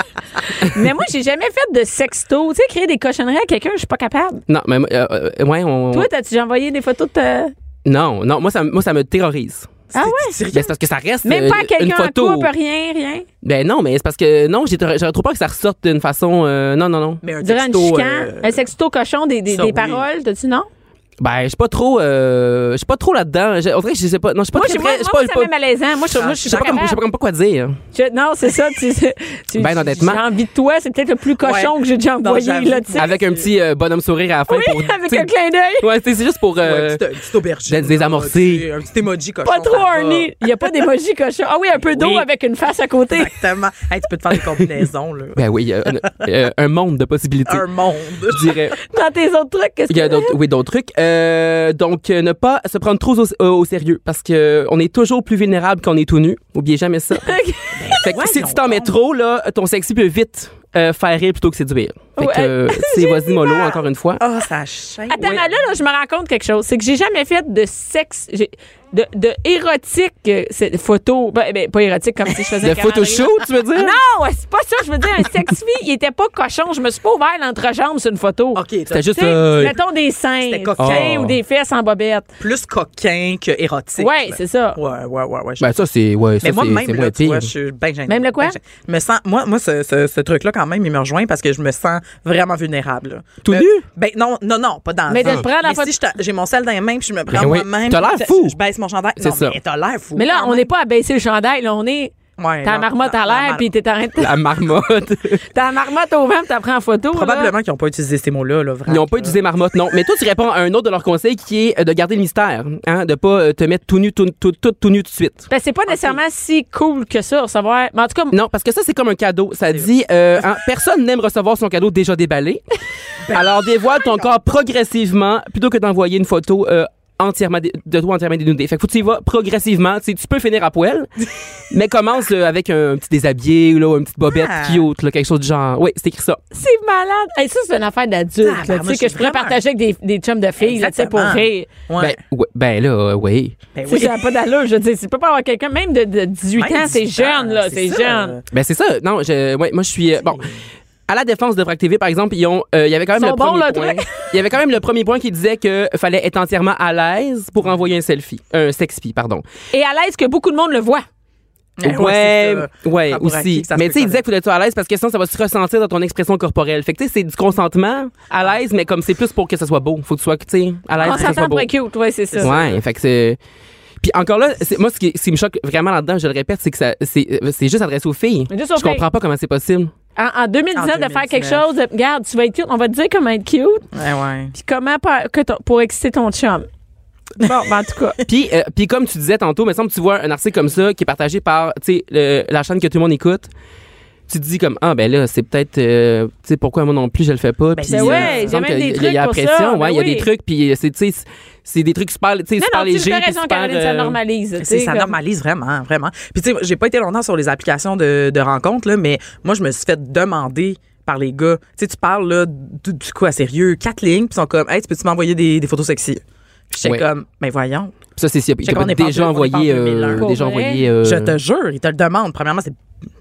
Speaker 5: mais moi, j'ai jamais fait de sexto. Tu sais, créer des cochonneries à quelqu'un, je suis pas capable.
Speaker 7: Non, mais moi, euh, euh, ouais, on.
Speaker 5: Toi, t'as-tu déjà envoyé des photos de ta...
Speaker 7: Non, non, moi, ça, me- moi, ça me terrorise.
Speaker 5: Ah ouais?
Speaker 6: C'est-
Speaker 7: Ben, c'est parce que ça reste
Speaker 5: Même
Speaker 7: euh,
Speaker 5: pas à
Speaker 7: une
Speaker 5: quelqu'un en
Speaker 7: photo.
Speaker 5: couple, rien, rien.
Speaker 7: Ben non, mais c'est parce que non, j'ai j'aurais trop peur que ça ressorte d'une façon. euh, non, non, non.
Speaker 6: Mais un
Speaker 5: Durant une
Speaker 6: texto,
Speaker 5: chicane,
Speaker 6: euh,
Speaker 5: un sexto cochon, des, des,
Speaker 6: ça,
Speaker 5: des
Speaker 6: oui.
Speaker 5: paroles, t'as-tu non?
Speaker 7: Ben, je suis pas trop, euh, je suis pas trop là-dedans. Je- On dirait que je sais pas. Non, je suis pas
Speaker 5: Moi,
Speaker 7: très,
Speaker 5: j'ai- moi,
Speaker 7: très- je
Speaker 5: moi,
Speaker 7: suis pas-
Speaker 5: ça
Speaker 7: pas-
Speaker 5: m'est malaisant. Moi, je, moi, je
Speaker 7: je
Speaker 5: suis
Speaker 7: sais
Speaker 5: pas
Speaker 7: pas comme, je sais
Speaker 5: capable.
Speaker 7: pas comme pas quoi dire.
Speaker 5: Je- non, c'est ça. Tu, tu-
Speaker 7: Ben, honnêtement.
Speaker 5: J'ai envie de toi. C'est peut-être le plus cochon
Speaker 6: Ouais.
Speaker 5: que j'ai déjà
Speaker 6: Non,
Speaker 5: envoyé.
Speaker 6: j'avoue.
Speaker 5: là, tu sais.
Speaker 7: Avec un petit euh, bonhomme sourire à la fin
Speaker 5: [laughs]
Speaker 7: pour.
Speaker 5: Avec
Speaker 7: tu sais,
Speaker 5: un clin d'œil.
Speaker 7: Ouais, tu sais, c'est juste pour. euh,
Speaker 6: Ouais, un petit, un petit aubergine.
Speaker 7: d'être désamorcé.
Speaker 6: là, Un petit emoji cochon.
Speaker 5: Pas trop
Speaker 6: ça va.
Speaker 5: horny. Il n'y a pas d'émoji cochon. Ah oui, un peu d'eau
Speaker 7: Oui.
Speaker 5: avec une face à côté.
Speaker 6: Exactement. Hey, tu peux te faire des combinaisons, [laughs] là.
Speaker 7: Ben oui, euh, euh, un monde de possibilités.
Speaker 6: Un monde.
Speaker 7: Je dirais.
Speaker 5: Dans tes autres trucs, qu'est-ce
Speaker 7: Il y a d'autres, oui, d'autres trucs. Euh, donc, euh, ne pas se prendre trop au, euh, au sérieux parce que euh, on est toujours plus vulnérable quand on est tout nu. Oubliez jamais
Speaker 6: [laughs]
Speaker 7: ça. Ben, fait que si
Speaker 6: voyons
Speaker 7: tu t'en mets
Speaker 6: donc.
Speaker 7: trop, là, ton sexy peut vite euh, faire rire plutôt que séduire. Fait que
Speaker 5: Ouais.
Speaker 6: [laughs]
Speaker 7: euh, c'est vas-y mollo encore une fois.
Speaker 6: Ah, ça chaîne.
Speaker 5: Attends, mais là, là, je me rends compte quelque chose. C'est que j'ai jamais fait de sexe, j'ai- de, de érotique euh, c'est- photo. Ben, ben, pas érotique comme si
Speaker 7: [laughs]
Speaker 5: je faisais
Speaker 7: Le
Speaker 5: un calendrier.
Speaker 7: photoshoot, tu veux
Speaker 6: Ah,
Speaker 7: dire? Ben,
Speaker 5: Non, c'est pas ça. Je veux dire, un sex-fille, il était pas cochon. Je me suis pas ouvert l'entrejambe sur une photo.
Speaker 6: OK, t'as
Speaker 7: C'était juste.
Speaker 5: Tu sais,
Speaker 7: euh,
Speaker 5: mettons des seins,
Speaker 6: C'était
Speaker 5: tu
Speaker 6: coquin.
Speaker 5: sais,
Speaker 7: Ah.
Speaker 5: ou des fesses en bobette.
Speaker 6: plus coquin que érotique.
Speaker 5: Ouais,
Speaker 6: là.
Speaker 5: c'est ça.
Speaker 6: Ouais, ouais, ouais, ouais. je-
Speaker 7: Ben ça c'est ouais, ça
Speaker 6: mais
Speaker 7: c'est
Speaker 6: moi,
Speaker 7: c'est
Speaker 6: même,
Speaker 7: moins
Speaker 6: là, tu
Speaker 7: pire.
Speaker 6: vois, je suis bien gênée.
Speaker 5: Même le quoi?
Speaker 6: Ben gênée. Je me sens, moi, moi ce, ce, ce truc-là, quand même, il me rejoint parce que je me sens vraiment vulnérable. là.
Speaker 7: Tout
Speaker 6: Euh,
Speaker 7: nu?
Speaker 6: Ben non, non, non, pas dans
Speaker 5: Mais de
Speaker 6: ça.
Speaker 5: le prendre en
Speaker 6: Mais
Speaker 5: photo-
Speaker 6: si je te- j'ai mon sel dans les mains puis je me prends
Speaker 7: Ben oui.
Speaker 6: moi-même.
Speaker 7: T'as l'air
Speaker 6: je-
Speaker 7: fou.
Speaker 6: Je baisse mon chandail.
Speaker 7: C'est
Speaker 6: Non,
Speaker 7: ça.
Speaker 6: mais t'as l'air fou.
Speaker 5: Mais là,
Speaker 6: quand
Speaker 5: on
Speaker 6: même.
Speaker 5: n'est pas à baisser le chandail. Là, on est
Speaker 6: Ouais,
Speaker 5: Ta
Speaker 6: non,
Speaker 5: marmotte
Speaker 6: la-
Speaker 5: à
Speaker 6: la
Speaker 5: l'air,
Speaker 6: mar-
Speaker 5: puis t'es arrêté.
Speaker 7: [laughs] La marmotte.
Speaker 5: Ta marmotte au vent, puis t'as pris en photo. là.
Speaker 6: Probablement qu'ils n'ont pas utilisé ces mots-là, là, vraiment.
Speaker 7: Ils n'ont pas utilisé marmotte, non. Mais toi, tu réponds à un autre de leurs conseils qui est euh, de garder le mystère, hein, de pas euh, te mettre tout nu, tout, tout, tout, tout nu tout de suite.
Speaker 5: Ben, c'est pas nécessairement si cool que ça, recevoir. Mais en tout cas,
Speaker 7: Non, parce que ça, c'est comme un cadeau. Ça dit, euh, hein, personne n'aime recevoir son cadeau déjà
Speaker 6: [laughs]
Speaker 7: déballé.
Speaker 6: Ben
Speaker 7: Alors, dévoile ton corps progressivement plutôt que d'envoyer une photo euh, entièrement dé- de toi entièrement dénudé. Fait que faut que tu y vas progressivement. Tu, sais, tu peux finir à
Speaker 6: [laughs]
Speaker 7: poil, mais commence euh, avec un petit déshabillé, là, ou une petite bobette
Speaker 6: Ah.
Speaker 7: cute, là, quelque chose du genre. Oui, c'est écrit ça.
Speaker 5: c'est malade. Hey, ça, c'est une affaire d'adulte, là, tu sais, que
Speaker 6: Tabarnouche,
Speaker 5: Ah, ben, je pourrais
Speaker 6: vraiment.
Speaker 5: partager avec des, des chums de filles, là, tu sais, pour
Speaker 6: Exactement.
Speaker 5: rire.
Speaker 6: Ouais.
Speaker 7: Ben, ouais, ben là, euh, oui.
Speaker 6: Ben
Speaker 5: Tu
Speaker 6: oui.
Speaker 5: sais, ça n'a pas d'allure, je veux dire. Tu peux pas avoir quelqu'un, même de, de 18 ans, c'est jeune, là, c'est
Speaker 6: ça.
Speaker 5: jeune.
Speaker 7: Ben c'est ça. Non, je, ouais, moi je suis euh, bon. À la défense de Vrac TV, par exemple, ils ont, euh, il y avait quand même
Speaker 5: Ils
Speaker 7: le
Speaker 5: sont bons,
Speaker 7: premier
Speaker 5: là,
Speaker 7: point.
Speaker 5: toi.
Speaker 7: Il y avait quand même le premier point qui disait que fallait être entièrement à l'aise pour envoyer un selfie, un sexpie, pardon.
Speaker 5: Et à l'aise que beaucoup de monde le voit. Euh,
Speaker 7: ouais,
Speaker 6: Ben ouais, c'est
Speaker 5: Ah,
Speaker 6: ça.
Speaker 7: ouais,
Speaker 6: Ça pourrait acquis
Speaker 7: aussi.
Speaker 6: que ça se
Speaker 7: Mais tu
Speaker 6: peut
Speaker 7: sais, il
Speaker 6: quand
Speaker 7: disait qu'il faut être à l'aise parce que sinon ça va se ressentir dans ton expression corporelle. Fait que tu sais, c'est du consentement à l'aise, mais comme c'est plus pour que ça soit beau, faut que tu sois, tu sais, à l'aise.
Speaker 5: On
Speaker 7: pour que ça
Speaker 5: s'entend
Speaker 7: soit beau.
Speaker 5: pour être cute, ouais, c'est ça.
Speaker 7: Ouais, fait que c'est. Puis encore là, c'est- moi, ce qui, ce qui me choque vraiment là-dedans, je le répète, c'est que ça, c'est euh, c'est juste adressé aux filles.
Speaker 5: Juste aux
Speaker 7: je comprends
Speaker 5: filles.
Speaker 7: pas comment c'est possible.
Speaker 5: En, en 2019, de faire
Speaker 6: 2019.
Speaker 5: quelque chose, de, regarde, tu vas être cute, on va te dire comment être cute,
Speaker 6: Ouais, ouais.
Speaker 5: puis comment pa- que ton- pour exciter ton chum. Bon, ben, en tout [laughs] cas.
Speaker 7: Puis, euh, puis comme tu disais tantôt, mais semble que tu vois un article comme ça qui est partagé par tu sais, le- la chaîne que tout le monde écoute. Tu te dis comme ah ben là c'est peut-être euh, tu sais pourquoi moi non plus je le fais pas puis
Speaker 5: ben
Speaker 7: euh,
Speaker 5: ouais,
Speaker 7: il me semble
Speaker 5: j'ai même des
Speaker 7: que il y a- il y a la
Speaker 5: trucs pour ça,
Speaker 7: pression
Speaker 5: ben
Speaker 7: ouais il y a
Speaker 5: oui.
Speaker 7: des trucs puis euh, c'est tu sais c'est- c'est des trucs super tu sais
Speaker 5: Non,
Speaker 7: super
Speaker 5: non, tu
Speaker 7: légers
Speaker 5: as
Speaker 7: puis
Speaker 5: raison,
Speaker 7: super,
Speaker 5: Caroline, ça
Speaker 7: euh,
Speaker 5: normalise. tu
Speaker 6: C'est-
Speaker 5: sais,
Speaker 6: ça
Speaker 5: comme-
Speaker 6: normalise vraiment, vraiment. Puis tu sais, j'ai pas été longtemps sur les applications de, de rencontres, là, mais moi, je me suis fait demander par les gars. Tu sais, tu parles là, du, du quoi, sérieux, quatre lignes, puis ils sont comme, hey, tu peux-tu m'envoyer des, des photos sexy? Puis j'étais
Speaker 7: Ouais.
Speaker 6: comme, mais voyons,
Speaker 7: ça c'est si
Speaker 6: sais qu'on est
Speaker 7: déjà
Speaker 6: pas- on est pas en
Speaker 7: envoyé
Speaker 6: 2001.
Speaker 7: euh,
Speaker 5: Pour
Speaker 7: déjà
Speaker 5: vrai.
Speaker 7: envoyé euh,
Speaker 6: je te jure, ils te le demandent. Premièrement, c'est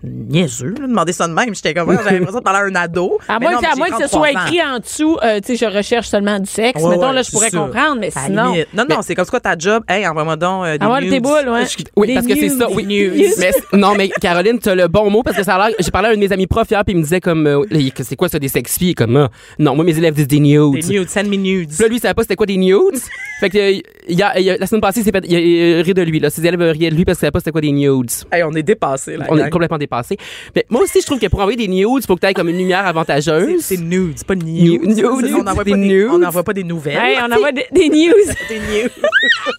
Speaker 6: niaiseux, là, de demander ça de même. J'étais comme, voyons, j'avais l'impression de parler à un ado.
Speaker 5: À
Speaker 6: Mais
Speaker 5: moins,
Speaker 6: non,
Speaker 5: que,
Speaker 6: mais
Speaker 5: à
Speaker 6: j'ai
Speaker 5: moins que ce
Speaker 6: 33
Speaker 5: soit
Speaker 6: ans.
Speaker 5: écrit en dessous, euh, tu sais, je recherche seulement du sexe.
Speaker 6: Ouais,
Speaker 5: Mettons,
Speaker 6: ouais,
Speaker 5: là, je
Speaker 6: c'est
Speaker 5: pourrais
Speaker 6: sûr.
Speaker 5: comprendre, mais
Speaker 6: À la
Speaker 5: sinon.
Speaker 6: limite. Non, non, c'est comme c'est quoi ta job? Hey, envoie-moi donc euh, des
Speaker 5: Envoie-le tes
Speaker 6: nudes.
Speaker 5: boules, ouais.
Speaker 6: Je-
Speaker 7: Oui,
Speaker 5: Des
Speaker 7: parce que c'est
Speaker 5: news,
Speaker 7: ça.
Speaker 5: des
Speaker 7: Oui.
Speaker 5: news.
Speaker 7: Mais c'est- non, mais Caroline, t'as le bon mot parce que ça a l'air. J'ai parlé à un de mes amis profs hier, puis il me disait comme, euh, Il- c'est quoi ça des sexy comme euh, Non, moi mes élèves disent des nudes.
Speaker 6: Des nudes, send me nudes.
Speaker 7: Puis là, lui, il savait pas c'était quoi
Speaker 5: [laughs]
Speaker 7: des nudes. fait que euh, il y a- il y a- la semaine passée, il s'est fait- il a- il a ri de lui. Là. Ses élèves riaient de lui parce qu'il savait pas c'était quoi des nudes.
Speaker 6: Hey, on est dépassé, là.
Speaker 7: On est complètement dépassés. Mais moi aussi, je trouve que pour envoyer des nudes, faut que t'aies comme une lumière avantageuse.
Speaker 6: C'est nude, c'est pas
Speaker 7: Nude,
Speaker 6: nude.
Speaker 7: nude,
Speaker 6: on n'envoie
Speaker 7: des
Speaker 6: pas, des-
Speaker 7: nudes.
Speaker 6: on n'envoie pas des nouvelles.
Speaker 5: Hey, on envoie des, des news.
Speaker 7: [laughs]
Speaker 6: des
Speaker 5: [laughs]
Speaker 6: nudes.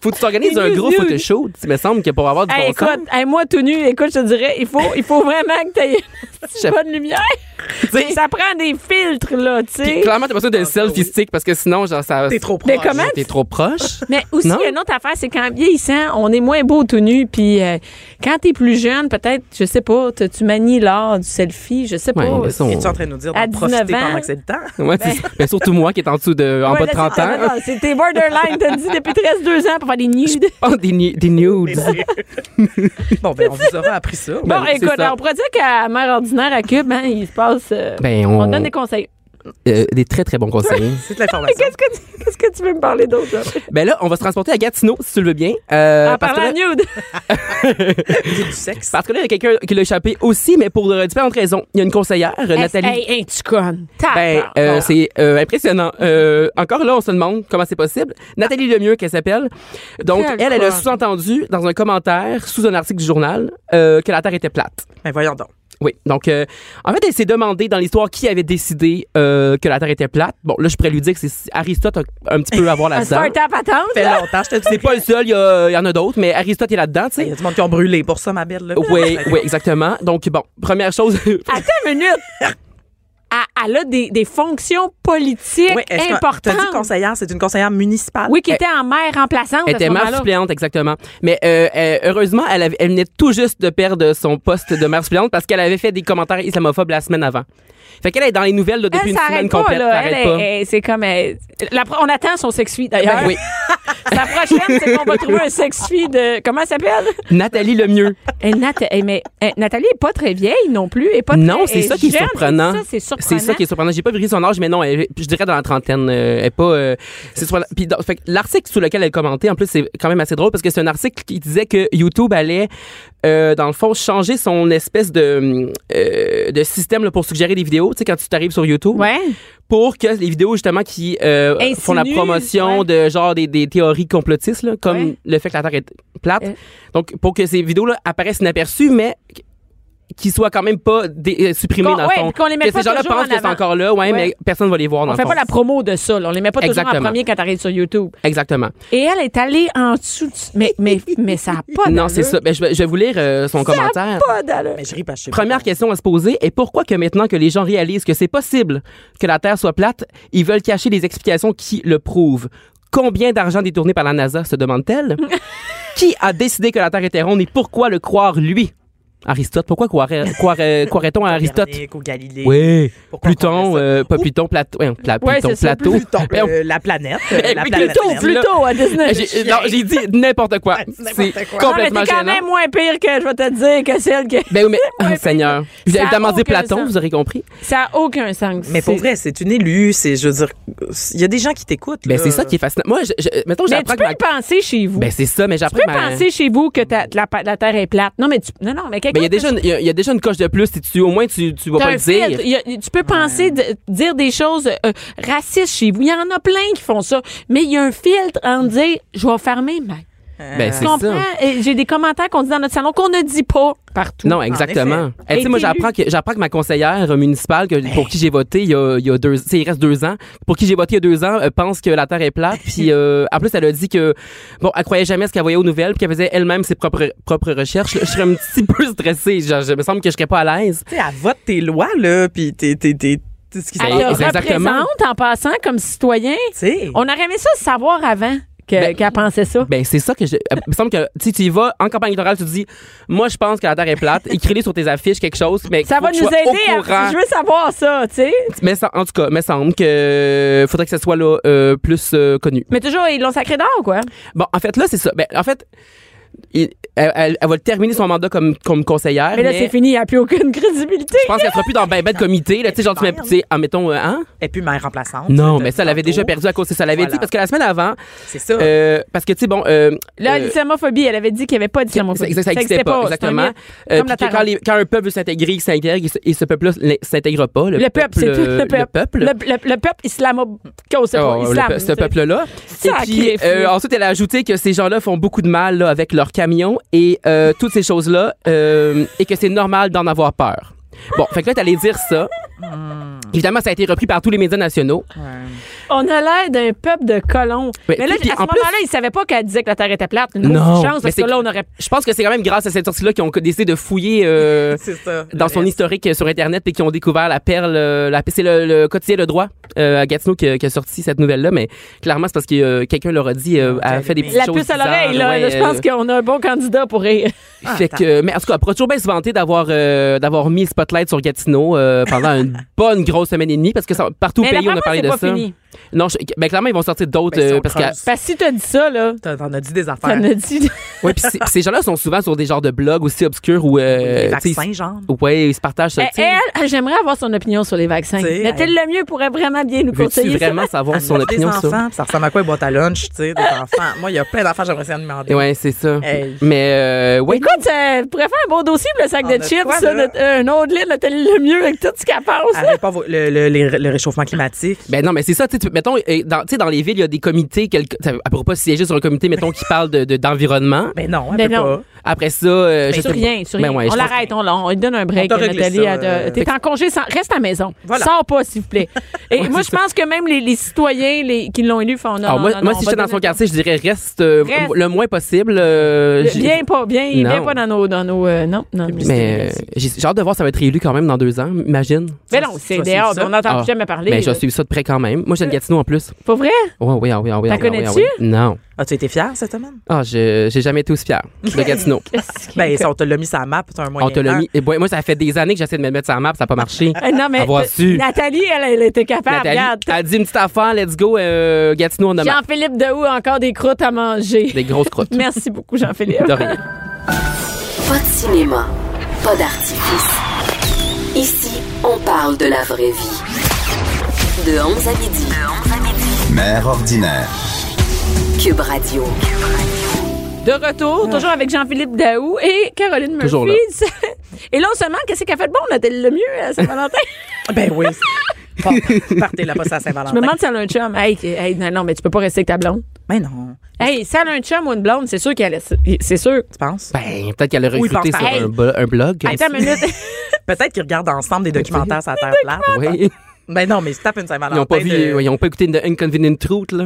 Speaker 7: Faut que tu t'organises
Speaker 5: Des
Speaker 7: un
Speaker 5: nudes,
Speaker 7: gros
Speaker 5: nudes.
Speaker 7: photoshoot. Il me semble que pour avoir du
Speaker 5: Hey,
Speaker 7: bon sens.
Speaker 5: écoute, hey, moi tout nu, écoute, je te dirais, il faut, il faut vraiment que tu aies
Speaker 7: Je-
Speaker 5: une bonne
Speaker 7: [laughs]
Speaker 5: lumière.
Speaker 7: sais-
Speaker 5: ça prend des filtres, là, tu
Speaker 7: Puis
Speaker 5: sais.
Speaker 7: clairement, t'as besoin
Speaker 5: Ah,
Speaker 7: d'un
Speaker 5: ben
Speaker 7: selfie stick parce que sinon, genre, ça.
Speaker 6: T'es trop
Speaker 5: Mais
Speaker 6: proche.
Speaker 5: comment?
Speaker 7: T'es trop proche.
Speaker 5: Mais aussi,
Speaker 7: Non?
Speaker 5: une autre affaire, c'est qu'en vieillissant, on est moins beau tout nu. Puis euh, quand t'es plus jeune, peut-être, je sais pas, tu tu manies l'art du selfie, je sais pas.
Speaker 7: Ouais, mais ça, on-
Speaker 6: Es-tu en train de nous dire
Speaker 5: À
Speaker 6: de profiter
Speaker 5: 19 ans.
Speaker 6: pendant que c'est le temps?
Speaker 7: Ouais, c'est ça. Mais surtout moi qui est en dessous de,
Speaker 5: Ben.
Speaker 7: en
Speaker 5: Ouais,
Speaker 7: bas de
Speaker 5: là,
Speaker 7: 30
Speaker 5: c'est- ah,
Speaker 7: ans.
Speaker 5: non, non, c'est- T'es borderline, t'as dit depuis 13-2 ans pour faire des nudes.
Speaker 7: [laughs] Oh, des, nu- des nudes.
Speaker 6: Bon, ben, on vous aura appris ça. Ben,
Speaker 5: Bon,
Speaker 7: ben, c'est
Speaker 5: écoute,
Speaker 7: ça.
Speaker 5: on pourrait dire qu'à Mère Ordinaire à Cube, hein, il se passe. euh,
Speaker 7: Ben, on,
Speaker 5: on donne des
Speaker 7: [laughs]
Speaker 5: conseils.
Speaker 7: euh, des très, très bons
Speaker 5: [laughs]
Speaker 7: conseils.
Speaker 6: C'est de l'information.
Speaker 5: Qu'est-ce que, tu- qu'est-ce que tu veux me parler d'autre? là?
Speaker 7: ben là, on va se transporter à Gatineau, si tu le veux bien. Euh,
Speaker 5: en
Speaker 7: parce que
Speaker 5: parlant
Speaker 7: là-
Speaker 5: de nudes.
Speaker 6: C'est du sexe.
Speaker 7: Parce que là, il y a quelqu'un qui l'a échappé aussi, mais pour euh, différentes raisons. Il y a une conseillère, euh, Nathalie.
Speaker 5: Hey, ah, hey, tu connes.
Speaker 7: Ben,
Speaker 5: Tabarnak.
Speaker 7: euh, c'est euh, impressionnant. Euh, encore là, on se demande comment c'est possible. Nathalie Lemieux, qu'elle s'appelle. Donc,
Speaker 5: Quelle
Speaker 7: elle, elle a
Speaker 5: conne.
Speaker 7: sous-entendu dans un commentaire, sous un article du journal, euh, que la Terre était plate.
Speaker 6: Mais Ben, voyons donc.
Speaker 7: Oui. Donc, euh, en fait, elle s'est demandé dans l'histoire qui avait décidé euh, que la Terre était plate. Bon, là, je pourrais lui dire que c'est Aristote a un petit peu à
Speaker 5: [laughs]
Speaker 7: voir
Speaker 5: un
Speaker 7: là-dedans.
Speaker 5: start-up à tente,
Speaker 6: Fait
Speaker 5: là.
Speaker 6: longtemps, je te
Speaker 7: C'est [laughs]
Speaker 6: dis.
Speaker 7: pas le seul, il y, a- il y en a d'autres, mais Aristote est là-dedans, tu
Speaker 6: Il y a
Speaker 7: sais.
Speaker 6: du monde qui ont brûlé pour ça, ma belle. là.
Speaker 7: Oui, oui, exactement. Donc, bon, première chose. [laughs]
Speaker 5: Attends une minute. Elle, elle a des, des fonctions politiques
Speaker 6: Oui, est-ce que-
Speaker 5: importantes.
Speaker 6: T'as dit conseillère, c'est une conseillère municipale?
Speaker 5: oui, qui
Speaker 7: Eh,
Speaker 5: était en Eh. maire remplaçante.
Speaker 7: Elle
Speaker 5: à ce
Speaker 7: était mère
Speaker 5: moment-là.
Speaker 7: suppléante, exactement. Mais euh, euh, heureusement, elle, avait- elle venait tout juste de perdre son poste de mère suppléante parce qu'elle avait fait des commentaires islamophobes la semaine avant. Fait qu'elle est dans les nouvelles là, depuis
Speaker 5: Elle
Speaker 7: une semaine
Speaker 5: s'arrête pas,
Speaker 7: complète.
Speaker 5: là.
Speaker 7: ça arrête
Speaker 5: Elle,
Speaker 7: pas. Ben
Speaker 5: est- est- c'est comme. elle- la pro- on attend son sex-fee, d'ailleurs.
Speaker 7: Oui,
Speaker 5: La prochaine, c'est qu'on va trouver un sex-fee de. Comment elle s'appelle? [laughs]
Speaker 7: Nathalie Lemieux.
Speaker 5: Eh, Hey, Nat- hey, mais, hey, Nathalie est eh, pas très vieille non plus. elle est pas
Speaker 7: Non,
Speaker 5: très-
Speaker 7: c'est
Speaker 5: elle
Speaker 7: ça qui est
Speaker 5: jeune.
Speaker 7: surprenant.
Speaker 5: Ça, c'est
Speaker 7: C'est ça qui est surprenant. J'ai pas vérifié son âge, mais non, elle- je dirais dans la trentaine. euh, elle est pas. euh, c'est sur la- puis dans- fait que l'article sous lequel elle commentait, en plus, c'est quand même assez drôle parce que c'est un article qui disait que YouTube allait, euh, dans le fond, changer son espèce de, euh, de système là, pour suggérer des vidéos. Tu sais, quand tu t'arrives sur YouTube,
Speaker 5: Ouais.
Speaker 7: pour que les vidéos justement qui euh,
Speaker 5: Insinuent,
Speaker 7: font la promotion
Speaker 5: ouais.
Speaker 7: de genre des, des théories complotistes, là, comme
Speaker 5: Ouais.
Speaker 7: le fait que la Terre est plate.
Speaker 5: Euh.
Speaker 7: Donc, pour que ces vidéos-là apparaissent inaperçues, mais qu- qu'ils soient quand même pas dé- euh, supprimées
Speaker 5: Qu'on-
Speaker 7: dans le
Speaker 5: ouais,
Speaker 7: fond.
Speaker 5: puis qu'on les mette
Speaker 7: que
Speaker 5: pas
Speaker 7: ces gens-là
Speaker 5: toujours en
Speaker 7: pensent que c'est
Speaker 5: avant.
Speaker 7: encore là, ouais,
Speaker 5: Ouais.
Speaker 7: mais personne va les voir dans
Speaker 5: On
Speaker 7: le
Speaker 5: fait
Speaker 7: fond.
Speaker 5: pas la promo de ça, là. On les met pas toujours en
Speaker 7: Exactement.
Speaker 5: premier quand t'arrives sur YouTube.
Speaker 7: Exactement.
Speaker 5: Et elle est allée en dessous. du- Mais, mais, mais ça a [laughs] pas
Speaker 7: non,
Speaker 5: d'allure.
Speaker 7: c'est ça. Ben, je, vais, je vais vous lire euh, son commentaire.
Speaker 5: Pas d'allure.
Speaker 6: Mais je ris parce que je sais
Speaker 7: Première question à se poser est pourquoi que maintenant que les gens réalisent que c'est possible que la Terre soit plate, ils veulent cacher les explications qui le prouvent. Combien d'argent détourné par la NASA se
Speaker 5: [laughs]
Speaker 7: demande-t-elle Qui a décidé que la Terre était ronde et pourquoi le croire lui Aristote, pourquoi croirait- croirait- croirait-on à
Speaker 6: pas.
Speaker 7: Aristote
Speaker 6: Copernic, au Galilée.
Speaker 7: Oui,
Speaker 6: Pourquoi on
Speaker 7: Pluton,
Speaker 6: connaît ça?
Speaker 7: euh, pas Pluton, Plateau, ouais, Pla-
Speaker 5: Ouais,
Speaker 7: Pluton,
Speaker 5: c'est ça,
Speaker 7: Plateau. [laughs]
Speaker 6: Pluton,
Speaker 7: Ben,
Speaker 6: euh, la planète. euh,
Speaker 7: Eh
Speaker 6: la
Speaker 7: oui,
Speaker 6: planète.
Speaker 7: Pluton,
Speaker 6: Terre. [laughs]
Speaker 5: Plutôt à Disney.
Speaker 7: J'ai non, j'ai dit n'importe quoi. C'est complètement
Speaker 5: Ah, mais t'es quand
Speaker 7: gênant.
Speaker 5: même moins pire que, je vais te dire, que celle que.
Speaker 7: Ben oui, mais, oh,
Speaker 5: puis-
Speaker 7: [laughs] Seigneur. Je vous
Speaker 5: Ça
Speaker 7: avez
Speaker 5: a
Speaker 7: tellement dit
Speaker 5: aucun
Speaker 7: Platon,
Speaker 5: sens.
Speaker 7: vous aurez compris.
Speaker 5: [laughs] Ça a aucun sens.
Speaker 6: Mais pour
Speaker 5: C'est-
Speaker 6: vrai, c'est une élue. C'est, je veux dire, il y a des gens qui t'écoutent.
Speaker 7: Ben
Speaker 6: là.
Speaker 7: c'est ça qui est fascinant. Moi, je, je- mettons,
Speaker 5: Mais
Speaker 7: j'apprends
Speaker 5: tu
Speaker 7: que
Speaker 5: peux
Speaker 7: ma-
Speaker 5: le penser chez vous.
Speaker 7: Ben c'est ça, mais
Speaker 5: tu
Speaker 7: j'apprends
Speaker 5: peux
Speaker 7: que ma-
Speaker 5: penser chez vous que ta- la, pa- la Terre est plate. Non, mais tu, non, non, mais quelqu'un.
Speaker 7: Ben, il y a déjà une- il y, a- il y a déjà une coche de plus si tu au moins tu tu vas
Speaker 5: T'as
Speaker 7: pas
Speaker 5: un
Speaker 7: le dire.
Speaker 5: filtre. Il y a- tu peux penser, de- dire des choses euh, racistes chez vous. Il y en a plein qui font ça. Mais il y a un filtre en dire, je vais fermer, mais.
Speaker 7: Ben
Speaker 5: Tu
Speaker 7: c'est
Speaker 5: comprends?
Speaker 7: ça.
Speaker 5: Et J'ai des commentaires qu'on dit dans notre salon qu'on ne dit pas partout.
Speaker 7: Non, exactement. Eh, tu sais, moi,
Speaker 5: Et
Speaker 7: j'apprends que, j'apprends que ma conseillère municipale, que,
Speaker 5: Ben.
Speaker 7: pour qui j'ai voté il y a, il y a deux, tu sais, il reste deux ans, pour qui j'ai voté il y a deux ans, euh, pense que la Terre est plate.
Speaker 5: [laughs]
Speaker 7: Puis, euh, en plus, elle a dit que, bon, elle croyait jamais ce qu'elle voyait aux nouvelles, puis qu'elle faisait elle-même ses propres, propres recherches. Je serais un petit peu [laughs] stressée. Genre, je me semble que je serais pas à l'aise.
Speaker 6: Tu sais, elle vote tes lois, là, puis t'es, t'es, t'es, t'es- ce qui se
Speaker 5: Elle
Speaker 7: Ben,
Speaker 5: le
Speaker 6: passe.
Speaker 7: exactement.
Speaker 5: représente en passant comme citoyen.
Speaker 7: Ah,
Speaker 6: Tu sais.
Speaker 5: On aurait aimé ça savoir avant que-
Speaker 7: Ben-
Speaker 5: qu'elle pensait ça.
Speaker 7: Ben c'est ça que je. Il me semble que tu sais, tu y vas en campagne électorale, tu te dis, moi je pense que la terre est plate. Écris-les sur tes affiches quelque chose, mais
Speaker 5: ça
Speaker 7: faut
Speaker 5: va
Speaker 7: que
Speaker 5: nous
Speaker 7: je sois
Speaker 5: aider.
Speaker 7: Au
Speaker 5: À,
Speaker 7: courant.
Speaker 5: je veux savoir ça, tu sais.
Speaker 7: Mais ça- en tout cas, me semble que faudrait que ça soit là euh, plus euh, connu.
Speaker 5: Mais toujours, ils l'ont sacré d'or, quoi.
Speaker 7: Bon, en fait là c'est ça. Ben en fait. il- elle, elle- elle va terminer son mandat comme, comme conseillère.
Speaker 5: Mais là, c'est fini. Il n'y a plus aucune crédibilité.
Speaker 7: Je pense qu'elle sera plus dans ben, ben de comité. Là, tu sais, genre, tu mets, tu sais, ah, mettons, euh, hein?
Speaker 6: Et puis, mère remplaçante.
Speaker 7: Non,
Speaker 6: de-
Speaker 7: mais ça, elle avait déjà perdu à cause de ça. Elle avait
Speaker 6: Voilà.
Speaker 7: dit, parce que la semaine avant,
Speaker 6: C'est ça.
Speaker 7: euh, parce que, tu sais, bon, euh,
Speaker 5: Là,
Speaker 7: euh,
Speaker 5: l'islamophobie, elle avait dit qu'il n'y avait pas
Speaker 7: Ça,
Speaker 5: d'islamophobie.
Speaker 7: ça, ça
Speaker 5: existait
Speaker 7: existait pas,
Speaker 5: c'est un
Speaker 7: exactement.
Speaker 5: mythe.
Speaker 7: Euh,
Speaker 5: Comme la
Speaker 7: puis que
Speaker 5: Terre.
Speaker 7: quand, les- quand un peuple veut s'intégrer, il s'intègre, et ce- et ce peuple-là ne s'intègre pas.
Speaker 5: Le peuple, c'est tout.
Speaker 7: euh,
Speaker 5: Le peuple.
Speaker 7: Le
Speaker 5: Le, le- le peuple islamo... qu'on sait pas,
Speaker 7: Oh, le
Speaker 5: islam,
Speaker 7: peu-
Speaker 5: tu
Speaker 7: ce
Speaker 5: sais.
Speaker 7: peuple-là. Et puis,
Speaker 5: Sacrifié.
Speaker 7: euh, ensuite, elle a ajouté que ces gens-là font beaucoup de mal là, avec leurs camions et euh, toutes ces choses-là, euh, et que c'est normal d'en avoir peur. Bon, fait que là, t'allais dire ça.
Speaker 5: Hmm.
Speaker 7: Évidemment, ça a été repris par tous les médias nationaux.
Speaker 5: On a l'air d'un peuple de colons.
Speaker 7: Ouais,
Speaker 5: mais là,
Speaker 7: puis- puis
Speaker 5: à ce
Speaker 7: en plus-
Speaker 5: moment-là, ils ne savaient pas qu'elle disait que la Terre était plate. Une
Speaker 7: Non,
Speaker 5: autre chance,
Speaker 7: mais
Speaker 5: parce
Speaker 7: c'est
Speaker 5: que là, on aurait...
Speaker 7: Je pense que c'est quand même grâce à cette sortie-là qu'ils ont décidé de fouiller euh,
Speaker 6: c'est ça.
Speaker 7: dans son historique euh, sur Internet et qui ont découvert la perle. euh, la, c'est le, le quotidien Le Droit euh, à Gatineau qui, a- qui a sorti cette nouvelle-là, mais clairement, c'est parce que euh, quelqu'un leur a dit, euh, a fait des petites
Speaker 5: La
Speaker 7: choses
Speaker 5: puce à l'oreille, là.
Speaker 7: bizarres,
Speaker 5: là,
Speaker 7: ouais,
Speaker 5: je pense
Speaker 7: euh,
Speaker 5: qu'on a un bon candidat pour rire.
Speaker 7: fait que, euh, mais en tout cas, elle pourra toujours bien se vanter d'avoir euh, d'avoir mis le spotlight sur Gatineau euh,
Speaker 5: [laughs]
Speaker 7: pendant une bonne grosse semaine et demie parce que ça- partout au
Speaker 5: Mais
Speaker 7: pays
Speaker 5: d'après
Speaker 7: on a
Speaker 5: moi,
Speaker 7: parlé
Speaker 5: c'est
Speaker 7: de
Speaker 5: pas
Speaker 7: ça.
Speaker 5: fini.
Speaker 7: Non, je- ben clairement ils vont sortir d'autres
Speaker 6: Ben, ils
Speaker 7: euh,
Speaker 6: sont
Speaker 7: parce
Speaker 6: creuses.
Speaker 7: que
Speaker 5: Parce que si tu as dit ça, là,
Speaker 7: Ah.
Speaker 6: T'en t'en as dit des
Speaker 5: ça
Speaker 6: affaires.
Speaker 5: me dit...
Speaker 7: ouais, puis ces- ces gens-là sont souvent sur des genres de blogs aussi obscurs où
Speaker 6: Des
Speaker 7: euh, tu sais,
Speaker 6: vaccins, genre.
Speaker 7: ils- ouais, ils se partagent ça.
Speaker 5: Eh,
Speaker 7: tu sais.
Speaker 5: Elle, j'aimerais avoir son opinion sur les vaccins.
Speaker 6: T'sais,
Speaker 5: Mathilde Lemieux pourrait vraiment bien nous
Speaker 7: Veux-tu
Speaker 5: conseiller ça.
Speaker 7: vraiment savoir son
Speaker 6: Ah, Des
Speaker 7: opinion sur
Speaker 6: enfants, puis ça ressemble à quoi une boîte à lunch, tu
Speaker 7: [laughs]
Speaker 6: sais, des enfants. Moi, il y a plein d'enfants, j'aimerais ça demander.
Speaker 7: Ouais, c'est ça.
Speaker 6: Hey.
Speaker 7: Mais euh, ouais,
Speaker 5: Écoute, euh, elle pourrait faire un beau dossier pour le sac
Speaker 6: On
Speaker 5: de
Speaker 6: a de
Speaker 5: chips,
Speaker 6: quoi,
Speaker 5: ça,
Speaker 6: là?
Speaker 5: notre-
Speaker 6: Ah,
Speaker 5: euh, un autre lit, Nathalie Lemieux, avec tout ce qu'elle pense.
Speaker 6: Arrête pas vo- le, le, les- le réchauffement climatique.
Speaker 7: Ben non, mais c'est ça. tu sais, tu- mettons, euh, dans, tu sais, dans les villes, il y a des comités. Quelque, ça- elle pourra pas siéger sur un comité, mettons, qui parle de- de- d'environnement.
Speaker 6: Ben non, elle
Speaker 5: Ben
Speaker 6: peut
Speaker 5: non.
Speaker 7: Après ça, euh, je
Speaker 5: sur
Speaker 7: sais pas.
Speaker 5: rien, sur
Speaker 7: Ben
Speaker 5: rien.
Speaker 7: ouais,
Speaker 5: on
Speaker 7: je pense-
Speaker 5: l'arrête, on, l'a- on lui donne un break.
Speaker 6: On t'a réglé
Speaker 5: Nathalie,
Speaker 6: ça,
Speaker 5: elle,
Speaker 6: euh,
Speaker 5: euh, t'es en congé, sans, reste à la maison.
Speaker 6: Voilà.
Speaker 5: Sors pas, s'il vous plaît. Et moi, je pense que même les, les citoyens les- qui l'ont élu font non,
Speaker 7: Ah,
Speaker 5: non,
Speaker 7: moi,
Speaker 5: non, non,
Speaker 7: moi, si
Speaker 5: on va
Speaker 7: j'étais dans
Speaker 5: donner
Speaker 7: son
Speaker 5: le-
Speaker 7: quartier, je dirais reste, euh,
Speaker 5: Reste.
Speaker 7: le moins possible. euh, j'ai-
Speaker 5: Viens pas, viens,
Speaker 7: Non.
Speaker 5: viens pas dans nos. Dans nos euh, non, non. non.
Speaker 7: mais euh, j'ai j'ai hâte de voir, ça va être réélu quand même dans deux ans, imagine.
Speaker 5: Mais non, c'est
Speaker 6: Ça, c'est
Speaker 5: dehors,
Speaker 6: ça.
Speaker 5: on n'entend
Speaker 7: Ah.
Speaker 5: plus jamais parler.
Speaker 7: Mais je
Speaker 5: là.
Speaker 7: suis ça de près quand même. Moi, j'ai le Gatineau en plus.
Speaker 5: Pas vrai?
Speaker 7: Oh, oui, ah oui, ah oui.
Speaker 5: T'en
Speaker 7: ah oui, ah oui, ah
Speaker 5: connais-tu?
Speaker 7: oui. Non.
Speaker 6: As-tu été fière cette semaine?
Speaker 7: Ah, je- j'ai jamais été aussi fier
Speaker 5: [laughs]
Speaker 7: de Gatineau.
Speaker 5: Qu'est-ce que-
Speaker 6: Ben, ça, on te l'a mis sur la map, t'as un moyen.
Speaker 7: On te l'a
Speaker 6: temps.
Speaker 7: mis. et ouais, moi, ça fait des années que j'essaie de me mettre sur la map, ça n'a pas marché.
Speaker 5: Eh, non, mais
Speaker 7: Avoir
Speaker 5: t-
Speaker 7: su.
Speaker 5: Nathalie, elle, elle était
Speaker 6: Ah,
Speaker 5: capable.
Speaker 7: Nathalie
Speaker 5: Regarde.
Speaker 7: a dit une petite affaire, let's go, euh, Gatineau, on a marre.
Speaker 5: Jean-Philippe Dehou a encore des croûtes à manger. [laughs]
Speaker 7: Des grosses crottes.
Speaker 5: Merci beaucoup, Jean-Philippe.
Speaker 7: De rien.
Speaker 1: Pas de cinéma, pas d'artifice. Ici, on parle de la vraie vie. De 11 à midi.
Speaker 2: Mère ordinaire.
Speaker 1: Cube Radio.
Speaker 5: De retour, Oh, toujours avec Jean-Philippe Daou et Caroline
Speaker 7: Toujours
Speaker 5: Murphy. [laughs] Et là, on se demande qu'est-ce qu'elle fait de bon, Nathalie Lemieux, à euh, Saint-Valentin.
Speaker 6: Ben
Speaker 7: [laughs]
Speaker 6: oui. Bon, partez là, pas ça à Saint-Valentin.
Speaker 5: Je me demande si elle a un chum. Hey, que- hey, non, non, mais tu peux pas rester avec ta blonde.
Speaker 6: Mais Ben non,
Speaker 5: Hey, si elle a un chum ou une blonde, c'est sûr qu'elle laisse. C'est sûr.
Speaker 6: tu penses?
Speaker 7: Ben, peut-être qu'elle a
Speaker 6: Oui,
Speaker 7: recruté
Speaker 6: pense-
Speaker 7: sur
Speaker 6: Hey.
Speaker 7: un, bo- un blog.
Speaker 5: Attends une minute.
Speaker 6: Peut-être qu'ils regardent ensemble des documentaires sur la Terre plate.
Speaker 7: Ben- Oui.
Speaker 6: Ben non, mais ils se tapent une
Speaker 7: [laughs]
Speaker 6: Saint-Valentin.
Speaker 7: Ils n'ont pas, vu,
Speaker 6: de-
Speaker 7: ils ont pas écouté une Inconvenient Truth,
Speaker 6: [laughs]
Speaker 7: là.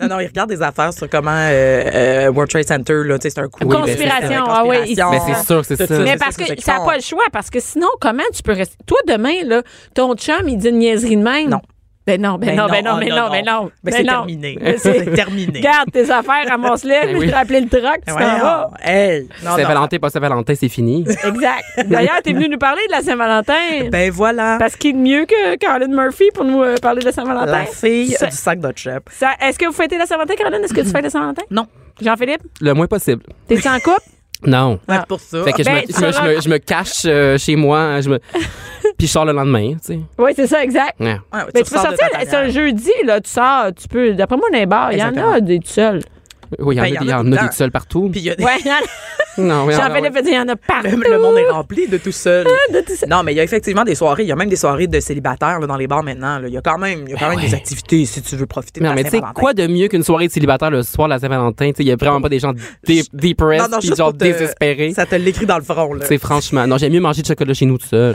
Speaker 6: Non, non, ils regardent des affaires sur comment euh, euh, World Trade Center, là, tu sais, c'est un coup.
Speaker 7: Oui, ben, c'est-
Speaker 5: Conspiration. Ah oui, ils-
Speaker 7: Mais c'est sûr que c'est
Speaker 6: Tout
Speaker 7: ça.
Speaker 6: ça.
Speaker 5: Mais
Speaker 6: c'est
Speaker 5: parce
Speaker 6: ce que
Speaker 5: que
Speaker 6: c'est
Speaker 5: ça n'a
Speaker 6: qu'ils
Speaker 5: pas
Speaker 6: font.
Speaker 5: le choix, parce que sinon, comment tu peux rester. Toi, demain, là, ton chum, il dit une niaiserie de même.
Speaker 6: Non.
Speaker 5: Ben non, ben, non, ben non,
Speaker 6: oh,
Speaker 5: ben non, ben non.
Speaker 6: Ben,
Speaker 5: ben
Speaker 6: c'est
Speaker 5: non.
Speaker 6: terminé.
Speaker 5: Ben, [laughs] c'est-
Speaker 6: C'est terminé.
Speaker 5: Garde tes affaires, ramasse-les,
Speaker 7: Ben
Speaker 5: [laughs]
Speaker 7: oui.
Speaker 5: je vais appeler le truck, tu t'en vas.
Speaker 6: Voyons. Hey, non, non.
Speaker 7: Saint-Valentin, pas Saint-Valentin, c'est fini.
Speaker 5: Exact.
Speaker 6: [laughs]
Speaker 5: D'ailleurs, t'es venu nous parler de la Saint-Valentin.
Speaker 6: Ben voilà.
Speaker 5: parce qu'il est mieux que Caroline Murphy pour nous euh, parler de la Saint-Valentin.
Speaker 6: La fille
Speaker 5: Ça-
Speaker 6: du sac de chips.
Speaker 5: Ça- Est-ce que vous fêtez la Saint-Valentin, Caroline? Est-ce que tu fêtes la Saint-Valentin?
Speaker 6: Mhm. Non.
Speaker 5: Jean-Philippe,
Speaker 7: Le moins possible.
Speaker 5: t'es-tu en
Speaker 6: [laughs]
Speaker 5: couple?
Speaker 7: Non.
Speaker 6: Ouais, pour ça.
Speaker 7: Fait que je,
Speaker 5: Ben,
Speaker 7: me,
Speaker 5: tu
Speaker 7: je, me, je me-
Speaker 5: seras-
Speaker 7: je me cache euh, chez moi,
Speaker 6: [laughs]
Speaker 7: je me... puis je sors le lendemain, tu sais.
Speaker 5: Oui, c'est ça, exact.
Speaker 7: Ouais.
Speaker 6: Ah, Ouais,
Speaker 5: Mais tu peux
Speaker 6: ressors de
Speaker 5: sortir,
Speaker 6: ta
Speaker 5: c'est un
Speaker 6: tanière.
Speaker 5: jeudi, là, tu sors, tu peux, d'après moi, dans les bars, il y en
Speaker 6: Exactement.
Speaker 5: a des tout seuls.
Speaker 7: Oui, il y en
Speaker 6: Ben,
Speaker 7: a, des- il y en a des seuls partout.
Speaker 6: Puis il y a des-
Speaker 5: Ouais, il y [laughs] en a-
Speaker 7: Non, oui, il y en a, Ah, ouais.
Speaker 5: Jean-Philippe a dit, il y en a partout.
Speaker 6: Même le monde est rempli de tout seul.
Speaker 5: [laughs] De tout ça.
Speaker 6: Non, mais il y a effectivement des soirées. Il y a même des soirées de célibataires là, dans les bars maintenant. là. Il y a quand même, il y a quand même des activités si tu veux profiter
Speaker 7: Ben Non,
Speaker 6: de la
Speaker 7: mais tu sais,
Speaker 6: Saint-Valentin.
Speaker 7: quoi de mieux qu'une soirée de célibataire le soir de la Saint-Valentin? Tu sais, il y a vraiment pas des gens dé-
Speaker 6: Non,
Speaker 7: depressed
Speaker 6: non, euh,
Speaker 7: pis
Speaker 6: juste
Speaker 7: genre
Speaker 6: pour te-
Speaker 7: désespérés.
Speaker 6: Ça te l'écrit dans le front. Là.
Speaker 7: Tu sais, franchement. Non, j'aime mieux manger du chocolat chez nous tout
Speaker 5: [laughs]
Speaker 7: seul.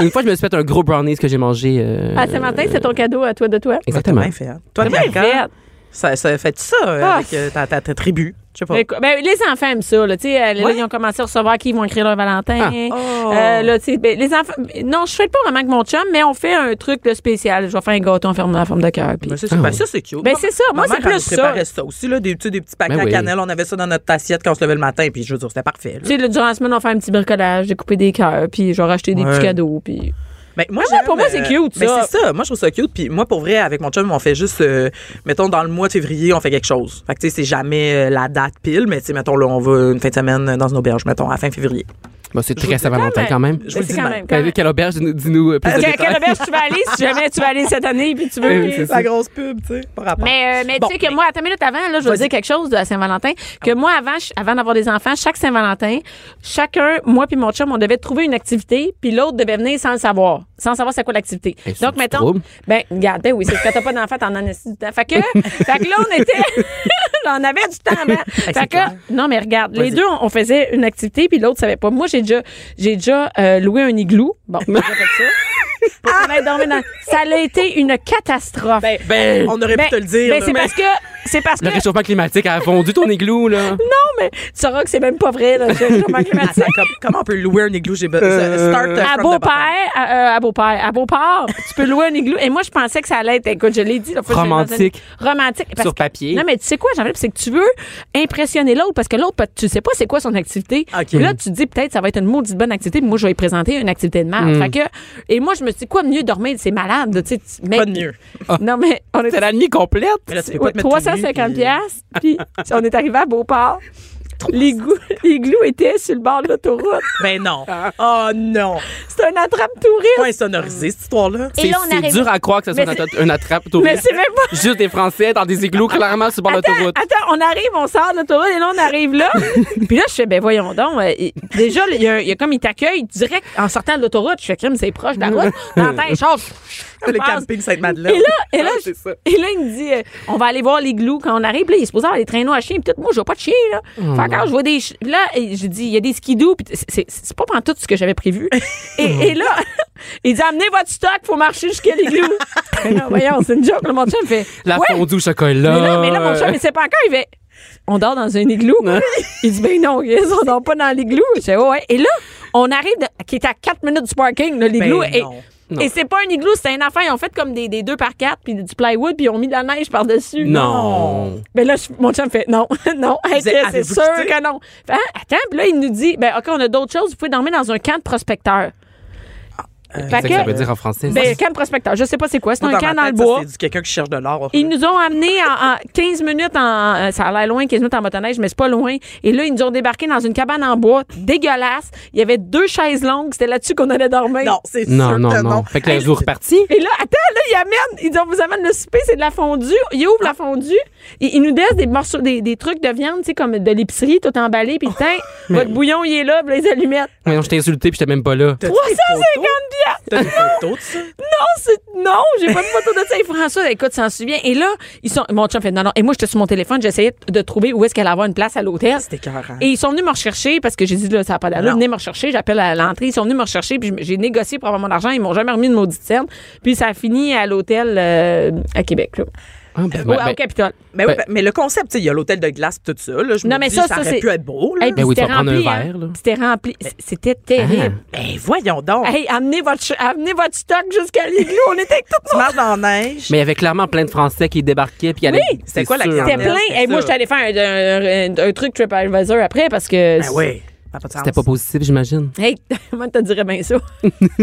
Speaker 7: Une fois, je me suis fait un gros brownies que j'ai mangé. euh,
Speaker 5: À Saint-Valentin, Ah, c'est ton cadeau à toi de toi.
Speaker 7: Exactement.
Speaker 6: Bien fait. hein. Toi,
Speaker 5: C'est bien
Speaker 6: Bianca,
Speaker 5: fait.
Speaker 6: ça, ça fait ça euh,
Speaker 5: Ah.
Speaker 6: avec euh, ta, ta, ta tribu. Je sais pas.
Speaker 5: Ben, quoi- ben, les enfants aiment ça. Là, tu sais, euh, là,
Speaker 6: Ouais.
Speaker 5: ils ont commencé à recevoir qui ils vont écrire leur Valentin.
Speaker 7: Ah.
Speaker 6: Oh.
Speaker 5: Euh, là, tu sais, ben, les enfants, non, je fais pas vraiment avec mon chum, mais on fait un truc là, spécial. Je vais faire un gâteau en forme, en forme de cœur. puis-
Speaker 6: Mais ça, c'est
Speaker 7: Ah
Speaker 6: ben,
Speaker 7: ouais.
Speaker 6: ça, c'est cute.
Speaker 5: Ben, c'est ça.
Speaker 6: Ma
Speaker 5: Moi,
Speaker 6: mère,
Speaker 5: c'est
Speaker 6: elle
Speaker 5: plus
Speaker 6: nous
Speaker 5: ça.
Speaker 6: préparait ça aussi, là, des, tu sais, des petits paquets
Speaker 7: Ben
Speaker 6: à
Speaker 7: oui.
Speaker 6: cannelle. On avait ça dans notre assiette quand on se levait le matin. Puis, je veux dire, c'était parfait. là.
Speaker 5: Tu sais, là, durant la semaine, on fait un petit bricolage, j'ai coupé des cœurs, puis j'ai racheté des
Speaker 6: Ouais.
Speaker 5: petits cadeaux, puis...
Speaker 6: Ben, moi,
Speaker 5: Ah ouais,
Speaker 6: j'aime,
Speaker 5: pour moi,
Speaker 6: euh,
Speaker 5: c'est cute,
Speaker 6: ben,
Speaker 5: ça.
Speaker 6: c'est ça. Moi, je trouve ça cute. Puis moi, pour vrai, avec mon chum, on fait juste, euh, mettons, dans le mois de février, on fait quelque chose. Fait que, tu sais, c'est jamais euh, la date pile, mais, tu sais, mettons, là, on va une fin de semaine dans une auberge, mettons, à la fin février.
Speaker 7: Bah, c'est très Saint-Valentin quand même.
Speaker 6: Je vous le dis
Speaker 5: C'est
Speaker 6: de
Speaker 5: quand
Speaker 6: même.
Speaker 5: même...
Speaker 7: T'as
Speaker 5: Quand
Speaker 7: vu quelle auberge, dis-nous- dis-nous euh, plus de
Speaker 5: Quelle-
Speaker 7: détails.
Speaker 5: Ah, quelle auberge tu vas aller si jamais tu vas aller cette année, puis tu veux...
Speaker 7: Oui, c'est ça.
Speaker 6: La grosse pub, tu sais, par rapport.
Speaker 5: Mais, euh, mais
Speaker 6: Bon,
Speaker 5: tu sais que moi, attends une minute avant, là, je veux
Speaker 6: Vas-y.
Speaker 5: dire quelque chose de la Saint-Valentin. Que moi, avant, je- avant d'avoir des enfants, chaque Saint-Valentin, chacun, moi puis mon chum, on devait trouver une activité, puis l'autre devait venir sans le savoir, sans savoir c'est quoi l'activité.
Speaker 7: Et c'est
Speaker 5: Donc,
Speaker 7: du
Speaker 5: mettons,
Speaker 7: trouble.
Speaker 5: ben, regarde, ben oui, c'est quand t'as pas d'enfant, t'en as assez du temps. Fait que, fait que là, on était, [laughs] là, on avait du temps avant. Fait que, là, non, mais regarde, les deux, on, on faisait une activité, puis l'autre savait pas. Moi, j'ai déjà, j'ai déjà euh, loué un igloo. Bon, j'ai déjà fait ça. Pour qu'on aille dormir dans- Ça a été une catastrophe.
Speaker 6: Ah! Ben, on aurait
Speaker 5: Ben,
Speaker 6: pu te le dire.
Speaker 5: ben,
Speaker 6: là,
Speaker 5: c'est
Speaker 6: mais-
Speaker 5: parce que c'est parce que
Speaker 7: Le réchauffement climatique a fondu ton
Speaker 5: [laughs]
Speaker 7: igloo, là.
Speaker 5: non mais tu sauras que c'est même pas vrai là, le réchauffement
Speaker 6: [laughs]
Speaker 5: climatique.
Speaker 6: Attends, comme- comment on peut louer un igloo? J'ai be- start euh,
Speaker 5: À
Speaker 6: from the bottom.
Speaker 5: Beaupère, à, euh, à Beaupère, à Beauport, tu peux louer un igloo. Et moi, je pensais que ça allait être, écoute, je l'ai dit. la fois que j'ai
Speaker 7: Romantique.
Speaker 5: mangé- Romantique. parce
Speaker 7: Sur
Speaker 5: que-
Speaker 7: papier.
Speaker 5: Non, mais tu sais quoi, Jean-Philippe, c'est que tu veux impressionner l'autre parce que l'autre, peut- tu sais pas c'est quoi son activité.
Speaker 6: Ok.
Speaker 5: Puis Là, tu te dis peut-être ça va être une maudite bonne activité, mais moi, je vais lui présenter une activité de merde.
Speaker 7: Hmm.
Speaker 5: Fait que, et moi, je me suis dit, quoi de mieux dormir? C'est malade, là, tu sais. tu- mais-
Speaker 6: Pas de mieux.
Speaker 5: Non, mais on est
Speaker 7: C'est la nuit complète.
Speaker 6: Mais là, tu peux
Speaker 5: Ouais,
Speaker 6: pas te mettre tout nu,
Speaker 5: 350
Speaker 6: puis- euh,
Speaker 5: pièces puis
Speaker 6: [laughs]
Speaker 5: on est arrivé à Beauport. L'igloo l'igloo était sur le bord de l'autoroute.
Speaker 6: Ben non. Oh non.
Speaker 5: C'est un attrape touriste.
Speaker 6: Pas insonorisé, cette histoire-là.
Speaker 5: Et
Speaker 7: C'est
Speaker 5: là, on
Speaker 7: c'est
Speaker 5: arrive-
Speaker 7: dur à croire que ce soit
Speaker 5: Mais
Speaker 7: une attra- une attrape touriste.
Speaker 5: Mais c'est même pas...
Speaker 7: Juste des Français dans des igloos clairement sur le bord de
Speaker 5: Attends, ah,
Speaker 7: l'autoroute.
Speaker 5: attends, on arrive, on sort de l'autoroute et là, on arrive
Speaker 6: [laughs]
Speaker 5: là. puis là, je fais, ben voyons donc. euh, il- déjà, il y, a un- il y a comme, il t'accueille direct en sortant de l'autoroute. Je fais, crime, c'est proche de la
Speaker 6: [laughs]
Speaker 5: route. Dans le temps, il chauffe.
Speaker 6: Le
Speaker 5: passe.
Speaker 6: camping Sainte-Madeleine.
Speaker 5: Et là, et là,
Speaker 7: Ah,
Speaker 5: je-
Speaker 7: c'est ça.
Speaker 5: et là, il me dit, euh, on va aller voir l'igloo quand on arrive. Puis Là, il est supposé avoir des traîneaux à chiens. Puis tout, moi, je vois pas de chiens, là. fait que quand je vois des chi- là, et je dis, il y a des skidoo. Puis c'est- c'est c'est pas tout ce que j'avais
Speaker 7: [laughs]
Speaker 5: prévu. et, et là, [laughs] il dit, amenez votre stock, faut marcher jusqu'à
Speaker 7: [laughs]
Speaker 5: l'igloo. Mais non, voyons, c'est une joke. Là, mon chum fait,
Speaker 7: La
Speaker 5: ouais.
Speaker 7: fondue au chocolat.
Speaker 5: Mais
Speaker 6: Ah,
Speaker 5: là, mais là, mon chum, il sait pas encore. Il fait, on dort dans un igloo. [laughs] il dit, ben non, Chris, on dort pas dans l'igloo. Je fais, ouais, ouais. Et là, on arrive, de- qui est à 4 minutes du parking, là, l'igloo.
Speaker 6: Ben
Speaker 5: et,
Speaker 6: non.
Speaker 7: Non.
Speaker 5: et c'est pas un igloo, c'est un affaire. Ils ont fait comme des, des deux par quatre, puis du plywood, puis ils ont mis de la neige par-dessus.
Speaker 7: Non.
Speaker 5: Ben là, je- mon chum fait non, [laughs] non, hey,
Speaker 6: Vous êtes-
Speaker 5: c'est
Speaker 6: avez-vous
Speaker 5: sûr
Speaker 6: quitté?
Speaker 5: que non. Fait,
Speaker 6: Ah,
Speaker 5: hein, attends, puis là, il nous dit, ben OK, on a d'autres choses, vous pouvez dormir dans un camp de prospecteurs.
Speaker 6: euh,
Speaker 5: Fait
Speaker 7: C'est ça que ça
Speaker 5: que-
Speaker 7: veut dire en français. ça?
Speaker 5: Ben, camp prospecteur, je sais pas c'est quoi, c'est
Speaker 6: Moi,
Speaker 5: un
Speaker 6: ma
Speaker 5: camp dans le
Speaker 6: tête, ça,
Speaker 5: bois.
Speaker 6: C'est du quelqu'un qui cherche de l'or.
Speaker 5: Ils nous ont amenés en, en 15 minutes en. euh, Ça a l'air loin, 15 minutes en motoneige, mais c'est pas loin. Et là, ils nous ont débarqués dans une cabane en bois dégueulasse. Il y avait deux chaises longues. C'était là-dessus qu'on allait dormir.
Speaker 6: Non, c'est sûr
Speaker 7: non, non,
Speaker 6: que
Speaker 7: non.
Speaker 6: non.
Speaker 7: Fait que là,
Speaker 6: Hey,
Speaker 7: vous reparti.
Speaker 5: Et là, attends, là, ils amènent. Ils disent, on vous amène le souper, c'est de la fondue. Ils ouvrent la fondue. Ils, ils nous laissent des morceaux, des, des trucs de viande, tu sais, comme de l'épicerie, tout emballé. Puis, tiens, votre bouillon, il est là, puis les allumettes.
Speaker 7: Mais non, je t'ai insulté puis j'étais même pas là.
Speaker 6: t'as-tu des
Speaker 5: 350
Speaker 6: photos?
Speaker 5: piastres!
Speaker 6: T'as des photos de ça?
Speaker 5: Non, c'est non, j'ai pas de photo de ça. Et François, écoute, s'en souvient. Et là, ils sont. Mon chum fait non, non. Et moi, j'étais sur mon téléphone, j'essayais de trouver où est-ce qu'elle allait avoir une place à l'hôtel.
Speaker 6: C'était écœurant.
Speaker 5: Et ils sont venus me rechercher parce que j'ai dit là, ça n'a pas d'allure.
Speaker 6: Non.
Speaker 5: Venez me rechercher, j'appelle à l'entrée. Ils sont venus me rechercher, puis je- j'ai négocié pour avoir mon argent. Ils m'ont jamais remis de maudite scène. Puis ça a fini à l'hôtel euh, à Québec, là.
Speaker 7: Ah, ben, ben,
Speaker 5: Ou
Speaker 7: ben,
Speaker 5: au Capitole.
Speaker 6: Mais, oui,
Speaker 7: Ben-
Speaker 6: mais le concept, tu sais, il y a l'hôtel de glace pis tout ça. Là, je
Speaker 5: Non,
Speaker 6: me
Speaker 5: mais
Speaker 6: dis,
Speaker 5: ça,
Speaker 6: ça,
Speaker 5: ça, c'est-
Speaker 6: aurait pu être beau. Oh Là.
Speaker 5: Hey, puis
Speaker 7: Ben oui, tu
Speaker 5: c'était
Speaker 7: vas prendre un
Speaker 5: rempli, hein.
Speaker 7: verre, là.
Speaker 5: Puis C'était rempli. C- C'était terrible.
Speaker 6: Ben, voyons donc.
Speaker 5: Hey, amenez votre, ch- amenez votre stock jusqu'à l'igloo. On était avec tout
Speaker 6: [laughs] Tu marches dans la neige.
Speaker 7: Mais il y avait clairement plein de Français qui débarquaient puis
Speaker 5: Oui,
Speaker 7: allaient-
Speaker 6: c'était quoi la
Speaker 7: sûr, hein.
Speaker 5: C'était
Speaker 6: Ah,
Speaker 7: là.
Speaker 5: plein.
Speaker 6: c'est
Speaker 5: Et moi,
Speaker 6: ça.
Speaker 5: j'étais allée faire un, un- un truc TripAdvisor après parce que.
Speaker 6: Ben oui. ça a pas de sens.
Speaker 7: C'était pas possible, j'imagine.
Speaker 5: Hey, [laughs] comment te dirais bien ça?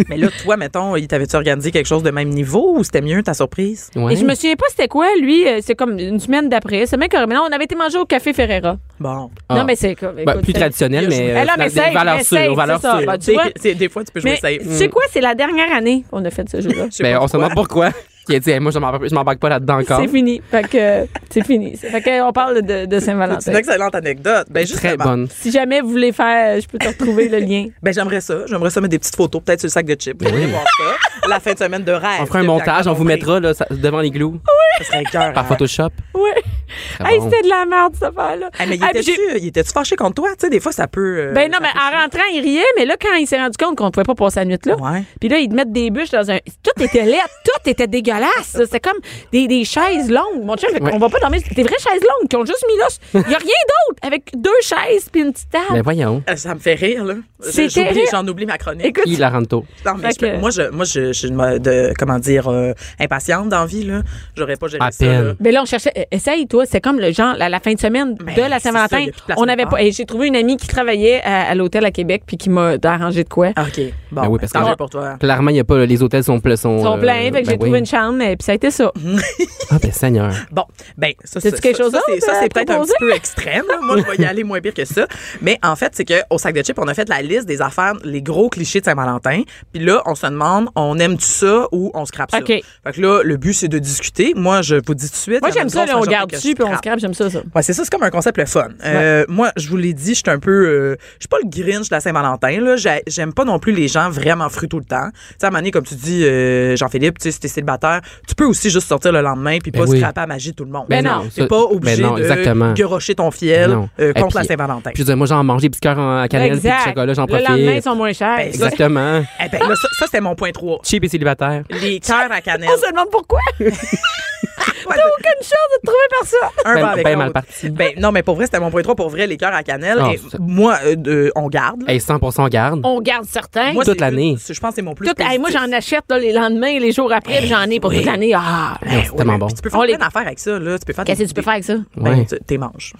Speaker 6: Mais là, toi, mettons, il t'avait-tu organisé quelque chose de même niveau ou c'était mieux ta surprise?
Speaker 7: Ouais.
Speaker 5: Et je me souviens pas c'était quoi, lui. euh, C'est comme une semaine d'après. C'est même correct. Mais non, on avait été manger au Café Ferrera.
Speaker 6: Bon.
Speaker 7: Ah.
Speaker 5: Non, mais c'est comme.
Speaker 7: Ben,
Speaker 5: écoute,
Speaker 7: plus
Speaker 5: c'est-
Speaker 7: traditionnel, mais,
Speaker 5: Ben là,
Speaker 7: euh,
Speaker 5: mais
Speaker 7: des
Speaker 5: safe,
Speaker 7: valeurs
Speaker 5: mais
Speaker 7: sûres,
Speaker 5: safe,
Speaker 7: aux valeurs
Speaker 5: c'est ça.
Speaker 7: sûres.
Speaker 5: Ben, tu vois.
Speaker 6: Des- c'est- des fois, tu peux jouer
Speaker 5: Mais
Speaker 6: safe.
Speaker 5: tu sais quoi? C'est
Speaker 7: [laughs]
Speaker 5: la dernière année qu'on a fait ce jeu-là.
Speaker 6: Je sais
Speaker 7: Ben,
Speaker 6: pas
Speaker 7: on se
Speaker 6: pourquoi.
Speaker 7: demande pourquoi. Qui a dit, Hey, moi, je m'embarque je m'embarque pas là-dedans encore.
Speaker 5: C'est fini. Fait que euh, c'est fini. Fait que on parle de, de
Speaker 6: C'est une
Speaker 5: Saint-Valentin.
Speaker 6: excellente anecdote. Ben, justement,
Speaker 7: Très bonne.
Speaker 5: Si jamais vous voulez faire, euh, je peux te retrouver le
Speaker 7: [laughs]
Speaker 5: lien.
Speaker 6: Ben, j'aimerais ça. J'aimerais ça mettre des petites photos, peut-être sur le sac de
Speaker 7: Ben
Speaker 6: chips. Vous allez voir ça. La fin de semaine de rêve.
Speaker 7: On fera un
Speaker 6: de
Speaker 7: montage,
Speaker 6: Bianca
Speaker 7: on vous
Speaker 6: Lompré.
Speaker 7: mettra là, ça- devant l'igloo
Speaker 6: Ça serait cœur. hein.
Speaker 7: par Photoshop.
Speaker 5: Ouais.
Speaker 7: Très
Speaker 5: Hey,
Speaker 7: bon.
Speaker 5: c'était de la merde, cette affaire-là.
Speaker 6: mais il
Speaker 5: Ah, puis j'ai-
Speaker 6: était-tu il était-tu fâché contre toi? Tu sais, des fois, ça peut. euh,
Speaker 5: Ben non,
Speaker 6: ça
Speaker 5: mais en rentrant, il riait, mais là, quand il s'est rendu compte qu'on pouvait pas passer la nuit là,
Speaker 6: Ouais.
Speaker 5: puis là, ils te mettent des bûches dans un. Tout était laid, [laughs] tout était dégueulasse. là. C'était comme des, des chaises longues. Mon chum, fait qu'on
Speaker 7: Ouais.
Speaker 5: va pas dormir. C'est des vraies chaises longues qui ont juste mis là. Il y a rien d'autre avec deux chaises puis une petite table.
Speaker 7: Ben
Speaker 6: [laughs]
Speaker 7: voyons.
Speaker 6: Euh, Ça me fait rire, là.
Speaker 5: C'est
Speaker 6: J'oublie-
Speaker 5: terrible.
Speaker 6: J'en oublie ma chronique.
Speaker 5: Écoute,
Speaker 7: Il la rento.
Speaker 6: Non, mais
Speaker 5: Fait
Speaker 6: je peux-
Speaker 5: que-
Speaker 6: moi, je, moi, je, je suis une mode, euh, comment dire, euh, impatiente d'envie, là. J'aurais pas géré
Speaker 7: À
Speaker 6: ça.
Speaker 7: peine.
Speaker 6: là.
Speaker 5: Mais là, on cherchait. euh, Essaye, toi. C'est comme le genre, la, la fin de semaine
Speaker 6: Mais
Speaker 5: de la
Speaker 6: c'est ça,
Speaker 5: Saint-Valentin.
Speaker 6: y a plus de place
Speaker 5: On
Speaker 6: nulle
Speaker 5: avait
Speaker 6: part.
Speaker 5: pas. et J'ai trouvé une amie qui travaillait à, à l'hôtel à Québec puis qui m'a arrangé de quoi.
Speaker 6: Ah, OK. Bon,
Speaker 7: Ben oui, parce
Speaker 6: tant
Speaker 7: que-
Speaker 6: mieux pour toi.
Speaker 7: Clairement, il y a pas les hôtels sont pleins. Sont,
Speaker 5: Ils sont
Speaker 7: euh,
Speaker 5: pleins, fait que
Speaker 7: ben
Speaker 5: j'ai trouvé
Speaker 7: oui.
Speaker 5: une chambre, mais puis ça a été ça.
Speaker 6: Mm-hmm.
Speaker 7: Ah ben Seigneur.
Speaker 6: Bon, ben ça
Speaker 5: T'as-tu quelque
Speaker 6: ça,
Speaker 5: chose
Speaker 6: ça,
Speaker 5: d'autre
Speaker 6: c'est- ça,
Speaker 5: à
Speaker 6: c'est peut-être un
Speaker 5: proposer?
Speaker 6: petit peu extrême. là. Moi, je vais y aller moins pire que ça. Mais en fait, c'est que au sac de chips, on a fait la liste des affaires, les gros clichés de Saint-Valentin. Puis là, on se demande, on aime tu ça ou on scrape ça.
Speaker 5: OK.
Speaker 6: Fait que là, le but c'est de discuter. Moi, je vous dis tout de suite.
Speaker 5: Moi,
Speaker 6: il y en
Speaker 5: j'aime
Speaker 6: a une
Speaker 5: ça,
Speaker 6: grosse
Speaker 5: là, on
Speaker 6: majorité
Speaker 5: regarde
Speaker 6: que je
Speaker 5: dessus puis on se
Speaker 6: scrape.
Speaker 5: crave, j'aime ça, ça.
Speaker 6: Ouais, c'est ça, c'est comme un concept le fun. Euh, Moi, je vous l'ai dit, je suis un peu, euh, je suis pas le Grinch de la Saint-Valentin. Là, J'ai- j'aime pas non plus les gens vraiment frus tout le temps. Tu sais, à un moment donné, comme tu dis, euh, Jean-Philippe, tu sais, si t'es célibataire, tu peux aussi juste sortir le lendemain puis
Speaker 7: Ben
Speaker 6: pas
Speaker 7: oui.
Speaker 6: scraper à magie tout le monde.
Speaker 7: Ben
Speaker 5: Ben non.
Speaker 7: non, ça-
Speaker 6: T'es pas obligé
Speaker 7: ben non,
Speaker 6: de
Speaker 7: exactement.
Speaker 6: guerocher ton fiel
Speaker 7: Non.
Speaker 6: euh,
Speaker 7: Et
Speaker 6: contre la
Speaker 7: puis-
Speaker 6: Saint-Valentin.
Speaker 7: Puis je veux dire, moi j'en mange des petits cœurs en cannelle puis du
Speaker 5: Exact.
Speaker 7: chocolat, j'en
Speaker 5: Le lendemain, ils
Speaker 7: profite.
Speaker 5: sont moins chers.
Speaker 6: Ben,
Speaker 7: Exactement.
Speaker 6: Eh ben, là, ça, ça, c'était mon point 3.
Speaker 7: Cheap et célibataire. [laughs]
Speaker 6: Les cœurs à cannelle.
Speaker 5: On se demande
Speaker 6: [laughs]
Speaker 5: pourquoi.
Speaker 6: Ouais,
Speaker 5: T'as aucune chance de te trouver par ça.
Speaker 6: un
Speaker 7: Ben-
Speaker 6: pas avec
Speaker 7: ben mal
Speaker 6: l'autre.
Speaker 7: parti.
Speaker 6: Ben, non, mais pour vrai, c'était mon point 3. Pour vrai, les cœurs à cannelle.
Speaker 7: Ah,
Speaker 6: Et
Speaker 7: ça-
Speaker 6: moi, euh, de- on garde. là.
Speaker 7: Hey, 100% garde.
Speaker 5: On garde certains.
Speaker 6: Moi,
Speaker 7: toute
Speaker 6: c'est-
Speaker 7: l'année.
Speaker 6: c'est- Je pense que c'est mon plus.
Speaker 5: Tout- hey, moi,
Speaker 6: positif.
Speaker 5: j'en achète là, les lendemains, et les jours après, puis j'en ai pour toute l'année. Ah,
Speaker 7: Non, c'est tellement bon.
Speaker 6: Puis Ben Tu peux faire
Speaker 5: On
Speaker 6: plein
Speaker 5: les-
Speaker 6: d'affaires avec ça. Là. Tu peux faire
Speaker 5: qu'est-ce que
Speaker 6: des-
Speaker 5: tu peux faire avec ça?
Speaker 6: Ben,
Speaker 7: Ouais.
Speaker 6: tu- T'es manches.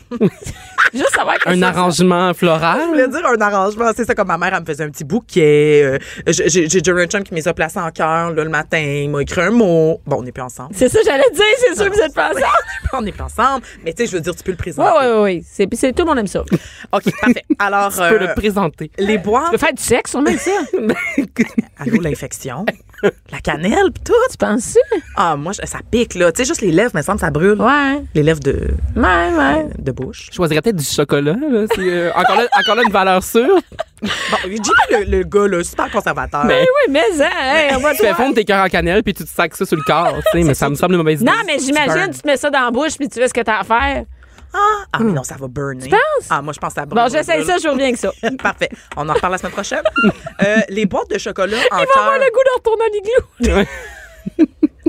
Speaker 5: Juste savoir qu'est-ce que
Speaker 7: Un
Speaker 5: c'est.
Speaker 7: arrangement
Speaker 6: Je
Speaker 7: floral.
Speaker 6: voulais dire un arrangement. C'est ça, comme ma mère, elle me faisait un petit bouquet. euh, j'ai- J'ai j'ai déjà eu un chum qui m'a ça placé en cœur là, le matin. Il m'a écrit un mot. Bon, on n'est plus ensemble.
Speaker 5: C'est
Speaker 6: [laughs]
Speaker 5: ça, j'allais dire, c'est sûr que vous êtes pas [laughs] ensemble.
Speaker 6: on n'est plus ensemble. Mais tu sais, je veux dire, tu peux le
Speaker 5: Oui, oui,
Speaker 6: présenter.
Speaker 5: oui. C'est, puis c'est- tout le monde aime ça. Tu
Speaker 6: OK, [laughs] parfait. Alors,
Speaker 7: Tu peux le
Speaker 6: euh,
Speaker 7: présenter.
Speaker 6: les boîtes. [laughs]
Speaker 5: peux faire du sexe, on aime [laughs] ça.
Speaker 6: Allô, l'infection. La cannelle, pis tout.
Speaker 5: tu penses ça?
Speaker 6: Ah, moi, je- ça pique, là. Tu sais, juste les lèvres, me semble, ça brûle.
Speaker 5: Ouais.
Speaker 6: Les lèvres de,
Speaker 5: Ouais, ouais.
Speaker 6: de bouche.
Speaker 7: Je choisirais peut-être du chocolat. Là. C'est, euh, encore, là, encore là, une valeur sûre.
Speaker 6: Bon, j'ai vu le, le gars, là, super conservateur.
Speaker 5: Eh oui, mais hein, hey, on va
Speaker 7: Tu fais
Speaker 5: te voir.
Speaker 7: fondre tes cœurs en cannelle puis tu te sacs ça sur le corps. tu sais, mais ça me semble une mauvaise idée.
Speaker 5: Non, mais j'imagine,
Speaker 6: burn.
Speaker 5: tu te mets ça dans la bouche puis tu fais ce que t'as à faire.
Speaker 6: Ah, ah, mais non, ça va burner. Tu
Speaker 5: penses?
Speaker 6: Ah, moi, je pense que ça brûle.
Speaker 5: Bon, j'essaye ça, je reviens
Speaker 6: [laughs]
Speaker 5: avec ça.
Speaker 6: Parfait. On en reparle la semaine prochaine. Euh, les boîtes de chocolat en
Speaker 5: Il va avoir
Speaker 6: cœur.
Speaker 5: le goût de retourner à l'igloo.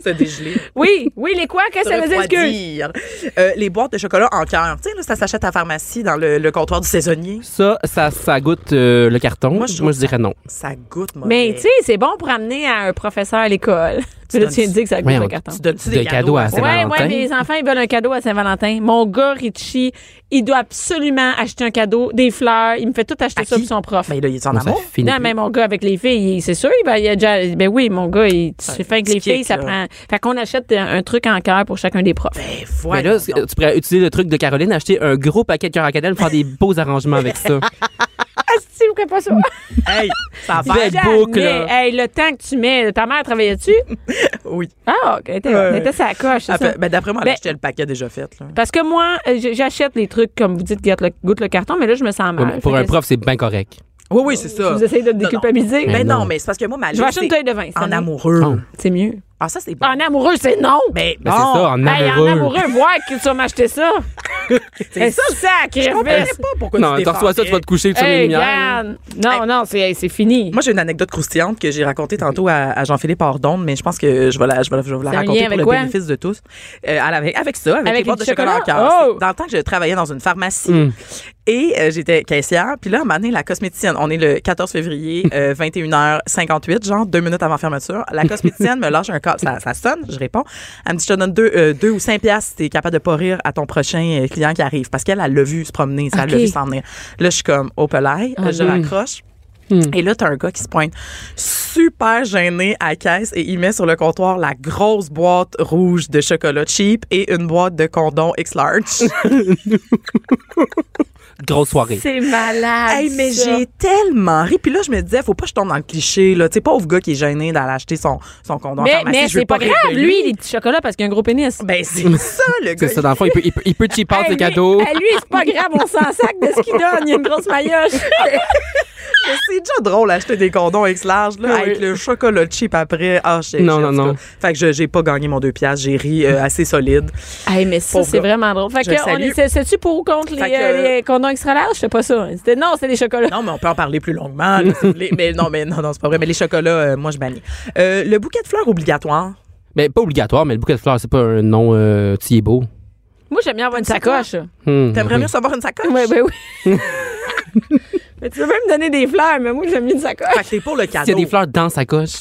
Speaker 6: se dégeler.
Speaker 5: Oui, oui, les quoi? Qu'est-ce que ça veut dire? excuse?
Speaker 6: Refroidir. Euh, les boîtes de chocolat en cœur. Tu sais, là, ça s'achète à la pharmacie dans le, le comptoir du saisonnier.
Speaker 7: Ça, ça, ça goûte euh, le carton. Moi,
Speaker 6: Moi, je
Speaker 7: je,
Speaker 6: trouve
Speaker 7: dirais non.
Speaker 6: Ça goûte, moi.
Speaker 5: Mais tu sais, c'est bon pour amener à un professeur à l'école. Tu là, tu viens de dire que ça goûte
Speaker 7: Voyons,
Speaker 5: le carton.
Speaker 6: tu donnes-tu
Speaker 7: de
Speaker 6: des
Speaker 7: cadeaux
Speaker 6: cadeaux
Speaker 7: à
Speaker 6: à-
Speaker 5: Oui, ouais,
Speaker 7: Saint-Valentin.
Speaker 5: ouais, mais les enfants, ils veulent un cadeau à Saint-Valentin. Mon gars, Richie, il doit absolument acheter un cadeau, des fleurs. Il me fait tout acheter
Speaker 6: À
Speaker 5: ça
Speaker 6: qui?
Speaker 5: pour son prof.
Speaker 6: Mais Ben là, il est en
Speaker 7: Non, Ah, ça
Speaker 6: amour.
Speaker 7: Ben, finit
Speaker 5: non,
Speaker 7: plus.
Speaker 5: mais mon gars, avec les filles, il- c'est sûr, il va- il a déjà. Ben oui, mon gars, il, tu fais avec
Speaker 6: petit
Speaker 5: les filles,
Speaker 6: kick,
Speaker 5: ça
Speaker 6: là.
Speaker 5: prend. Fait qu'on achète un, un truc en cœur pour chacun des
Speaker 6: [laughs]
Speaker 5: profs.
Speaker 6: Mais
Speaker 7: Mais
Speaker 6: voilà.
Speaker 7: là, c'est- tu pourrais utiliser le truc de Caroline, acheter un gros paquet de cœur à cannelle, pour faire des beaux arrangements avec ça.
Speaker 5: [laughs] Ah, si, vous ne pas [laughs] ça.
Speaker 6: hey, ça va.
Speaker 7: devait être beau, que là.
Speaker 5: Hey, le temps que tu mets, ta mère travaillait-tu?
Speaker 6: Oui.
Speaker 5: Ah, OK, t'es-
Speaker 6: Ouais.
Speaker 5: t'étais sa coche. c'est
Speaker 6: Ah,
Speaker 5: ça.
Speaker 6: ben, ben, d'après moi, elle
Speaker 5: Ben-
Speaker 6: achetait le paquet déjà fait. Là.
Speaker 5: Parce que moi, euh, j- j'achète les trucs, comme vous dites, goûte le, goûte le carton, mais là, je me sens mal.
Speaker 7: Ouais, pour
Speaker 5: Fait
Speaker 7: un
Speaker 5: que
Speaker 7: prof, c'est bien correct.
Speaker 6: Oui, oui, c'est ça.
Speaker 5: Vous essayez de me
Speaker 6: Non, non.
Speaker 5: déculpabiliser.
Speaker 6: Ben
Speaker 7: non.
Speaker 6: non, mais c'est parce que moi, ma
Speaker 5: Je vais acheter une
Speaker 6: c'est
Speaker 5: taille de vin. cette
Speaker 6: en
Speaker 5: année.
Speaker 6: amoureux.
Speaker 7: Oh.
Speaker 5: C'est mieux.
Speaker 6: Ah, ça, c'est bon.
Speaker 5: En amoureux, c'est non.
Speaker 6: Mais
Speaker 7: Ben,
Speaker 6: bon,
Speaker 7: c'est ça, en
Speaker 5: Hey,
Speaker 7: amoureux.
Speaker 5: en amoureux, voir que tu vas m'acheter ça.
Speaker 6: [laughs] c'est ça.
Speaker 5: ça,
Speaker 6: Je comprenais
Speaker 5: sacrifice.
Speaker 6: pas pourquoi
Speaker 7: non,
Speaker 6: tu
Speaker 7: tu reçois ça, tu vas te coucher, tu mets les
Speaker 5: Hey,
Speaker 7: lumières.
Speaker 5: Yann. Non, non, c'est hey, c'est fini.
Speaker 6: Moi, j'ai une anecdote croustillante que j'ai racontée tantôt à, à Jean-Philippe Ordonne, mais je pense que je vais la, je vais la- je vais la
Speaker 5: C'est un
Speaker 6: raconter
Speaker 5: lien
Speaker 6: pour
Speaker 5: avec
Speaker 6: le
Speaker 5: quoi?
Speaker 6: bénéfice de tous. Euh, à la- avec, avec ça, avec,
Speaker 5: Avec
Speaker 6: les boîtes
Speaker 5: du
Speaker 6: de chocolat,
Speaker 5: chocolat?
Speaker 6: en cœur.
Speaker 5: Oh!
Speaker 6: C'est Dans le temps que je travaillais dans une pharmacie,
Speaker 7: Mm.
Speaker 6: et euh, j'étais caissière, puis là, à un moment donné, la cosméticienne, on est le 14 février, euh, 21h58, genre deux minutes avant fermeture, la cosméticienne me lâche un call, ça, ça sonne, je réponds, elle me dit, je te donne deux, euh, deux ou cinq piastres si t'es capable de pas rire à ton prochain euh, client qui arrive, parce qu'elle, elle l'a vu se promener, ça, elle l'a
Speaker 5: Ok.
Speaker 6: vu s'en venir. Là, je suis comme, au pelail,
Speaker 5: Ah
Speaker 6: je
Speaker 5: non.
Speaker 6: raccroche, et là, t'as un gars qui se pointe super gêné à la caisse et il met sur le comptoir la grosse boîte rouge de chocolat cheap et une boîte de condom X-Large.
Speaker 7: Grosse soirée.
Speaker 5: C'est malade.
Speaker 6: [laughs] Hey, mais
Speaker 5: ça.
Speaker 6: j'ai tellement ri. Puis là, je me disais, faut pas que je tombe dans le cliché, là. Tu sais, pauvre gars qui est gêné d'aller acheter son, son condom en
Speaker 5: Mais,
Speaker 6: pharmacie,
Speaker 5: mais
Speaker 6: je veux
Speaker 5: c'est pas
Speaker 6: rire
Speaker 5: grave,
Speaker 6: de
Speaker 5: lui, les petits chocolats, parce qu'il a un gros pénis.
Speaker 6: Ben, [laughs] c'est ça, le gars.
Speaker 7: C'est ça, dans le fond, il peut, il peut, il peut cheap out
Speaker 5: Hey,
Speaker 7: ses
Speaker 5: lui-
Speaker 7: cadeaux.
Speaker 5: hey, lui, c'est pas grave, on s'en sac de ce qu'il donne. Il a une grosse
Speaker 7: [laughs]
Speaker 5: maillotche.
Speaker 6: Mais C'est déjà drôle d'acheter des condoms X-Large, là, avec le chocolat cheap après. Ah, je sais,
Speaker 7: Non,
Speaker 6: je sais,
Speaker 7: non,
Speaker 6: en tout
Speaker 7: non.
Speaker 6: cas. Fait que je- j'ai pas gagné mon deux piastres. J'ai ri euh, assez solide.
Speaker 5: Hey, mais ça,
Speaker 6: Pauvre
Speaker 5: c'est
Speaker 6: gars.
Speaker 5: vraiment drôle. Fait
Speaker 6: Je le
Speaker 5: que, on
Speaker 6: salue.
Speaker 5: est, c'est- c'est-tu pour ou contre les,
Speaker 6: Fait que-
Speaker 5: euh, les condoms extra larges? Je sais pas ça. C'était, non, c'est des chocolats.
Speaker 6: Non, mais on peut en parler plus longuement. là, si vous voulez. mais non, mais non, non, c'est pas vrai. Mais les chocolats, euh, moi, je bannis. Euh, le bouquet de fleurs obligatoire.
Speaker 7: Mais pas obligatoire, mais le bouquet de fleurs, c'est pas un nom euh, tu y es beau.
Speaker 5: Moi, j'aime bien avoir une sacoche.
Speaker 7: Hum,
Speaker 6: T'aimerais
Speaker 7: oui.
Speaker 6: mieux savoir une sacoche?
Speaker 5: ben Oui, oui, oui.
Speaker 6: [laughs]
Speaker 5: mais tu veux même me donner des fleurs, mais moi, j'aime mieux une sacoche.
Speaker 6: Fait que t'es pour le cadeau.
Speaker 7: S'il y a des fleurs dans sa coche.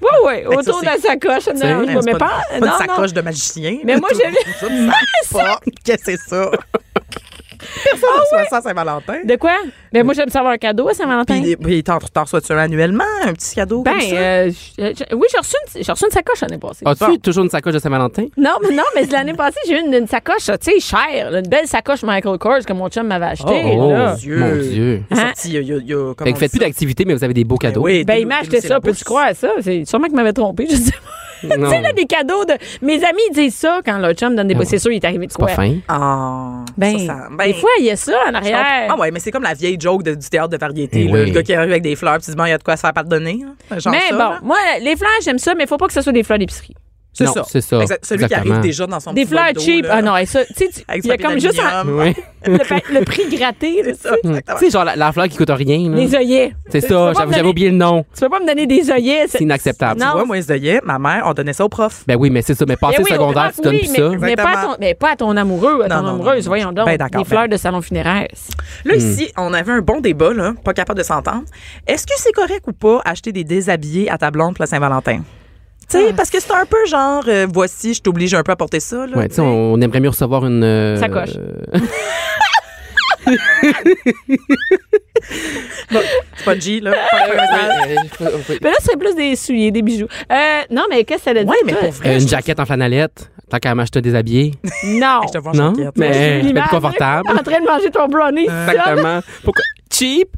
Speaker 5: Oui, oui,
Speaker 6: que
Speaker 5: autour
Speaker 6: ben, ça,
Speaker 5: de la sacoche. ça me dérange pas, hein. mais
Speaker 6: Ouais, Hein, c'est pas,
Speaker 5: pas.
Speaker 6: une- pas
Speaker 5: non,
Speaker 6: une
Speaker 5: non.
Speaker 6: sacoche de magicien.
Speaker 5: Mais
Speaker 6: là,
Speaker 5: moi,
Speaker 6: tout
Speaker 5: j'ai-
Speaker 6: le monde s'en fout. [laughs] Qu'est-ce que c'est ça? Ah Personne ne reçoit ça à Saint-Valentin.
Speaker 5: De quoi? Ben, moi, j'aime savoir un cadeau à Saint-Valentin.
Speaker 6: Puis, puis t'en t'en reçois-tu un annuellement, un petit cadeau
Speaker 5: Ben,
Speaker 6: comme ça?
Speaker 5: euh, je- je- oui, j'ai reçu, une, j'ai reçu une sacoche l'année passée.
Speaker 7: As-tu toujours une sacoche de Saint-Valentin?
Speaker 5: Non, mais non, mais l'année passée, j'ai eu une, une sacoche, tu sais, chère, là, une belle sacoche Michael Kors que mon chum m'avait achetée. là.
Speaker 7: Oh, mon Dieu. Mon Dieu.
Speaker 6: Il est
Speaker 5: hein?
Speaker 6: sorti, il y a- il y a- il y a- comment
Speaker 7: Ben, Fait que
Speaker 6: on
Speaker 7: vous faites
Speaker 6: dit
Speaker 7: plus d'activités, mais vous avez des beaux
Speaker 6: ça?
Speaker 7: cadeaux.
Speaker 6: Ben oui,
Speaker 5: Ben, il
Speaker 6: délo-
Speaker 5: m'a acheté
Speaker 6: délo-
Speaker 5: ça,
Speaker 6: la
Speaker 5: peux-tu
Speaker 6: bourse.
Speaker 5: croire ça? C'est sûrement qu'il m'avait trompé, [laughs] je sais pas.
Speaker 7: Non.
Speaker 5: Tu sais, là, des cadeaux de. Mes amis, ils disent ça quand leur chum donne des.
Speaker 7: Ah ouais.
Speaker 5: C'est sûr, il est arrivé de
Speaker 7: C'est pas
Speaker 5: quoi?
Speaker 7: fin.
Speaker 6: Ah,
Speaker 5: Ben,
Speaker 6: ça, ça- ben,
Speaker 5: des fois, il y a ça en
Speaker 6: je comprends.
Speaker 5: arrière.
Speaker 6: Ah ouais, mais c'est comme la vieille joke de- du théâtre de variété.
Speaker 7: Eh
Speaker 6: là,
Speaker 7: oui.
Speaker 6: Le gars qui arrive avec des fleurs, puis tu dis, bon, il y a de quoi se faire pardonner. hein, genre
Speaker 5: mais
Speaker 6: ça,
Speaker 5: bon,
Speaker 6: là.
Speaker 5: moi, les fleurs, j'aime ça, mais il faut pas que ce soit des fleurs d'épicerie.
Speaker 6: c'est
Speaker 7: Non,
Speaker 6: ça.
Speaker 7: c'est ça,
Speaker 6: Exact- Celui qui
Speaker 7: exactement.
Speaker 6: arrive déjà dans son
Speaker 5: Des
Speaker 6: petit
Speaker 5: fleurs
Speaker 6: bol d'eau,
Speaker 5: cheap.
Speaker 6: là,
Speaker 5: Ah non, et ça, tu sais, tu-
Speaker 6: Oh. avec
Speaker 5: il
Speaker 6: du
Speaker 5: y a
Speaker 6: papier
Speaker 5: comme juste un- Hmm.
Speaker 6: d'aluminium.
Speaker 7: Oui.
Speaker 5: le, pa- le prix gratté, là, tu sais.
Speaker 6: Exactement.
Speaker 7: Tu sais, genre la, la fleur qui coûte rien. là.
Speaker 5: Les œillets.
Speaker 7: C'est
Speaker 5: Tu peux pas
Speaker 7: ça,
Speaker 5: me
Speaker 7: j'avais
Speaker 5: donner-
Speaker 7: j'avais oublié le nom.
Speaker 5: Tu peux pas me donner des œillets.
Speaker 7: C'est inacceptable.
Speaker 5: Non.
Speaker 6: Tu vois, moi, les œillets, ma mère, on donnait ça au prof.
Speaker 7: Ben oui, mais c'est ça. Mais
Speaker 5: Mais
Speaker 7: passer
Speaker 5: oui, au
Speaker 7: secondaire,
Speaker 5: prof,
Speaker 7: tu donnes
Speaker 5: oui,
Speaker 7: plus
Speaker 5: mais,
Speaker 7: ça.
Speaker 5: Mais pas, à
Speaker 6: Exactement.
Speaker 5: ton, mais pas à ton amoureux, à ton
Speaker 6: Non, non, non,
Speaker 5: amoureuse,
Speaker 6: non.
Speaker 5: voyons donc.
Speaker 6: Ben
Speaker 5: des
Speaker 6: d'accord, ben
Speaker 5: fleurs de salon funéraire.
Speaker 7: Hmm.
Speaker 6: Là, ici, on avait un bon débat, là, pas capable de s'entendre. Est-ce que c'est correct ou pas acheter des déshabillés à ta blonde pour la Saint-Valentin? Tu
Speaker 5: Ah.
Speaker 6: sais, parce que c'est un peu genre, euh, voici, je t'oblige un peu à porter ça. Là.
Speaker 7: Ouais, tu sais, on, on aimerait mieux recevoir une. euh, [laughs]
Speaker 5: Sacoche.
Speaker 6: C'est pas G,
Speaker 5: [laughs]
Speaker 6: là. Pas un message.
Speaker 5: Mais Ben là, c'est plus des souliers, des bijoux. Euh, non, mais qu'est-ce que ça veut dire?
Speaker 6: ouais, mais
Speaker 5: toi?
Speaker 6: pour
Speaker 7: Euh,
Speaker 6: vrai,
Speaker 7: une jaquette en flanellette, tant qu'à m'acheter des habillés.
Speaker 5: Euh, Non.
Speaker 6: je te vois en
Speaker 7: non?
Speaker 6: jaquette.
Speaker 7: Mais
Speaker 5: L'image,
Speaker 7: je vais être confortable.
Speaker 5: En train de manger ton brownie.
Speaker 6: Euh,
Speaker 5: seul.
Speaker 7: Exactement. Pourquoi? Cheap,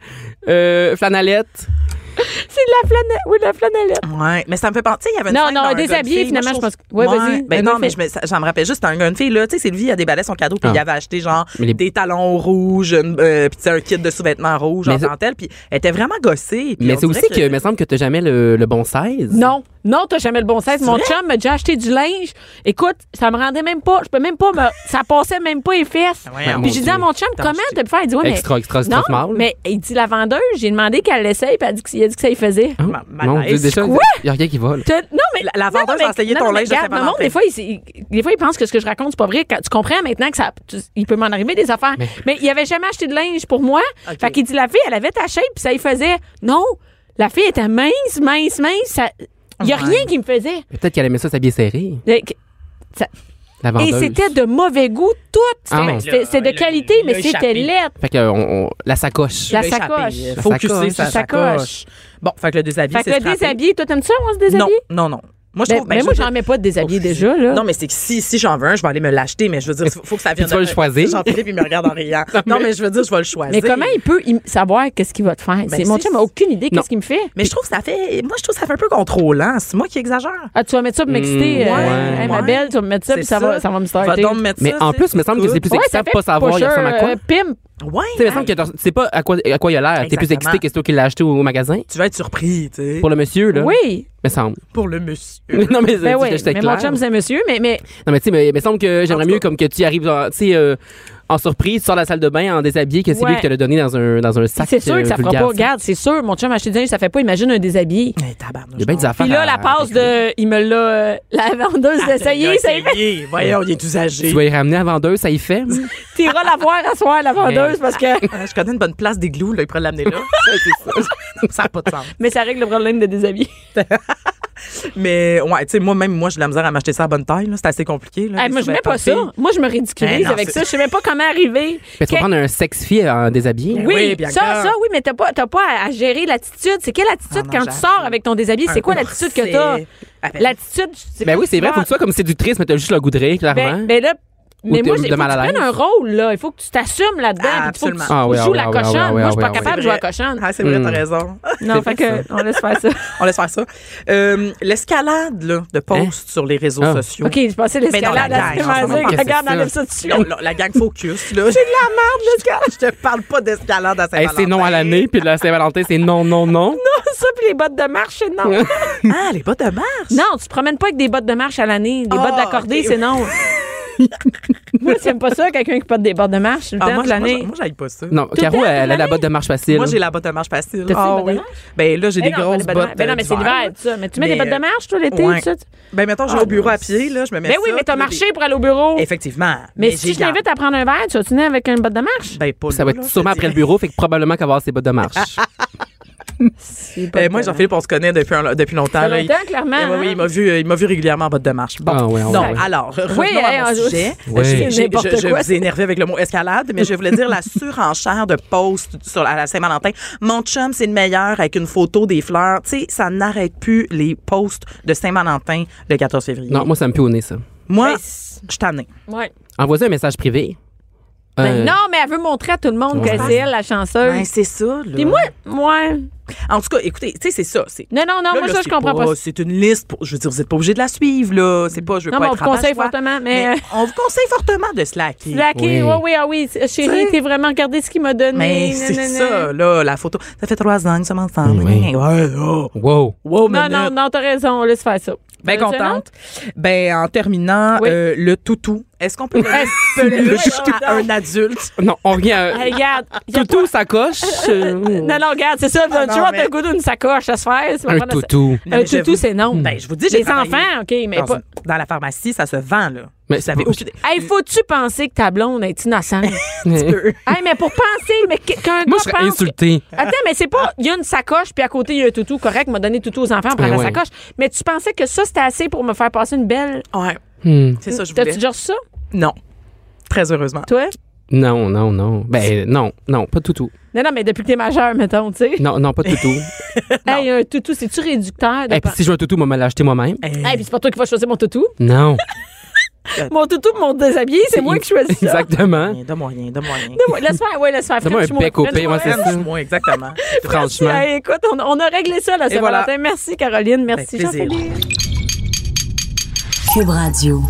Speaker 7: euh, flanellette.
Speaker 5: C'est de la flanelle. Oui, de la flanellette.
Speaker 6: Ouais, mais ça me fait penser, il y avait une
Speaker 5: Non,
Speaker 6: scène
Speaker 5: non,
Speaker 6: dans un
Speaker 5: déshabillé,
Speaker 6: gars de fille,
Speaker 5: finalement,
Speaker 6: moi,
Speaker 5: je pense que- ouais, vas-y, un
Speaker 6: Ben
Speaker 5: gars
Speaker 6: non,
Speaker 5: de
Speaker 6: mais
Speaker 5: fille.
Speaker 6: je me, ça, j'en me rappelle juste, c'était un gars de fille, là. Tu sais, Sylvie, elle déballait son cadeau, puis
Speaker 7: Ah.
Speaker 6: il avait acheté, genre,
Speaker 7: Mais les-
Speaker 6: des talons rouges, une, euh, puis tu sais, un kit de sous-vêtements rouges
Speaker 7: Mais
Speaker 6: en
Speaker 7: ça-
Speaker 6: dentelle, puis elle était vraiment gossée. puis
Speaker 7: Mais
Speaker 6: on
Speaker 7: c'est
Speaker 6: dirait
Speaker 7: aussi que, il me semble que t'as jamais le, le bon 16.
Speaker 5: Non, non, t'as jamais le bon sens. Mon chum m'a déjà acheté du linge. Écoute, ça me rendait même pas. Je peux même pas me. Ça passait même pas les fesses.
Speaker 6: Ouais, mon
Speaker 5: puis j'ai dit à
Speaker 7: Ben Dieu.
Speaker 5: mon chum,
Speaker 6: T'as
Speaker 5: comment
Speaker 6: acheté-
Speaker 5: t'as pu faire? Il dit, ouais, mais.
Speaker 7: Extra, extra, extra
Speaker 5: non,
Speaker 7: small.
Speaker 5: mais il dit la vendeuse, j'ai demandé qu'elle l'essaye, puis elle dit que- il a dit que ça y faisait.
Speaker 7: Hein?
Speaker 6: Ma-
Speaker 7: Mon Dieu,
Speaker 6: malaise.
Speaker 7: déjà,
Speaker 5: Quoi?
Speaker 7: il y a rien qui vole.
Speaker 5: T'as- Non, mais-
Speaker 6: La- la vendeuse
Speaker 5: mais-
Speaker 6: a essayé
Speaker 5: non,
Speaker 6: ton
Speaker 5: non, mais
Speaker 6: linge de
Speaker 5: regarde, Le monde,
Speaker 6: Saint-Valentin.
Speaker 5: des fois, il, s'est- il- des fois, il pense que ce que je raconte, c'est pas vrai. Quand, tu comprends maintenant que ça, tu- il peut m'en arriver des affaires. Mais, il avait jamais acheté de linge pour moi. Fait qu'il dit, la fille, elle avait ta shape, puis ça lui faisait. Non, la fille était mince, mince, mince. ça- Il y a
Speaker 6: Ouais.
Speaker 5: rien qui me faisait.
Speaker 7: Mais Peut-être qu'elle aimait ça s'habiller serré.
Speaker 5: Le- que-
Speaker 7: La
Speaker 5: Et
Speaker 7: vendeuse.
Speaker 5: c'était de mauvais goût, tout.
Speaker 7: Ah,
Speaker 5: C'était-
Speaker 7: ouais.
Speaker 5: C'était c'était de qualité, mais c'était lettre.
Speaker 7: Fait que euh, on- on- la sacoche.
Speaker 5: La
Speaker 6: J'ai échappé.
Speaker 5: sacoche.
Speaker 6: Euh,
Speaker 7: La
Speaker 6: Focusser
Speaker 7: sacoche.
Speaker 6: sa
Speaker 5: La sacoche.
Speaker 6: sacoche. Bon, fait que le déshabillé,
Speaker 5: Fait
Speaker 6: c'est
Speaker 5: que le
Speaker 6: scrappé.
Speaker 5: déshabillé, toi, t'aimes ça, moi, se déshabiller?
Speaker 6: Non, non, non. Moi, je
Speaker 5: Ben,
Speaker 6: trouve. ben,
Speaker 5: mais
Speaker 6: je
Speaker 5: moi,
Speaker 6: veux
Speaker 5: j'en
Speaker 6: dire-
Speaker 5: mets pas de déshabillé
Speaker 6: Oh,
Speaker 5: déjà, là.
Speaker 6: Non, mais c'est que si, si j'en veux un, je vais aller me l'acheter, mais je veux dire, faut faut que ça vienne.
Speaker 7: vas le choisir.
Speaker 6: Jean-Philippe, il me regarde en riant. Non, mais je veux dire, je vais le choisir.
Speaker 5: mais comment il peut im- savoir qu'est-ce qu'il va te faire? C'est- mon
Speaker 6: c'est-
Speaker 5: chum a aucune idée
Speaker 7: Non.
Speaker 5: qu'est-ce qu'il me fait.
Speaker 6: Mais je trouve que ça fait. Moi, je trouve que ça fait un peu contrôlant. C'est moi qui exagère.
Speaker 5: Ah, tu vas mettre ça pour m'exciter.
Speaker 7: Mm,
Speaker 5: euh,
Speaker 7: ouais,
Speaker 5: hey, ma
Speaker 6: ouais.
Speaker 5: belle, tu vas me mettre ça, puis ça, Va, ça va me
Speaker 6: Va
Speaker 5: starter.
Speaker 6: donc me mettre
Speaker 7: Mais
Speaker 6: ça,
Speaker 7: en
Speaker 6: tu
Speaker 7: plus,
Speaker 6: sais,
Speaker 7: me semble que c'est plus
Speaker 5: Ouais,
Speaker 7: excitant
Speaker 5: ça
Speaker 7: de
Speaker 5: fait
Speaker 7: pas savoir il
Speaker 5: pusher,
Speaker 7: ressemble à quoi.
Speaker 5: euh, pimp.
Speaker 6: Ouais. hein.
Speaker 7: Tu sais, il me semble que t'as- tu sais pas à quoi, à quoi il a l'air. T'es plus
Speaker 6: Exactement.
Speaker 7: excité que c'est toi qui l'as acheté au, au magasin.
Speaker 6: Tu vas être surpris, tu sais.
Speaker 7: Pour le monsieur, là.
Speaker 5: Oui,
Speaker 7: Me semble. [laughs]
Speaker 6: Pour le monsieur.
Speaker 7: non, mais,
Speaker 5: ben
Speaker 7: euh,
Speaker 5: oui.
Speaker 7: j'étais
Speaker 5: Mais
Speaker 7: clair.
Speaker 5: mon chum, c'est un monsieur, mais, mais
Speaker 7: Non, mais tu sais, mais- me semble que j'aimerais
Speaker 6: En tout
Speaker 7: mieux
Speaker 6: cas.
Speaker 7: comme que tu arrives, en- tu sais, euh, en surprise, tu sors de la salle de bain en déshabillé, que c'est
Speaker 5: Ouais.
Speaker 7: lui qui te l'a donné dans un, dans un sac.
Speaker 5: c'est sûr que ça fera
Speaker 7: euh, vulgaire,
Speaker 5: pas.
Speaker 7: ça.
Speaker 5: Regarde, Ah, c'est sûr, mon chum a acheté des linge, ça fait pas. Imagine un déshabillé.
Speaker 6: Eh, tabarnouche.
Speaker 7: Il y a bien des affaires.
Speaker 5: Puis là,
Speaker 7: à-
Speaker 5: la passe de. Il me l'a. euh, la [laughs]
Speaker 7: Ah,
Speaker 5: vendeuse
Speaker 6: Ah,
Speaker 5: d'essayer, ça y fait.
Speaker 6: essayé. Voyons, il est usagé.
Speaker 7: Tu vas y ramener à vendeuse, ça y fait.
Speaker 5: [laughs] T'iras la voir à soir, la vendeuse, parce que.
Speaker 7: [laughs]
Speaker 6: Ah, Je connais une bonne place d'églou, là, il pourrait l'amener là. ça n'a pas de sens.
Speaker 5: Mais ça règle le problème de déshabiller.
Speaker 6: Mais ouais, tu sais, moi, même moi, j'ai de la misère à m'acheter ça à bonne taille. là. C'est assez compliqué. Là,
Speaker 5: [laughs] Hey, moi, je mets pas ça. Moi, je me ridiculise
Speaker 6: Ben non,
Speaker 5: avec
Speaker 6: c'est-
Speaker 5: ça. Je sais même pas comment arriver.
Speaker 7: Mais tu vas
Speaker 5: Que-
Speaker 7: prendre un sex-fille en déshabillé.
Speaker 5: Oui,
Speaker 6: oui, bien
Speaker 5: ça,
Speaker 6: sûr.
Speaker 5: ça, oui, mais t'as pas, t'as pas à, à gérer l'attitude. C'est quelle
Speaker 6: Ah
Speaker 5: attitude
Speaker 6: non,
Speaker 5: quand tu
Speaker 6: j'avoue.
Speaker 5: sors avec ton déshabillé? C'est
Speaker 7: Ah,
Speaker 5: quoi l'attitude que t'as?
Speaker 6: La...
Speaker 5: L'attitude, c'est
Speaker 7: Ben oui, c'est vrai, faut que tu sois comme séductrice, mais t'as juste le goût de rire, clairement.
Speaker 5: Ben, ben là, mais
Speaker 7: t'es
Speaker 5: moi, j'ai-
Speaker 7: de
Speaker 5: faut que
Speaker 7: mal à
Speaker 5: tu prennes un
Speaker 7: l'aise.
Speaker 5: rôle, là. Il faut que tu t'assumes là-dedans.
Speaker 6: Ah,
Speaker 5: puis il faut que tu
Speaker 6: absolument.
Speaker 7: Ah oui, ah
Speaker 5: joues
Speaker 7: oui,
Speaker 5: la
Speaker 7: ah oui,
Speaker 5: cochonne.
Speaker 7: ah oui,
Speaker 5: moi, je
Speaker 7: ah
Speaker 5: suis
Speaker 7: oui,
Speaker 5: pas
Speaker 7: ah oui.
Speaker 5: capable de jouer à la cochonne.
Speaker 6: Ah, c'est vrai,
Speaker 7: Hmm.
Speaker 6: t'as raison. [laughs]
Speaker 5: Non, fait que, on laisse faire ça.
Speaker 6: On laisse faire ça. Euh, L'escalade là, de posts
Speaker 7: Hein?
Speaker 6: sur les réseaux
Speaker 7: Ah.
Speaker 6: sociaux.
Speaker 5: OK, je pensais l'escalade
Speaker 6: Mais non,
Speaker 5: à
Speaker 6: la gang, on s'en
Speaker 5: Saint-Mazé.
Speaker 7: va.
Speaker 5: Regarde,
Speaker 7: Qu'est-ce que
Speaker 5: enlève ça dessus.
Speaker 6: Non, non, la gang focus,
Speaker 5: [laughs]
Speaker 6: là. C'est de la merde, l'escalade. Je te parle pas d'escalade à
Speaker 7: Hey,
Speaker 6: Saint-Valentin.
Speaker 7: Eh, c'est non à l'année, puis la Saint-Valentin, c'est non, non, non.
Speaker 5: Ça, puis les bottes de marche, c'est non.
Speaker 6: Ah, les bottes de marche.
Speaker 5: Non, tu te promènes pas avec des bottes de marche à l'année. Des
Speaker 6: Ah,
Speaker 5: bottes d'accordé,
Speaker 6: ok.
Speaker 5: c'est non. moi, j'aime pas ça, quelqu'un qui porte des bottes de marche tout le
Speaker 6: Ah,
Speaker 5: temps
Speaker 6: moi,
Speaker 5: de
Speaker 6: j'ai- moi,
Speaker 5: l'année.
Speaker 6: j'ai- moi, j'aille pas ça.
Speaker 7: Non, Caro,
Speaker 5: temps,
Speaker 7: elle a la
Speaker 5: l'année.
Speaker 7: botte de marche facile.
Speaker 6: Moi, j'ai la botte de marche facile.
Speaker 5: T'as-tu
Speaker 6: Ah
Speaker 5: des bottes de
Speaker 6: oui.
Speaker 5: marche?
Speaker 6: Ben là, j'ai
Speaker 5: Ben
Speaker 6: des
Speaker 5: non, pas
Speaker 6: grosses
Speaker 5: les bottes de
Speaker 6: bottes.
Speaker 5: marche. Ben non, mais c'est
Speaker 6: d'hiver.
Speaker 5: l'hiver, tout ça. Mais tu mets des bottes de marche, toi, l'été,
Speaker 6: Ouais.
Speaker 5: tout ça? tu-
Speaker 6: Ben mettons, je vais au bureau à pied, là, je me mets
Speaker 5: Ah, Ben
Speaker 6: ça.
Speaker 5: oui, mais t'as
Speaker 6: puis là,
Speaker 5: marché pour aller au bureau.
Speaker 6: des- Effectivement.
Speaker 5: Mais si
Speaker 6: j'ai
Speaker 5: je t'invite à prendre un verre, tu vas-tu venir avec une botte de marche?
Speaker 6: garde- Ben pas
Speaker 7: Ça
Speaker 6: là,
Speaker 7: va
Speaker 6: là,
Speaker 7: être
Speaker 6: je
Speaker 7: sûrement
Speaker 6: te
Speaker 7: après le
Speaker 6: dirais.
Speaker 7: bureau, fait que probablement qu'elle va avoir ses bottes
Speaker 5: [laughs]
Speaker 7: de marche.
Speaker 6: Ben, moi, Jean-Philippe, on se connaît depuis, un- depuis longtemps.
Speaker 5: Ça fait
Speaker 6: là. Il-
Speaker 5: longtemps, clairement,
Speaker 6: Eh, ouais, oui,
Speaker 5: hein.
Speaker 6: il m'a vu, euh, il m'a vu régulièrement en botte de marche. Bon.
Speaker 7: Ah, ouais, ah, ouais,
Speaker 6: non,
Speaker 7: ouais.
Speaker 6: alors, revenons
Speaker 5: Oui, hey,
Speaker 6: à
Speaker 5: en-
Speaker 6: mon sujet.
Speaker 7: Ouais.
Speaker 6: J'ai- j'ai-
Speaker 5: C'est n'importe
Speaker 6: je, je
Speaker 5: quoi.
Speaker 6: vous ai énervé avec le mot escalade, mais je voulais
Speaker 5: [laughs]
Speaker 6: dire la surenchère de posts sur, à la Saint-Valentin. Mon chum, c'est le meilleur avec une photo des fleurs. Tu sais, ça n'arrête plus les posts de Saint-Valentin le 14 février.
Speaker 7: Non, moi, ça me pue au nez, ça.
Speaker 6: Moi,
Speaker 5: Ben,
Speaker 6: je suis tannée.
Speaker 5: Ouais.
Speaker 7: Envoie-y un message privé.
Speaker 5: Ben
Speaker 7: Euh,
Speaker 5: non, mais elle veut montrer à tout le monde
Speaker 7: Ouais.
Speaker 5: que c'est elle la chanceuse.
Speaker 6: Ben, c'est ça, là.
Speaker 5: Puis moi, moi.
Speaker 6: En tout cas, écoutez, tu sais, c'est ça. C'est...
Speaker 5: Non, non, non,
Speaker 6: Là,
Speaker 5: moi,
Speaker 6: là,
Speaker 5: ça, je
Speaker 6: c'est
Speaker 5: comprends pas. ça.
Speaker 6: C'est une liste. Pour, je veux dire, vous n'êtes pas obligé de la suivre, là. C'est pas, je veux
Speaker 5: Non,
Speaker 6: pas
Speaker 5: mais on
Speaker 6: être
Speaker 5: vous conseille
Speaker 6: rabat-joie.
Speaker 5: fortement, mais-
Speaker 6: [laughs] on vous conseille fortement de slacker.
Speaker 5: Slacké,
Speaker 7: Oui.
Speaker 5: oui, oui, ah oui. Chérie,
Speaker 6: T'sais.
Speaker 5: t'es vraiment regardé ce qu'il m'a donné.
Speaker 6: Mais
Speaker 5: Nan,
Speaker 6: c'est
Speaker 5: nan, nan.
Speaker 6: ça, là, la photo. Ça fait trois ans que ça m'entend.
Speaker 7: Oui.
Speaker 6: Ouais, là.
Speaker 7: Wow.
Speaker 5: Non,
Speaker 6: Wow, minute.
Speaker 5: non, non, t'as raison, laisse faire ça.
Speaker 6: Bien
Speaker 5: T'en as-tu un autre?
Speaker 6: contente. Ben, en terminant,
Speaker 5: Oui.
Speaker 6: euh, le toutou. Est-ce qu'on peut
Speaker 5: Est-ce-
Speaker 6: [laughs] le
Speaker 5: Le
Speaker 6: toutou
Speaker 5: toutou.
Speaker 6: à un adulte?
Speaker 7: Non, on revient à-
Speaker 5: Hey,
Speaker 6: [laughs]
Speaker 5: regarde. y a [laughs]
Speaker 7: Toutou, sacoche.
Speaker 5: pas-
Speaker 7: euh,
Speaker 5: Non, non, regarde, c'est ça.
Speaker 6: Ah,
Speaker 5: tu
Speaker 6: non,
Speaker 5: vois,
Speaker 6: mais-
Speaker 5: t'as le goût d'une sacoche, ça se fait. c'est
Speaker 7: Un
Speaker 5: pas mal de-
Speaker 7: [laughs] toutou.
Speaker 6: Non,
Speaker 5: Un
Speaker 6: mais
Speaker 5: toutou,
Speaker 6: j'avoue-
Speaker 5: c'est non.
Speaker 6: Ben, je vous dis,
Speaker 5: Hmm.
Speaker 6: j'ai
Speaker 5: Les
Speaker 6: travaillé
Speaker 5: enfants, OK, mais
Speaker 6: dans,
Speaker 5: Ben, pas.
Speaker 6: une- dans la pharmacie, ça se vend, là.
Speaker 7: Mais c'est
Speaker 6: Vous savez,
Speaker 7: pas-
Speaker 6: aucune-
Speaker 5: Hey, faut-tu penser que ta blonde est
Speaker 6: [laughs]
Speaker 5: innocente? hey, mais pour penser, mais que- qu'un
Speaker 7: Moi,
Speaker 5: gars
Speaker 7: je serais
Speaker 5: pense...
Speaker 7: insulté.
Speaker 5: Attends, mais c'est pas. Il y a une sacoche, puis à côté, il y a un toutou, correct, m'a donné toutou aux enfants pour
Speaker 7: Ben
Speaker 5: prendre
Speaker 7: ouais.
Speaker 5: la sacoche. Mais tu pensais que ça, c'était assez pour me faire passer une belle.
Speaker 6: Ouais.
Speaker 7: Hmm.
Speaker 6: C'est ça, je
Speaker 5: T'as-tu
Speaker 6: voulais.
Speaker 5: déjà reçu ça,
Speaker 6: Non. Très heureusement.
Speaker 5: toi?
Speaker 7: Non, non, non. Ben, non, non, pas de toutou.
Speaker 5: Non, non, mais depuis que t'es majeur, mettons, tu sais.
Speaker 7: Non, non, pas de
Speaker 5: [laughs]
Speaker 7: toutou.
Speaker 5: Hey, un toutou, c'est-tu réducteur de
Speaker 7: Et puis, si je veux un toutou, moi, me l'acheter moi-même.
Speaker 6: Eh,
Speaker 5: Hey, puis c'est pas toi qui vas choisir mon toutou.
Speaker 7: Non.
Speaker 5: Euh, Mon toutou, mon déshabillé, c'est moi qui choisis [laughs] ça.
Speaker 7: Exactement.
Speaker 6: rien, Donne-moi rien, donne-moi rien.
Speaker 5: Ouais, Laisse faire, ouais, laisse faire.
Speaker 7: Donne-moi
Speaker 5: French
Speaker 7: un
Speaker 5: moi,
Speaker 7: bec au
Speaker 5: French
Speaker 7: pire, moi, c'est ça.
Speaker 6: Moi, exactement.
Speaker 7: Franchement.
Speaker 5: Hey, écoute, on, on a réglé ça, la
Speaker 6: Et voilà.
Speaker 5: Saint-Valentin. Merci, Caroline. Merci,
Speaker 6: plaisir.
Speaker 5: Jean-Philippe.
Speaker 1: Cube Radio.